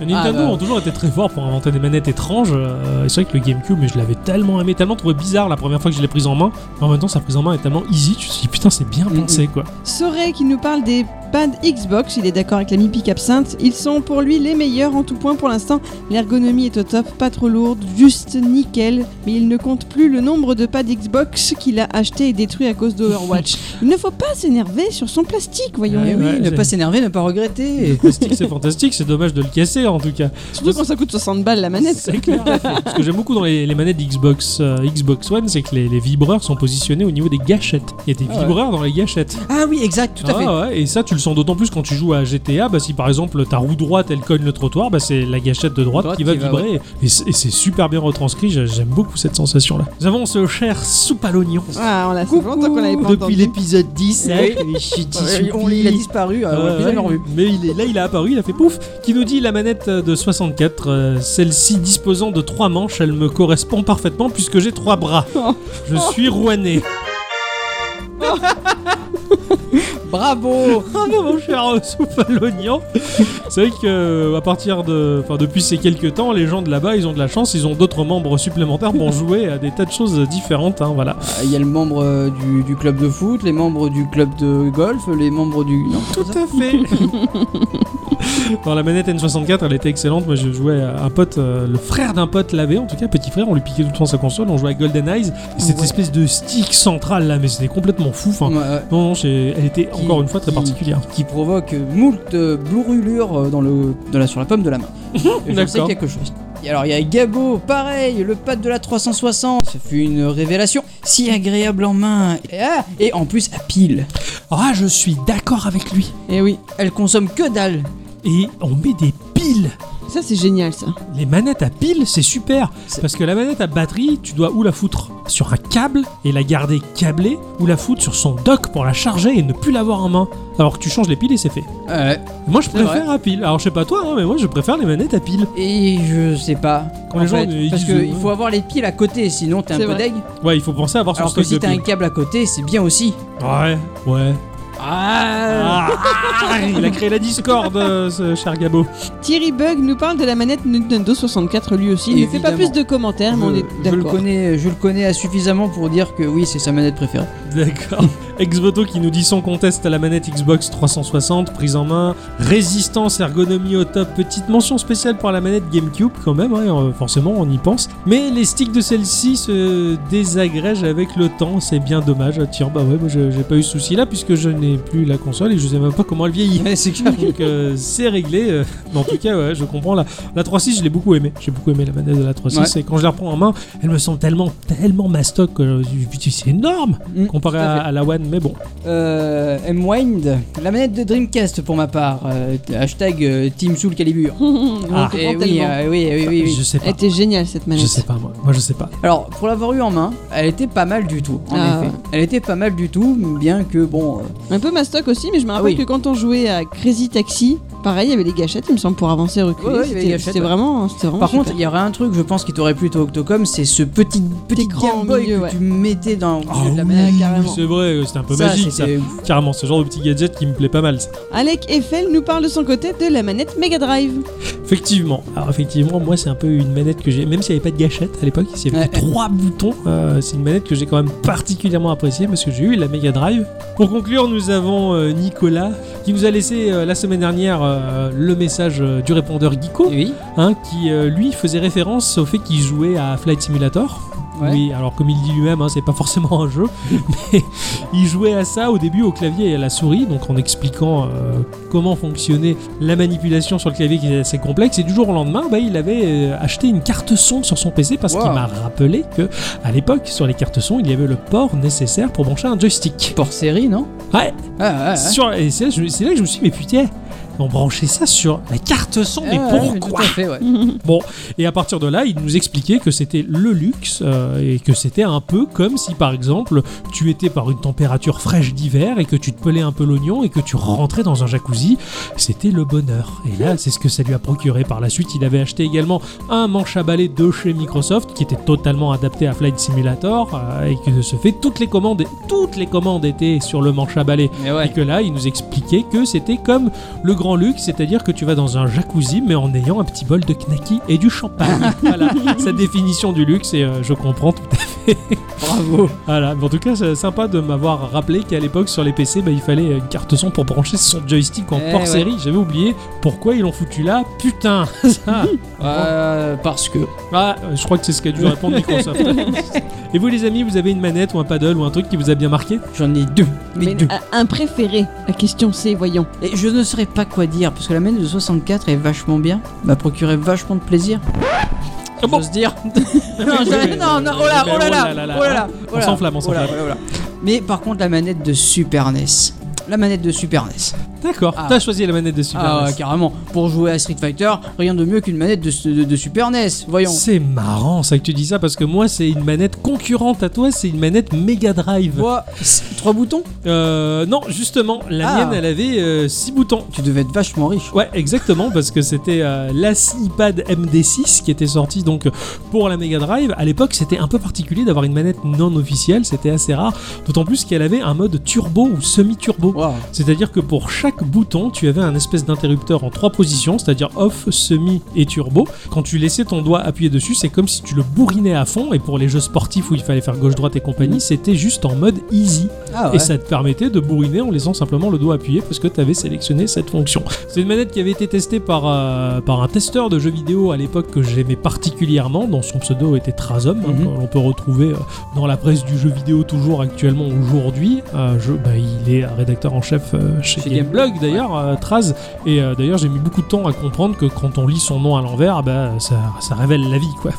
[SPEAKER 1] Les Nintendo
[SPEAKER 2] Ah, bah.
[SPEAKER 1] ont toujours été très forts pour inventer des manettes étranges. euh, et c'est vrai que le GameCube, mais je l'avais tellement aimé, tellement trouvé bizarre la première fois que je l'ai prise en main. Mais en même temps, sa prise en main est tellement easy. Tu te dis putain, c'est bien
[SPEAKER 2] Mhm.
[SPEAKER 1] pensé quoi.
[SPEAKER 3] Soray qui nous parle des pads Xbox, il est d'accord avec l'ami Pic Absinthe, ils sont pour lui les meilleurs en tout point pour l'instant. L'ergonomie est au top, pas trop lourde, juste nickel, mais il ne compte plus le nombre de pads Xbox qu'il a acheté et détruit à cause d'Overwatch. il ne faut pas s'énerver sur son plastique, voyons.
[SPEAKER 2] Eh oui,
[SPEAKER 1] Ouais,
[SPEAKER 2] ne
[SPEAKER 1] c'est-
[SPEAKER 2] pas s'énerver, ne pas regretter.
[SPEAKER 1] Le
[SPEAKER 2] Et-
[SPEAKER 1] plastique, c'est fantastique. C'est dommage de le casser en tout cas.
[SPEAKER 3] Surtout quand ça coûte 60 balles la manette.
[SPEAKER 1] C'est clair. Ce que j'aime beaucoup dans les, les manettes Xbox, euh, Xbox One, c'est que les, les vibreurs sont positionnés au niveau des gâchettes. Il y a des
[SPEAKER 2] Ah ouais.
[SPEAKER 1] vibreurs dans les gâchettes.
[SPEAKER 2] Ah oui, exact, tout à
[SPEAKER 1] Ah
[SPEAKER 2] fait.
[SPEAKER 1] ouais, et ça, tu le sens d'autant plus quand tu joues à GTA. Bah, si par exemple ta roue droite elle cogne le trottoir, bah, c'est la gâchette de droite,
[SPEAKER 2] Droite
[SPEAKER 1] qui va
[SPEAKER 2] qui va,
[SPEAKER 1] vibrer. Et c'est et c'est super bien retranscrit. J'a- J'aime beaucoup cette sensation là. Nous avons ce cher soupe à l'oignon.
[SPEAKER 3] Ah, on l'a ça fait longtemps qu'on l'avait pas
[SPEAKER 5] Depuis
[SPEAKER 3] entendu.
[SPEAKER 5] l'épisode 10,
[SPEAKER 2] Eh Oui.
[SPEAKER 5] hein, je suis
[SPEAKER 2] Ah ouais, on- il a disparu, euh, on l'a
[SPEAKER 1] Euh,
[SPEAKER 2] plus jamais revu.
[SPEAKER 1] mais il est là, il a apparu, il a fait pouf, qui nous dit la manette de 64, euh, celle-ci disposant de trois manches, elle me correspond parfaitement puisque j'ai trois bras.
[SPEAKER 3] Oh.
[SPEAKER 1] Je suis rouennais.
[SPEAKER 2] Bravo
[SPEAKER 1] Bravo mon cher euh, soupe à l'oignon. C'est vrai que euh, à partir de, enfin depuis ces quelques temps, les gens de là-bas, ils ont de la chance, ils ont d'autres membres supplémentaires pour jouer à des tas de choses différentes. hein, voilà.
[SPEAKER 2] Ah, Il y a le membre euh, du, du club de foot, les membres du club de golf, les membres du. Non, c'est ça
[SPEAKER 1] à fait. Dans la manette N64, elle était excellente. Moi, je jouais à un pote, euh, le frère d'un pote l'avait, en tout cas, petit frère, on lui piquait tout le temps sa console, on jouait à Golden Eyes. Cette
[SPEAKER 2] Ouais.
[SPEAKER 1] espèce de stick central là, mais c'était complètement fou. Enfin,
[SPEAKER 2] Ouais, ouais.
[SPEAKER 1] non, non, c'est- elle était
[SPEAKER 2] Qui-
[SPEAKER 1] encore une fois très
[SPEAKER 2] qui-
[SPEAKER 1] particulière.
[SPEAKER 2] qui provoque moult euh, blurulures euh, dans le, dans la, sur la pomme de la main. Et J'en sais
[SPEAKER 1] Oh, D'accord.
[SPEAKER 2] quelque chose. Et alors il y a Gabo, pareil, le pad de la 360, ça fut une révélation, si agréable en main, et, ah, et en plus à pile.
[SPEAKER 1] Ah, je suis d'accord avec lui.
[SPEAKER 3] Eh oui,
[SPEAKER 2] Elle consomme que dalle.
[SPEAKER 1] Et on met des piles.
[SPEAKER 3] ça c'est génial ça.
[SPEAKER 1] Les manettes à pile, c'est super.
[SPEAKER 2] C'est-
[SPEAKER 1] Parce que la manette à batterie, tu dois ou la foutre sur un câble et la garder câblée, ou la foutre sur son dock pour la charger et ne plus l'avoir en main. Alors que tu changes les piles et c'est fait.
[SPEAKER 2] Ouais.
[SPEAKER 1] Moi, je
[SPEAKER 2] C'est
[SPEAKER 1] préfère à pile. Alors, je sais pas toi, hein, mais moi, je préfère les manettes à pile.
[SPEAKER 2] Et je sais pas.
[SPEAKER 1] Quand
[SPEAKER 2] en
[SPEAKER 1] les gens,
[SPEAKER 2] fait,
[SPEAKER 1] ils
[SPEAKER 2] parce
[SPEAKER 1] disent,
[SPEAKER 2] qu'il
[SPEAKER 1] euh,
[SPEAKER 2] faut avoir les piles à côté, sinon t'es un
[SPEAKER 3] C'est
[SPEAKER 2] peu
[SPEAKER 3] vrai.
[SPEAKER 2] deg.
[SPEAKER 1] Ouais, il faut penser à avoir son
[SPEAKER 2] Alors que
[SPEAKER 1] stock
[SPEAKER 2] si
[SPEAKER 1] de
[SPEAKER 2] t'as un
[SPEAKER 1] piles.
[SPEAKER 2] câble à côté, c'est bien aussi.
[SPEAKER 1] Ouais, ouais.
[SPEAKER 2] Ah,
[SPEAKER 1] Ah, il a créé la discorde, euh, ce cher Gabo.
[SPEAKER 3] Thierry Bug nous parle de la manette Nintendo 64 lui aussi. Il ne fait pas
[SPEAKER 2] Évidemment.
[SPEAKER 3] plus de commentaires, mais on
[SPEAKER 2] je,
[SPEAKER 3] est
[SPEAKER 2] je le
[SPEAKER 3] d'accord.
[SPEAKER 2] connais, je le connais à suffisamment pour dire que oui, c'est sa manette préférée.
[SPEAKER 1] D'accord. Exvoto qui nous dit son conteste à la manette Xbox 360, prise en main, résistance, ergonomie au top, petite mention spéciale pour la manette GameCube quand même, hein, euh, forcément on y pense. Mais les sticks de celle-ci se désagrègent avec le temps, c'est bien dommage. Ah, Tiens, bah ouais, moi je- j'ai pas eu ce souci là puisque je n'ai plus la console et je sais même pas comment elle vieillit.
[SPEAKER 2] Ouais, c'est clair.
[SPEAKER 1] Donc euh, c'est réglé. euh, mais en tout cas, ouais, je comprends. La, la 3.6, je l'ai beaucoup aimé. J'ai beaucoup aimé la manette de la 3.6. Et quand je la reprends en main, elle me semble tellement, tellement mastoc que je me dis, c'est énorme
[SPEAKER 2] Mm,
[SPEAKER 1] comparé
[SPEAKER 2] tout à
[SPEAKER 1] à,
[SPEAKER 2] fait.
[SPEAKER 1] à la One. Mais bon,
[SPEAKER 2] Euh, M-Wind, la manette de Dreamcast pour ma part. Euh, hashtag euh, Team Soul Calibur.
[SPEAKER 3] On
[SPEAKER 1] Ah.
[SPEAKER 3] comprend
[SPEAKER 2] Eh oui,
[SPEAKER 3] tellement.
[SPEAKER 2] euh, oui, oui, oui, oui.
[SPEAKER 1] je sais
[SPEAKER 3] Elle
[SPEAKER 1] pas.
[SPEAKER 3] était géniale cette
[SPEAKER 1] Je
[SPEAKER 3] manette.
[SPEAKER 1] sais pas, moi. Moi, je sais pas.
[SPEAKER 2] Alors, pour l'avoir eu en main, elle était pas mal du tout, en
[SPEAKER 3] Ah.
[SPEAKER 2] effet. Elle était pas mal du tout, bien que bon. euh,
[SPEAKER 3] Un peu mastoc aussi, mais je me rappelle
[SPEAKER 2] Ah oui.
[SPEAKER 3] que quand on jouait à Crazy Taxi, pareil, il y avait des gâchettes, il me semble, pour avancer et reculer.
[SPEAKER 2] Ouais, ouais, il y avait des
[SPEAKER 3] c'était
[SPEAKER 2] gâchettes,
[SPEAKER 3] c'était
[SPEAKER 2] ouais.
[SPEAKER 3] vraiment, c'était vraiment.
[SPEAKER 2] Par
[SPEAKER 3] Ah, super.
[SPEAKER 2] contre, il y aurait un truc, je pense, qui t'aurait plu, toi, Octocom, c'est ce petit, petit
[SPEAKER 3] Écran au
[SPEAKER 2] Game Boy
[SPEAKER 3] milieu,
[SPEAKER 2] que
[SPEAKER 3] ouais.
[SPEAKER 2] tu mettais dans au
[SPEAKER 1] Ah
[SPEAKER 2] milieu de la
[SPEAKER 1] oui,
[SPEAKER 2] manette,
[SPEAKER 3] oui,
[SPEAKER 2] carrément.
[SPEAKER 1] C'est vrai, euh, c'est un peu magique ça.
[SPEAKER 2] c'était-
[SPEAKER 1] Carrément, ce genre de petit gadget qui me plaît pas mal. ça.
[SPEAKER 3] Alec Eiffel nous parle de son côté de la manette Mega Drive.
[SPEAKER 1] Effectivement, alors effectivement, moi c'est un peu une manette que j'ai, même s'il n'y avait pas de gâchette à l'époque, s'il y avait
[SPEAKER 2] Ouais.
[SPEAKER 1] que trois boutons, euh, c'est une manette que j'ai quand même particulièrement appréciée parce que j'ai eu la Mega Drive. Pour conclure, nous avons euh, Nicolas qui nous a laissé euh, la semaine dernière euh, le message euh, du répondeur Geeko,
[SPEAKER 2] Oui,
[SPEAKER 1] hein, qui euh, lui faisait référence au fait qu'il jouait à Flight Simulator.
[SPEAKER 2] ouais.
[SPEAKER 1] Oui, alors comme il dit lui-même, hein, c'est pas forcément un jeu, mais il jouait à ça au début au clavier et à la souris, donc en expliquant euh, comment fonctionnait la manipulation sur le clavier qui était assez complexe. Et du jour au lendemain, bah, il avait euh, acheté une carte son sur son PC parce
[SPEAKER 2] Wow.
[SPEAKER 1] qu'il m'a rappelé que à l'époque, sur les cartes son, il y avait le port nécessaire pour brancher un joystick.
[SPEAKER 2] Port série, non
[SPEAKER 1] Ouais.
[SPEAKER 2] Ah, ah, ah.
[SPEAKER 1] Sur- et c'est là, je- c'est là que je me suis dit, mais putain, ont branché ça sur la carte son. Mais
[SPEAKER 2] Ah, ouais,
[SPEAKER 1] pourquoi
[SPEAKER 2] Tout à fait, ouais.
[SPEAKER 1] Bon, et à partir de là, il nous expliquait que c'était le luxe euh, et que c'était un peu comme si, par exemple, tu étais par une température fraîche d'hiver et que tu te pelais un peu l'oignon et que tu rentrais dans un jacuzzi. C'était le bonheur. Et là, c'est ce que ça lui a procuré. Par la suite, il avait acheté également un manche à balai de chez Microsoft qui était totalement adapté à Flight Simulator euh, et que de ce fait, toutes les commandes, toutes les commandes étaient sur le manche à balai.
[SPEAKER 2] Mais
[SPEAKER 1] Et
[SPEAKER 2] ouais.
[SPEAKER 1] que là, il nous expliquait que c'était comme le grand luxe, c'est-à-dire que tu vas dans un jacuzzi, mais en ayant un petit bol de knacky et du champagne. voilà, sa définition du luxe, et euh, je comprends tout à fait.
[SPEAKER 2] Bravo.
[SPEAKER 1] Voilà, mais en tout cas, c'est sympa de m'avoir rappelé qu'à l'époque, sur les PC, bah, il fallait une carte son pour brancher son joystick en
[SPEAKER 2] Eh
[SPEAKER 1] port
[SPEAKER 2] ouais.
[SPEAKER 1] série. J'avais oublié pourquoi ils l'ont foutu là. Putain ça.
[SPEAKER 2] Euh, parce que.
[SPEAKER 1] Ah, je crois que c'est ce qu'a dû répondre Microsoft. et vous, les amis, vous avez une manette ou un paddle ou un truc qui vous a bien marqué
[SPEAKER 2] J'en ai deux. Mais,
[SPEAKER 3] Mais
[SPEAKER 2] deux.
[SPEAKER 3] un- un préféré. La question c'est, voyons.
[SPEAKER 2] Et je ne saurais pas quoi dire, parce que la manette de 64 est vachement bien, m'a procuré vachement de plaisir.
[SPEAKER 1] Ah bon
[SPEAKER 2] J'ose dire. non, j'avais- non, non, oh là, oh là là, oh là là, oh là,
[SPEAKER 1] hein. On s'enflamme, on
[SPEAKER 2] oh là,
[SPEAKER 1] s'enflamme.
[SPEAKER 2] oh là, oh là. Mais par contre, la manette de Super NES. La manette de Super NES.
[SPEAKER 1] D'accord,
[SPEAKER 2] Ah.
[SPEAKER 1] t'as choisi la manette de Super E
[SPEAKER 2] ah,
[SPEAKER 1] NES.
[SPEAKER 2] ouais, carrément. Pour jouer à Street Fighter, rien de mieux qu'une manette de, de- de Super NES. Voyons.
[SPEAKER 1] C'est marrant ça que tu dis ça parce que moi c'est une manette concurrente à toi, c'est une manette Mega Drive.
[SPEAKER 2] Quoi C'est- Trois boutons
[SPEAKER 1] Euh, non, justement, la
[SPEAKER 2] Ah.
[SPEAKER 1] mienne elle avait 6 boutons.
[SPEAKER 2] Tu devais être vachement riche.
[SPEAKER 1] Ouais, exactement, parce que c'était euh, la Seapad MD6 qui était sortie donc pour la Mega Drive. À l'époque, c'était un peu particulier d'avoir une manette non officielle, c'était assez rare, d'autant plus qu'elle avait un mode turbo ou semi-turbo.
[SPEAKER 2] Waouh.
[SPEAKER 1] C'est-à-dire que pour chaque bouton, tu avais un espèce d'interrupteur en trois positions, c'est-à-dire off, semi et turbo. Quand tu laissais ton doigt appuyer dessus, c'est comme si tu le bourrinais à fond. Et pour les jeux sportifs où il fallait faire gauche-droite et compagnie, c'était juste en mode easy.
[SPEAKER 2] Ah ouais.
[SPEAKER 1] Et ça te permettait de bourriner en laissant simplement le doigt appuyé parce que tu avais sélectionné cette fonction. C'est une manette qui avait été testée par, euh, par un testeur de jeux vidéo à l'époque que j'aimais particulièrement, dont son pseudo était Trazom, hein,
[SPEAKER 2] Mhm.
[SPEAKER 1] que l'on peut retrouver euh, dans la presse du jeu vidéo toujours actuellement aujourd'hui. Euh, je- bah, il est rédacteur en chef euh, chez,
[SPEAKER 2] Chez
[SPEAKER 1] Gameblog
[SPEAKER 2] Gameblog,
[SPEAKER 1] d'ailleurs, euh, Traz. Et euh, d'ailleurs j'ai mis beaucoup de temps à comprendre que quand on lit son nom à l'envers, bah, ça, ça révèle la vie quoi.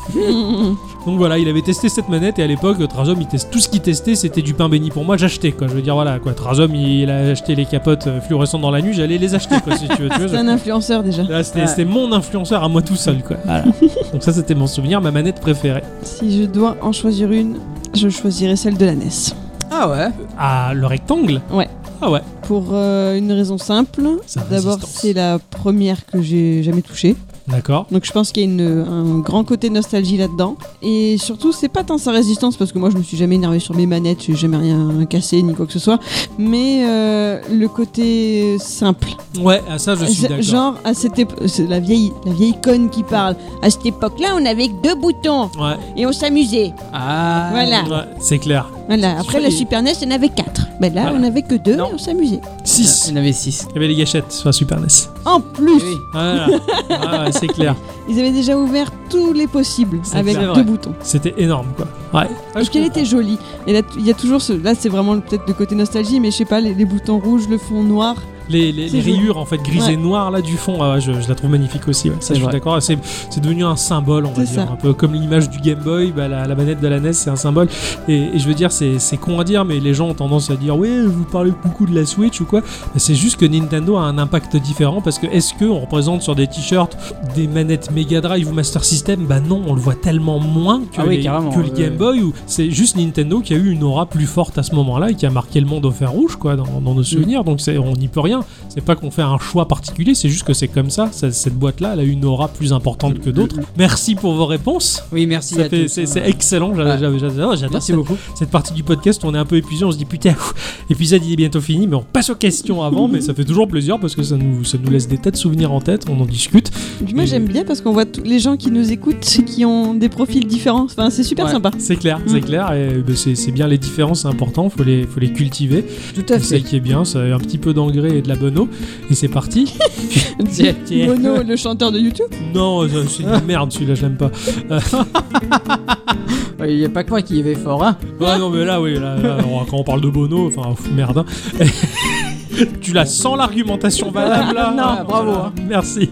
[SPEAKER 1] Donc voilà, il avait testé cette manette et à l'époque, Trazom, il teste tout ce qu'il testait, c'était du pain béni pour moi. J'achetais quoi. Je veux dire voilà quoi. Trazom, il a acheté les capotes euh, fluorescentes dans la nuit, j'allais les acheter quoi si tu veux. Tu vois,
[SPEAKER 3] C'est un influenceur déjà.
[SPEAKER 1] Là, c'était
[SPEAKER 2] Ouais.
[SPEAKER 1] c'était mon influenceur à moi tout seul quoi. Voilà. Donc ça, c'était mon souvenir, ma manette préférée.
[SPEAKER 3] Si je dois en choisir une, je choisirais celle de la NES.
[SPEAKER 2] Ah ouais.
[SPEAKER 1] Ah, le rectangle.
[SPEAKER 3] Ouais.
[SPEAKER 1] Ah ouais.
[SPEAKER 3] Pour euh, une raison simple.
[SPEAKER 1] Ça
[SPEAKER 3] D'abord,
[SPEAKER 1] résistance.
[SPEAKER 3] c'est la première que j'ai jamais touchée.
[SPEAKER 1] D'accord.
[SPEAKER 3] Donc je pense qu'il y a une- un grand côté nostalgie là-dedans. Et surtout, c'est pas tant sa résistance, parce que moi je me suis jamais énervé sur mes manettes, j'ai jamais rien cassé ni quoi que ce soit. Mais euh, le côté simple.
[SPEAKER 1] Ouais, à ça je suis d'accord.
[SPEAKER 3] Genre, à cette époque, c'est la vieille, la vieille conne qui parle. À cette époque-là, on avait que deux boutons
[SPEAKER 1] Ouais,
[SPEAKER 3] et on s'amusait.
[SPEAKER 2] Ah.
[SPEAKER 3] Voilà.
[SPEAKER 1] ouais, c'est clair.
[SPEAKER 3] Voilà. Après, la
[SPEAKER 1] Oui.
[SPEAKER 3] Super E NES, on avait quatre. Ben là,
[SPEAKER 1] Voilà.
[SPEAKER 3] on avait que deux
[SPEAKER 2] Non.
[SPEAKER 3] et on s'amusait.
[SPEAKER 1] 6.
[SPEAKER 2] Il y en avait six.
[SPEAKER 1] Il y avait les gâchettes sur la Super NES.
[SPEAKER 3] En
[SPEAKER 1] Eh
[SPEAKER 3] plus,
[SPEAKER 2] Oui.
[SPEAKER 1] Voilà. Ah ouais, c'est clair.
[SPEAKER 3] ils avaient déjà ouvert tous les possibles
[SPEAKER 1] C'est
[SPEAKER 3] avec
[SPEAKER 1] clair.
[SPEAKER 3] deux
[SPEAKER 2] C'est vrai.
[SPEAKER 3] boutons.
[SPEAKER 1] C'était énorme quoi. Ouais. Ah,
[SPEAKER 3] Et
[SPEAKER 1] je
[SPEAKER 3] qu'elle
[SPEAKER 1] comprends.
[SPEAKER 3] était jolie. Et là, il y a toujours ce. Là, c'est vraiment le- peut-être le côté nostalgie, mais je sais pas, les, les boutons rouges, le fond noir.
[SPEAKER 1] Les, les-
[SPEAKER 3] C'est
[SPEAKER 1] les
[SPEAKER 3] joli.
[SPEAKER 1] rayures en fait grises
[SPEAKER 3] Ouais.
[SPEAKER 1] et noires là du fond, ah ouais, je, je la trouve magnifique aussi. ouais. Ça,
[SPEAKER 2] C'est
[SPEAKER 1] je suis
[SPEAKER 2] vrai.
[SPEAKER 1] d'accord. C'est, c'est devenu un symbole, on va
[SPEAKER 3] C'est
[SPEAKER 1] dire,
[SPEAKER 3] ça.
[SPEAKER 1] un peu comme l'image du Game Boy, bah, la, la manette de la NES, c'est un symbole. Et, et je veux dire, c'est, c'est con à dire, mais les gens ont tendance à dire oui, vous parlez beaucoup de la Switch ou quoi. Mais c'est juste que Nintendo a un impact différent parce que est-ce que on représente sur des t-shirts des manettes Mega Drive ou Master System Bah non, on le voit tellement moins que,
[SPEAKER 2] Ah oui,
[SPEAKER 1] les-
[SPEAKER 2] carrément,
[SPEAKER 1] que le
[SPEAKER 2] ouais.
[SPEAKER 1] Game Boy. Ou c'est juste Nintendo qui a eu une aura plus forte à ce moment-là et qui a marqué le monde au fer rouge quoi dans,
[SPEAKER 2] Mm.
[SPEAKER 1] dans nos souvenirs. Donc c'est, on n'y peut rien. C'est pas qu'on fait un choix particulier, c'est juste que c'est comme ça. Ça- Cette boîte-là, elle a une aura plus importante que d'autres. Merci pour vos réponses.
[SPEAKER 2] Oui, merci.
[SPEAKER 1] Ça
[SPEAKER 2] à
[SPEAKER 1] fait-
[SPEAKER 2] tous.
[SPEAKER 1] C'est c'est excellent. j'a-
[SPEAKER 2] Ouais.
[SPEAKER 1] j'a- J'adore j'adore
[SPEAKER 2] Merci
[SPEAKER 1] cette,
[SPEAKER 2] beaucoup.
[SPEAKER 1] cette partie du podcast. On est un peu épuisé. On se dit putain, pff, l'épisode il est bientôt fini, mais on passe aux questions avant. mais ça fait toujours plaisir parce que ça nous, ça nous laisse des tas de souvenirs en tête. On en discute.
[SPEAKER 3] Et puis moi,
[SPEAKER 1] Et-
[SPEAKER 3] j'aime bien parce qu'on voit tous les gens qui nous écoutent, qui ont des profils différents. Enfin, c'est super
[SPEAKER 2] Ouais.
[SPEAKER 3] sympa.
[SPEAKER 1] C'est clair,
[SPEAKER 2] Mm.
[SPEAKER 1] c'est clair. Et euh, ben, c'est c'est bien les différences, c'est important. Faut les, faut les cultiver.
[SPEAKER 2] Tout à
[SPEAKER 1] C'est ça
[SPEAKER 2] fait.
[SPEAKER 1] qui est bien. Ça un petit peu d'engrais et de la bonne eau. Et c'est parti.
[SPEAKER 2] Tiens.
[SPEAKER 3] Bono, le chanteur de YouTube.
[SPEAKER 1] non, ça, c'est une merde. Celui-là, je l'aime pas.
[SPEAKER 2] Il n'y a pas que moi qui y vais fort, hein.
[SPEAKER 1] Ouais, non, mais là, oui, là, là, on- quand on parle de Bono, enfin, pff, merde. hein. tu la sens l'argumentation valable là Ah,
[SPEAKER 2] Non, bravo, hein.
[SPEAKER 1] Merci.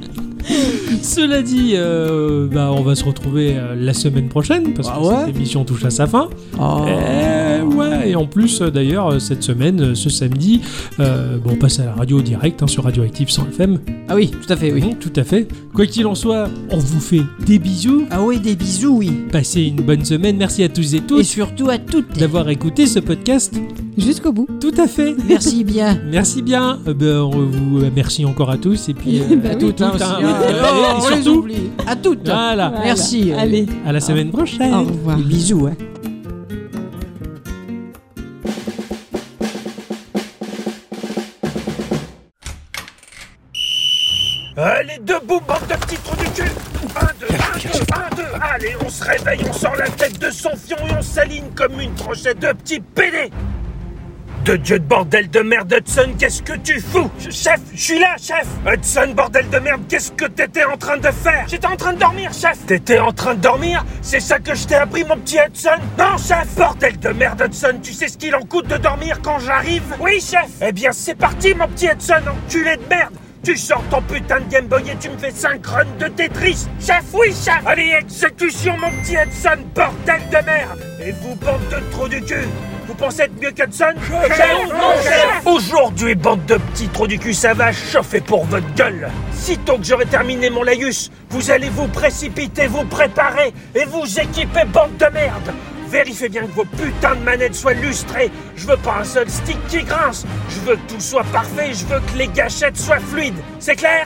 [SPEAKER 1] Cela dit, euh, bah, on va se retrouver euh, la semaine prochaine parce que
[SPEAKER 2] Ah ouais
[SPEAKER 1] cette émission touche à sa fin.
[SPEAKER 2] Oh.
[SPEAKER 1] Eh ouais, Et en plus, euh, d'ailleurs, euh, cette semaine, euh, ce samedi, euh, bon, on passe à la radio direct hein, sur Radioactive 100 FM.
[SPEAKER 2] Ah oui, tout à fait, oui.
[SPEAKER 1] Mmh, tout à fait. Quoi qu'il en soit, on vous fait des bisous.
[SPEAKER 2] Ah oui, des bisous, oui.
[SPEAKER 1] Passez une bonne semaine. Merci à tous et
[SPEAKER 2] Et
[SPEAKER 1] tous
[SPEAKER 2] surtout à toutes.
[SPEAKER 1] d'avoir écouté ce podcast.
[SPEAKER 3] Jusqu'au bout.
[SPEAKER 1] Tout à fait.
[SPEAKER 2] Merci bien.
[SPEAKER 1] Merci bien. Euh, ben, on vous euh, merci encore à tous et puis euh,
[SPEAKER 3] Bah
[SPEAKER 1] à
[SPEAKER 3] oui,
[SPEAKER 1] toutes. hein,
[SPEAKER 2] aussi,
[SPEAKER 1] hein.
[SPEAKER 2] hein. Ah.
[SPEAKER 1] Euh,
[SPEAKER 2] On
[SPEAKER 1] et
[SPEAKER 2] les
[SPEAKER 1] surtout,
[SPEAKER 2] oublie. À toutes.
[SPEAKER 1] voilà.
[SPEAKER 3] Voilà.
[SPEAKER 2] Merci.
[SPEAKER 3] Allez,
[SPEAKER 1] À la semaine prochaine.
[SPEAKER 3] au revoir.
[SPEAKER 2] Des bisous, hein.
[SPEAKER 5] Allez, debout, bande de petits trous du cul Un, deux, un, deux, un, deux Allez, on se réveille, on sort la tête de son fion et on s'aligne comme une tranchette de petits pédés De Dieu de bordel de merde, Hudson, qu'est-ce que tu fous Je- Chef, je suis là, chef Hudson, bordel de merde, qu'est-ce que t'étais en train de faire J'étais en train de dormir, chef T'étais en train de dormir C'est ça que je t'ai appris, mon petit Hudson Non, chef Bordel de merde, Hudson, tu sais ce qu'il en coûte de dormir quand j'arrive Oui, chef Eh bien, c'est parti, mon petit Hudson, enculé de merde tu sors ton putain de Game Boy et tu me fais 5 runs de Tetris Chef, oui, chef Allez, exécution, mon petit Hudson, bordel de merde Et vous, bande de trous du cul Vous pensez être mieux qu'Hudson Chef, non, chef Aujourd'hui, bande de petits trous du cul, ça va chauffer pour votre gueule Sitôt que j'aurai terminé mon laïus, vous allez vous précipiter, vous préparer et vous équiper, bande de merde Vérifiez bien que vos putains de manettes soient lustrées. Je veux pas un seul stick qui grince. Je veux que tout soit parfait. Je veux que les gâchettes soient fluides. C'est clair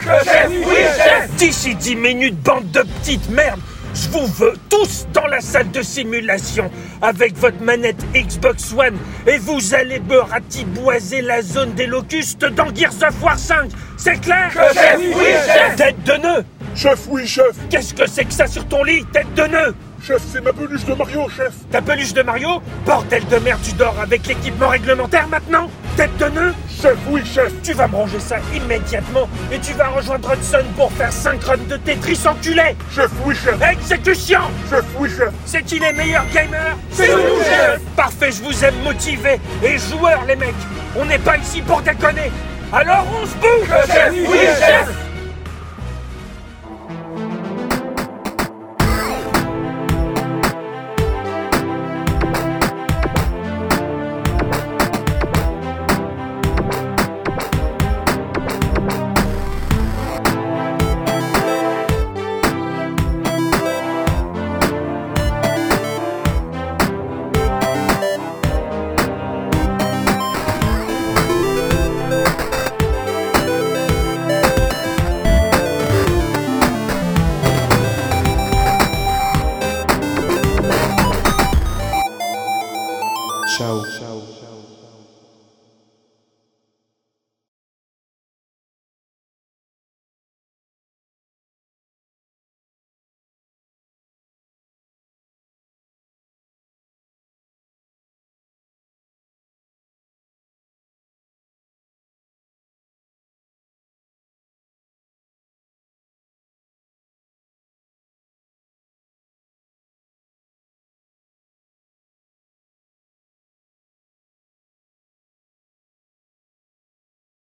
[SPEAKER 5] Oui, chef D'ici 10 minutes, bande de petites merdes. Je vous veux tous dans la salle de simulation avec votre manette Xbox One et vous allez me ratiboiser la zone des locustes dans Gears of War 5. C'est clair Chef Oui, chef Tête de nœud
[SPEAKER 6] Chef, oui, chef
[SPEAKER 5] Qu'est-ce que c'est que ça sur ton lit, tête de nœud
[SPEAKER 6] Chef, c'est ma peluche de Mario, chef
[SPEAKER 5] Ta peluche de Mario Bordel de merde, tu dors avec l'équipement réglementaire maintenant Tête de nœud
[SPEAKER 6] Chef, oui, chef
[SPEAKER 5] Tu vas me ranger ça immédiatement et tu vas rejoindre Hudson pour faire 5 runs de Tetris enculé
[SPEAKER 6] Chef, oui, chef
[SPEAKER 5] Exécution
[SPEAKER 6] Chef, oui, chef
[SPEAKER 5] C'est qui les meilleurs gamers C'est nous, Parfait, je vous aime motivés et joueurs, les mecs On n'est pas ici pour déconner Alors on se bouge Chef Oui, chef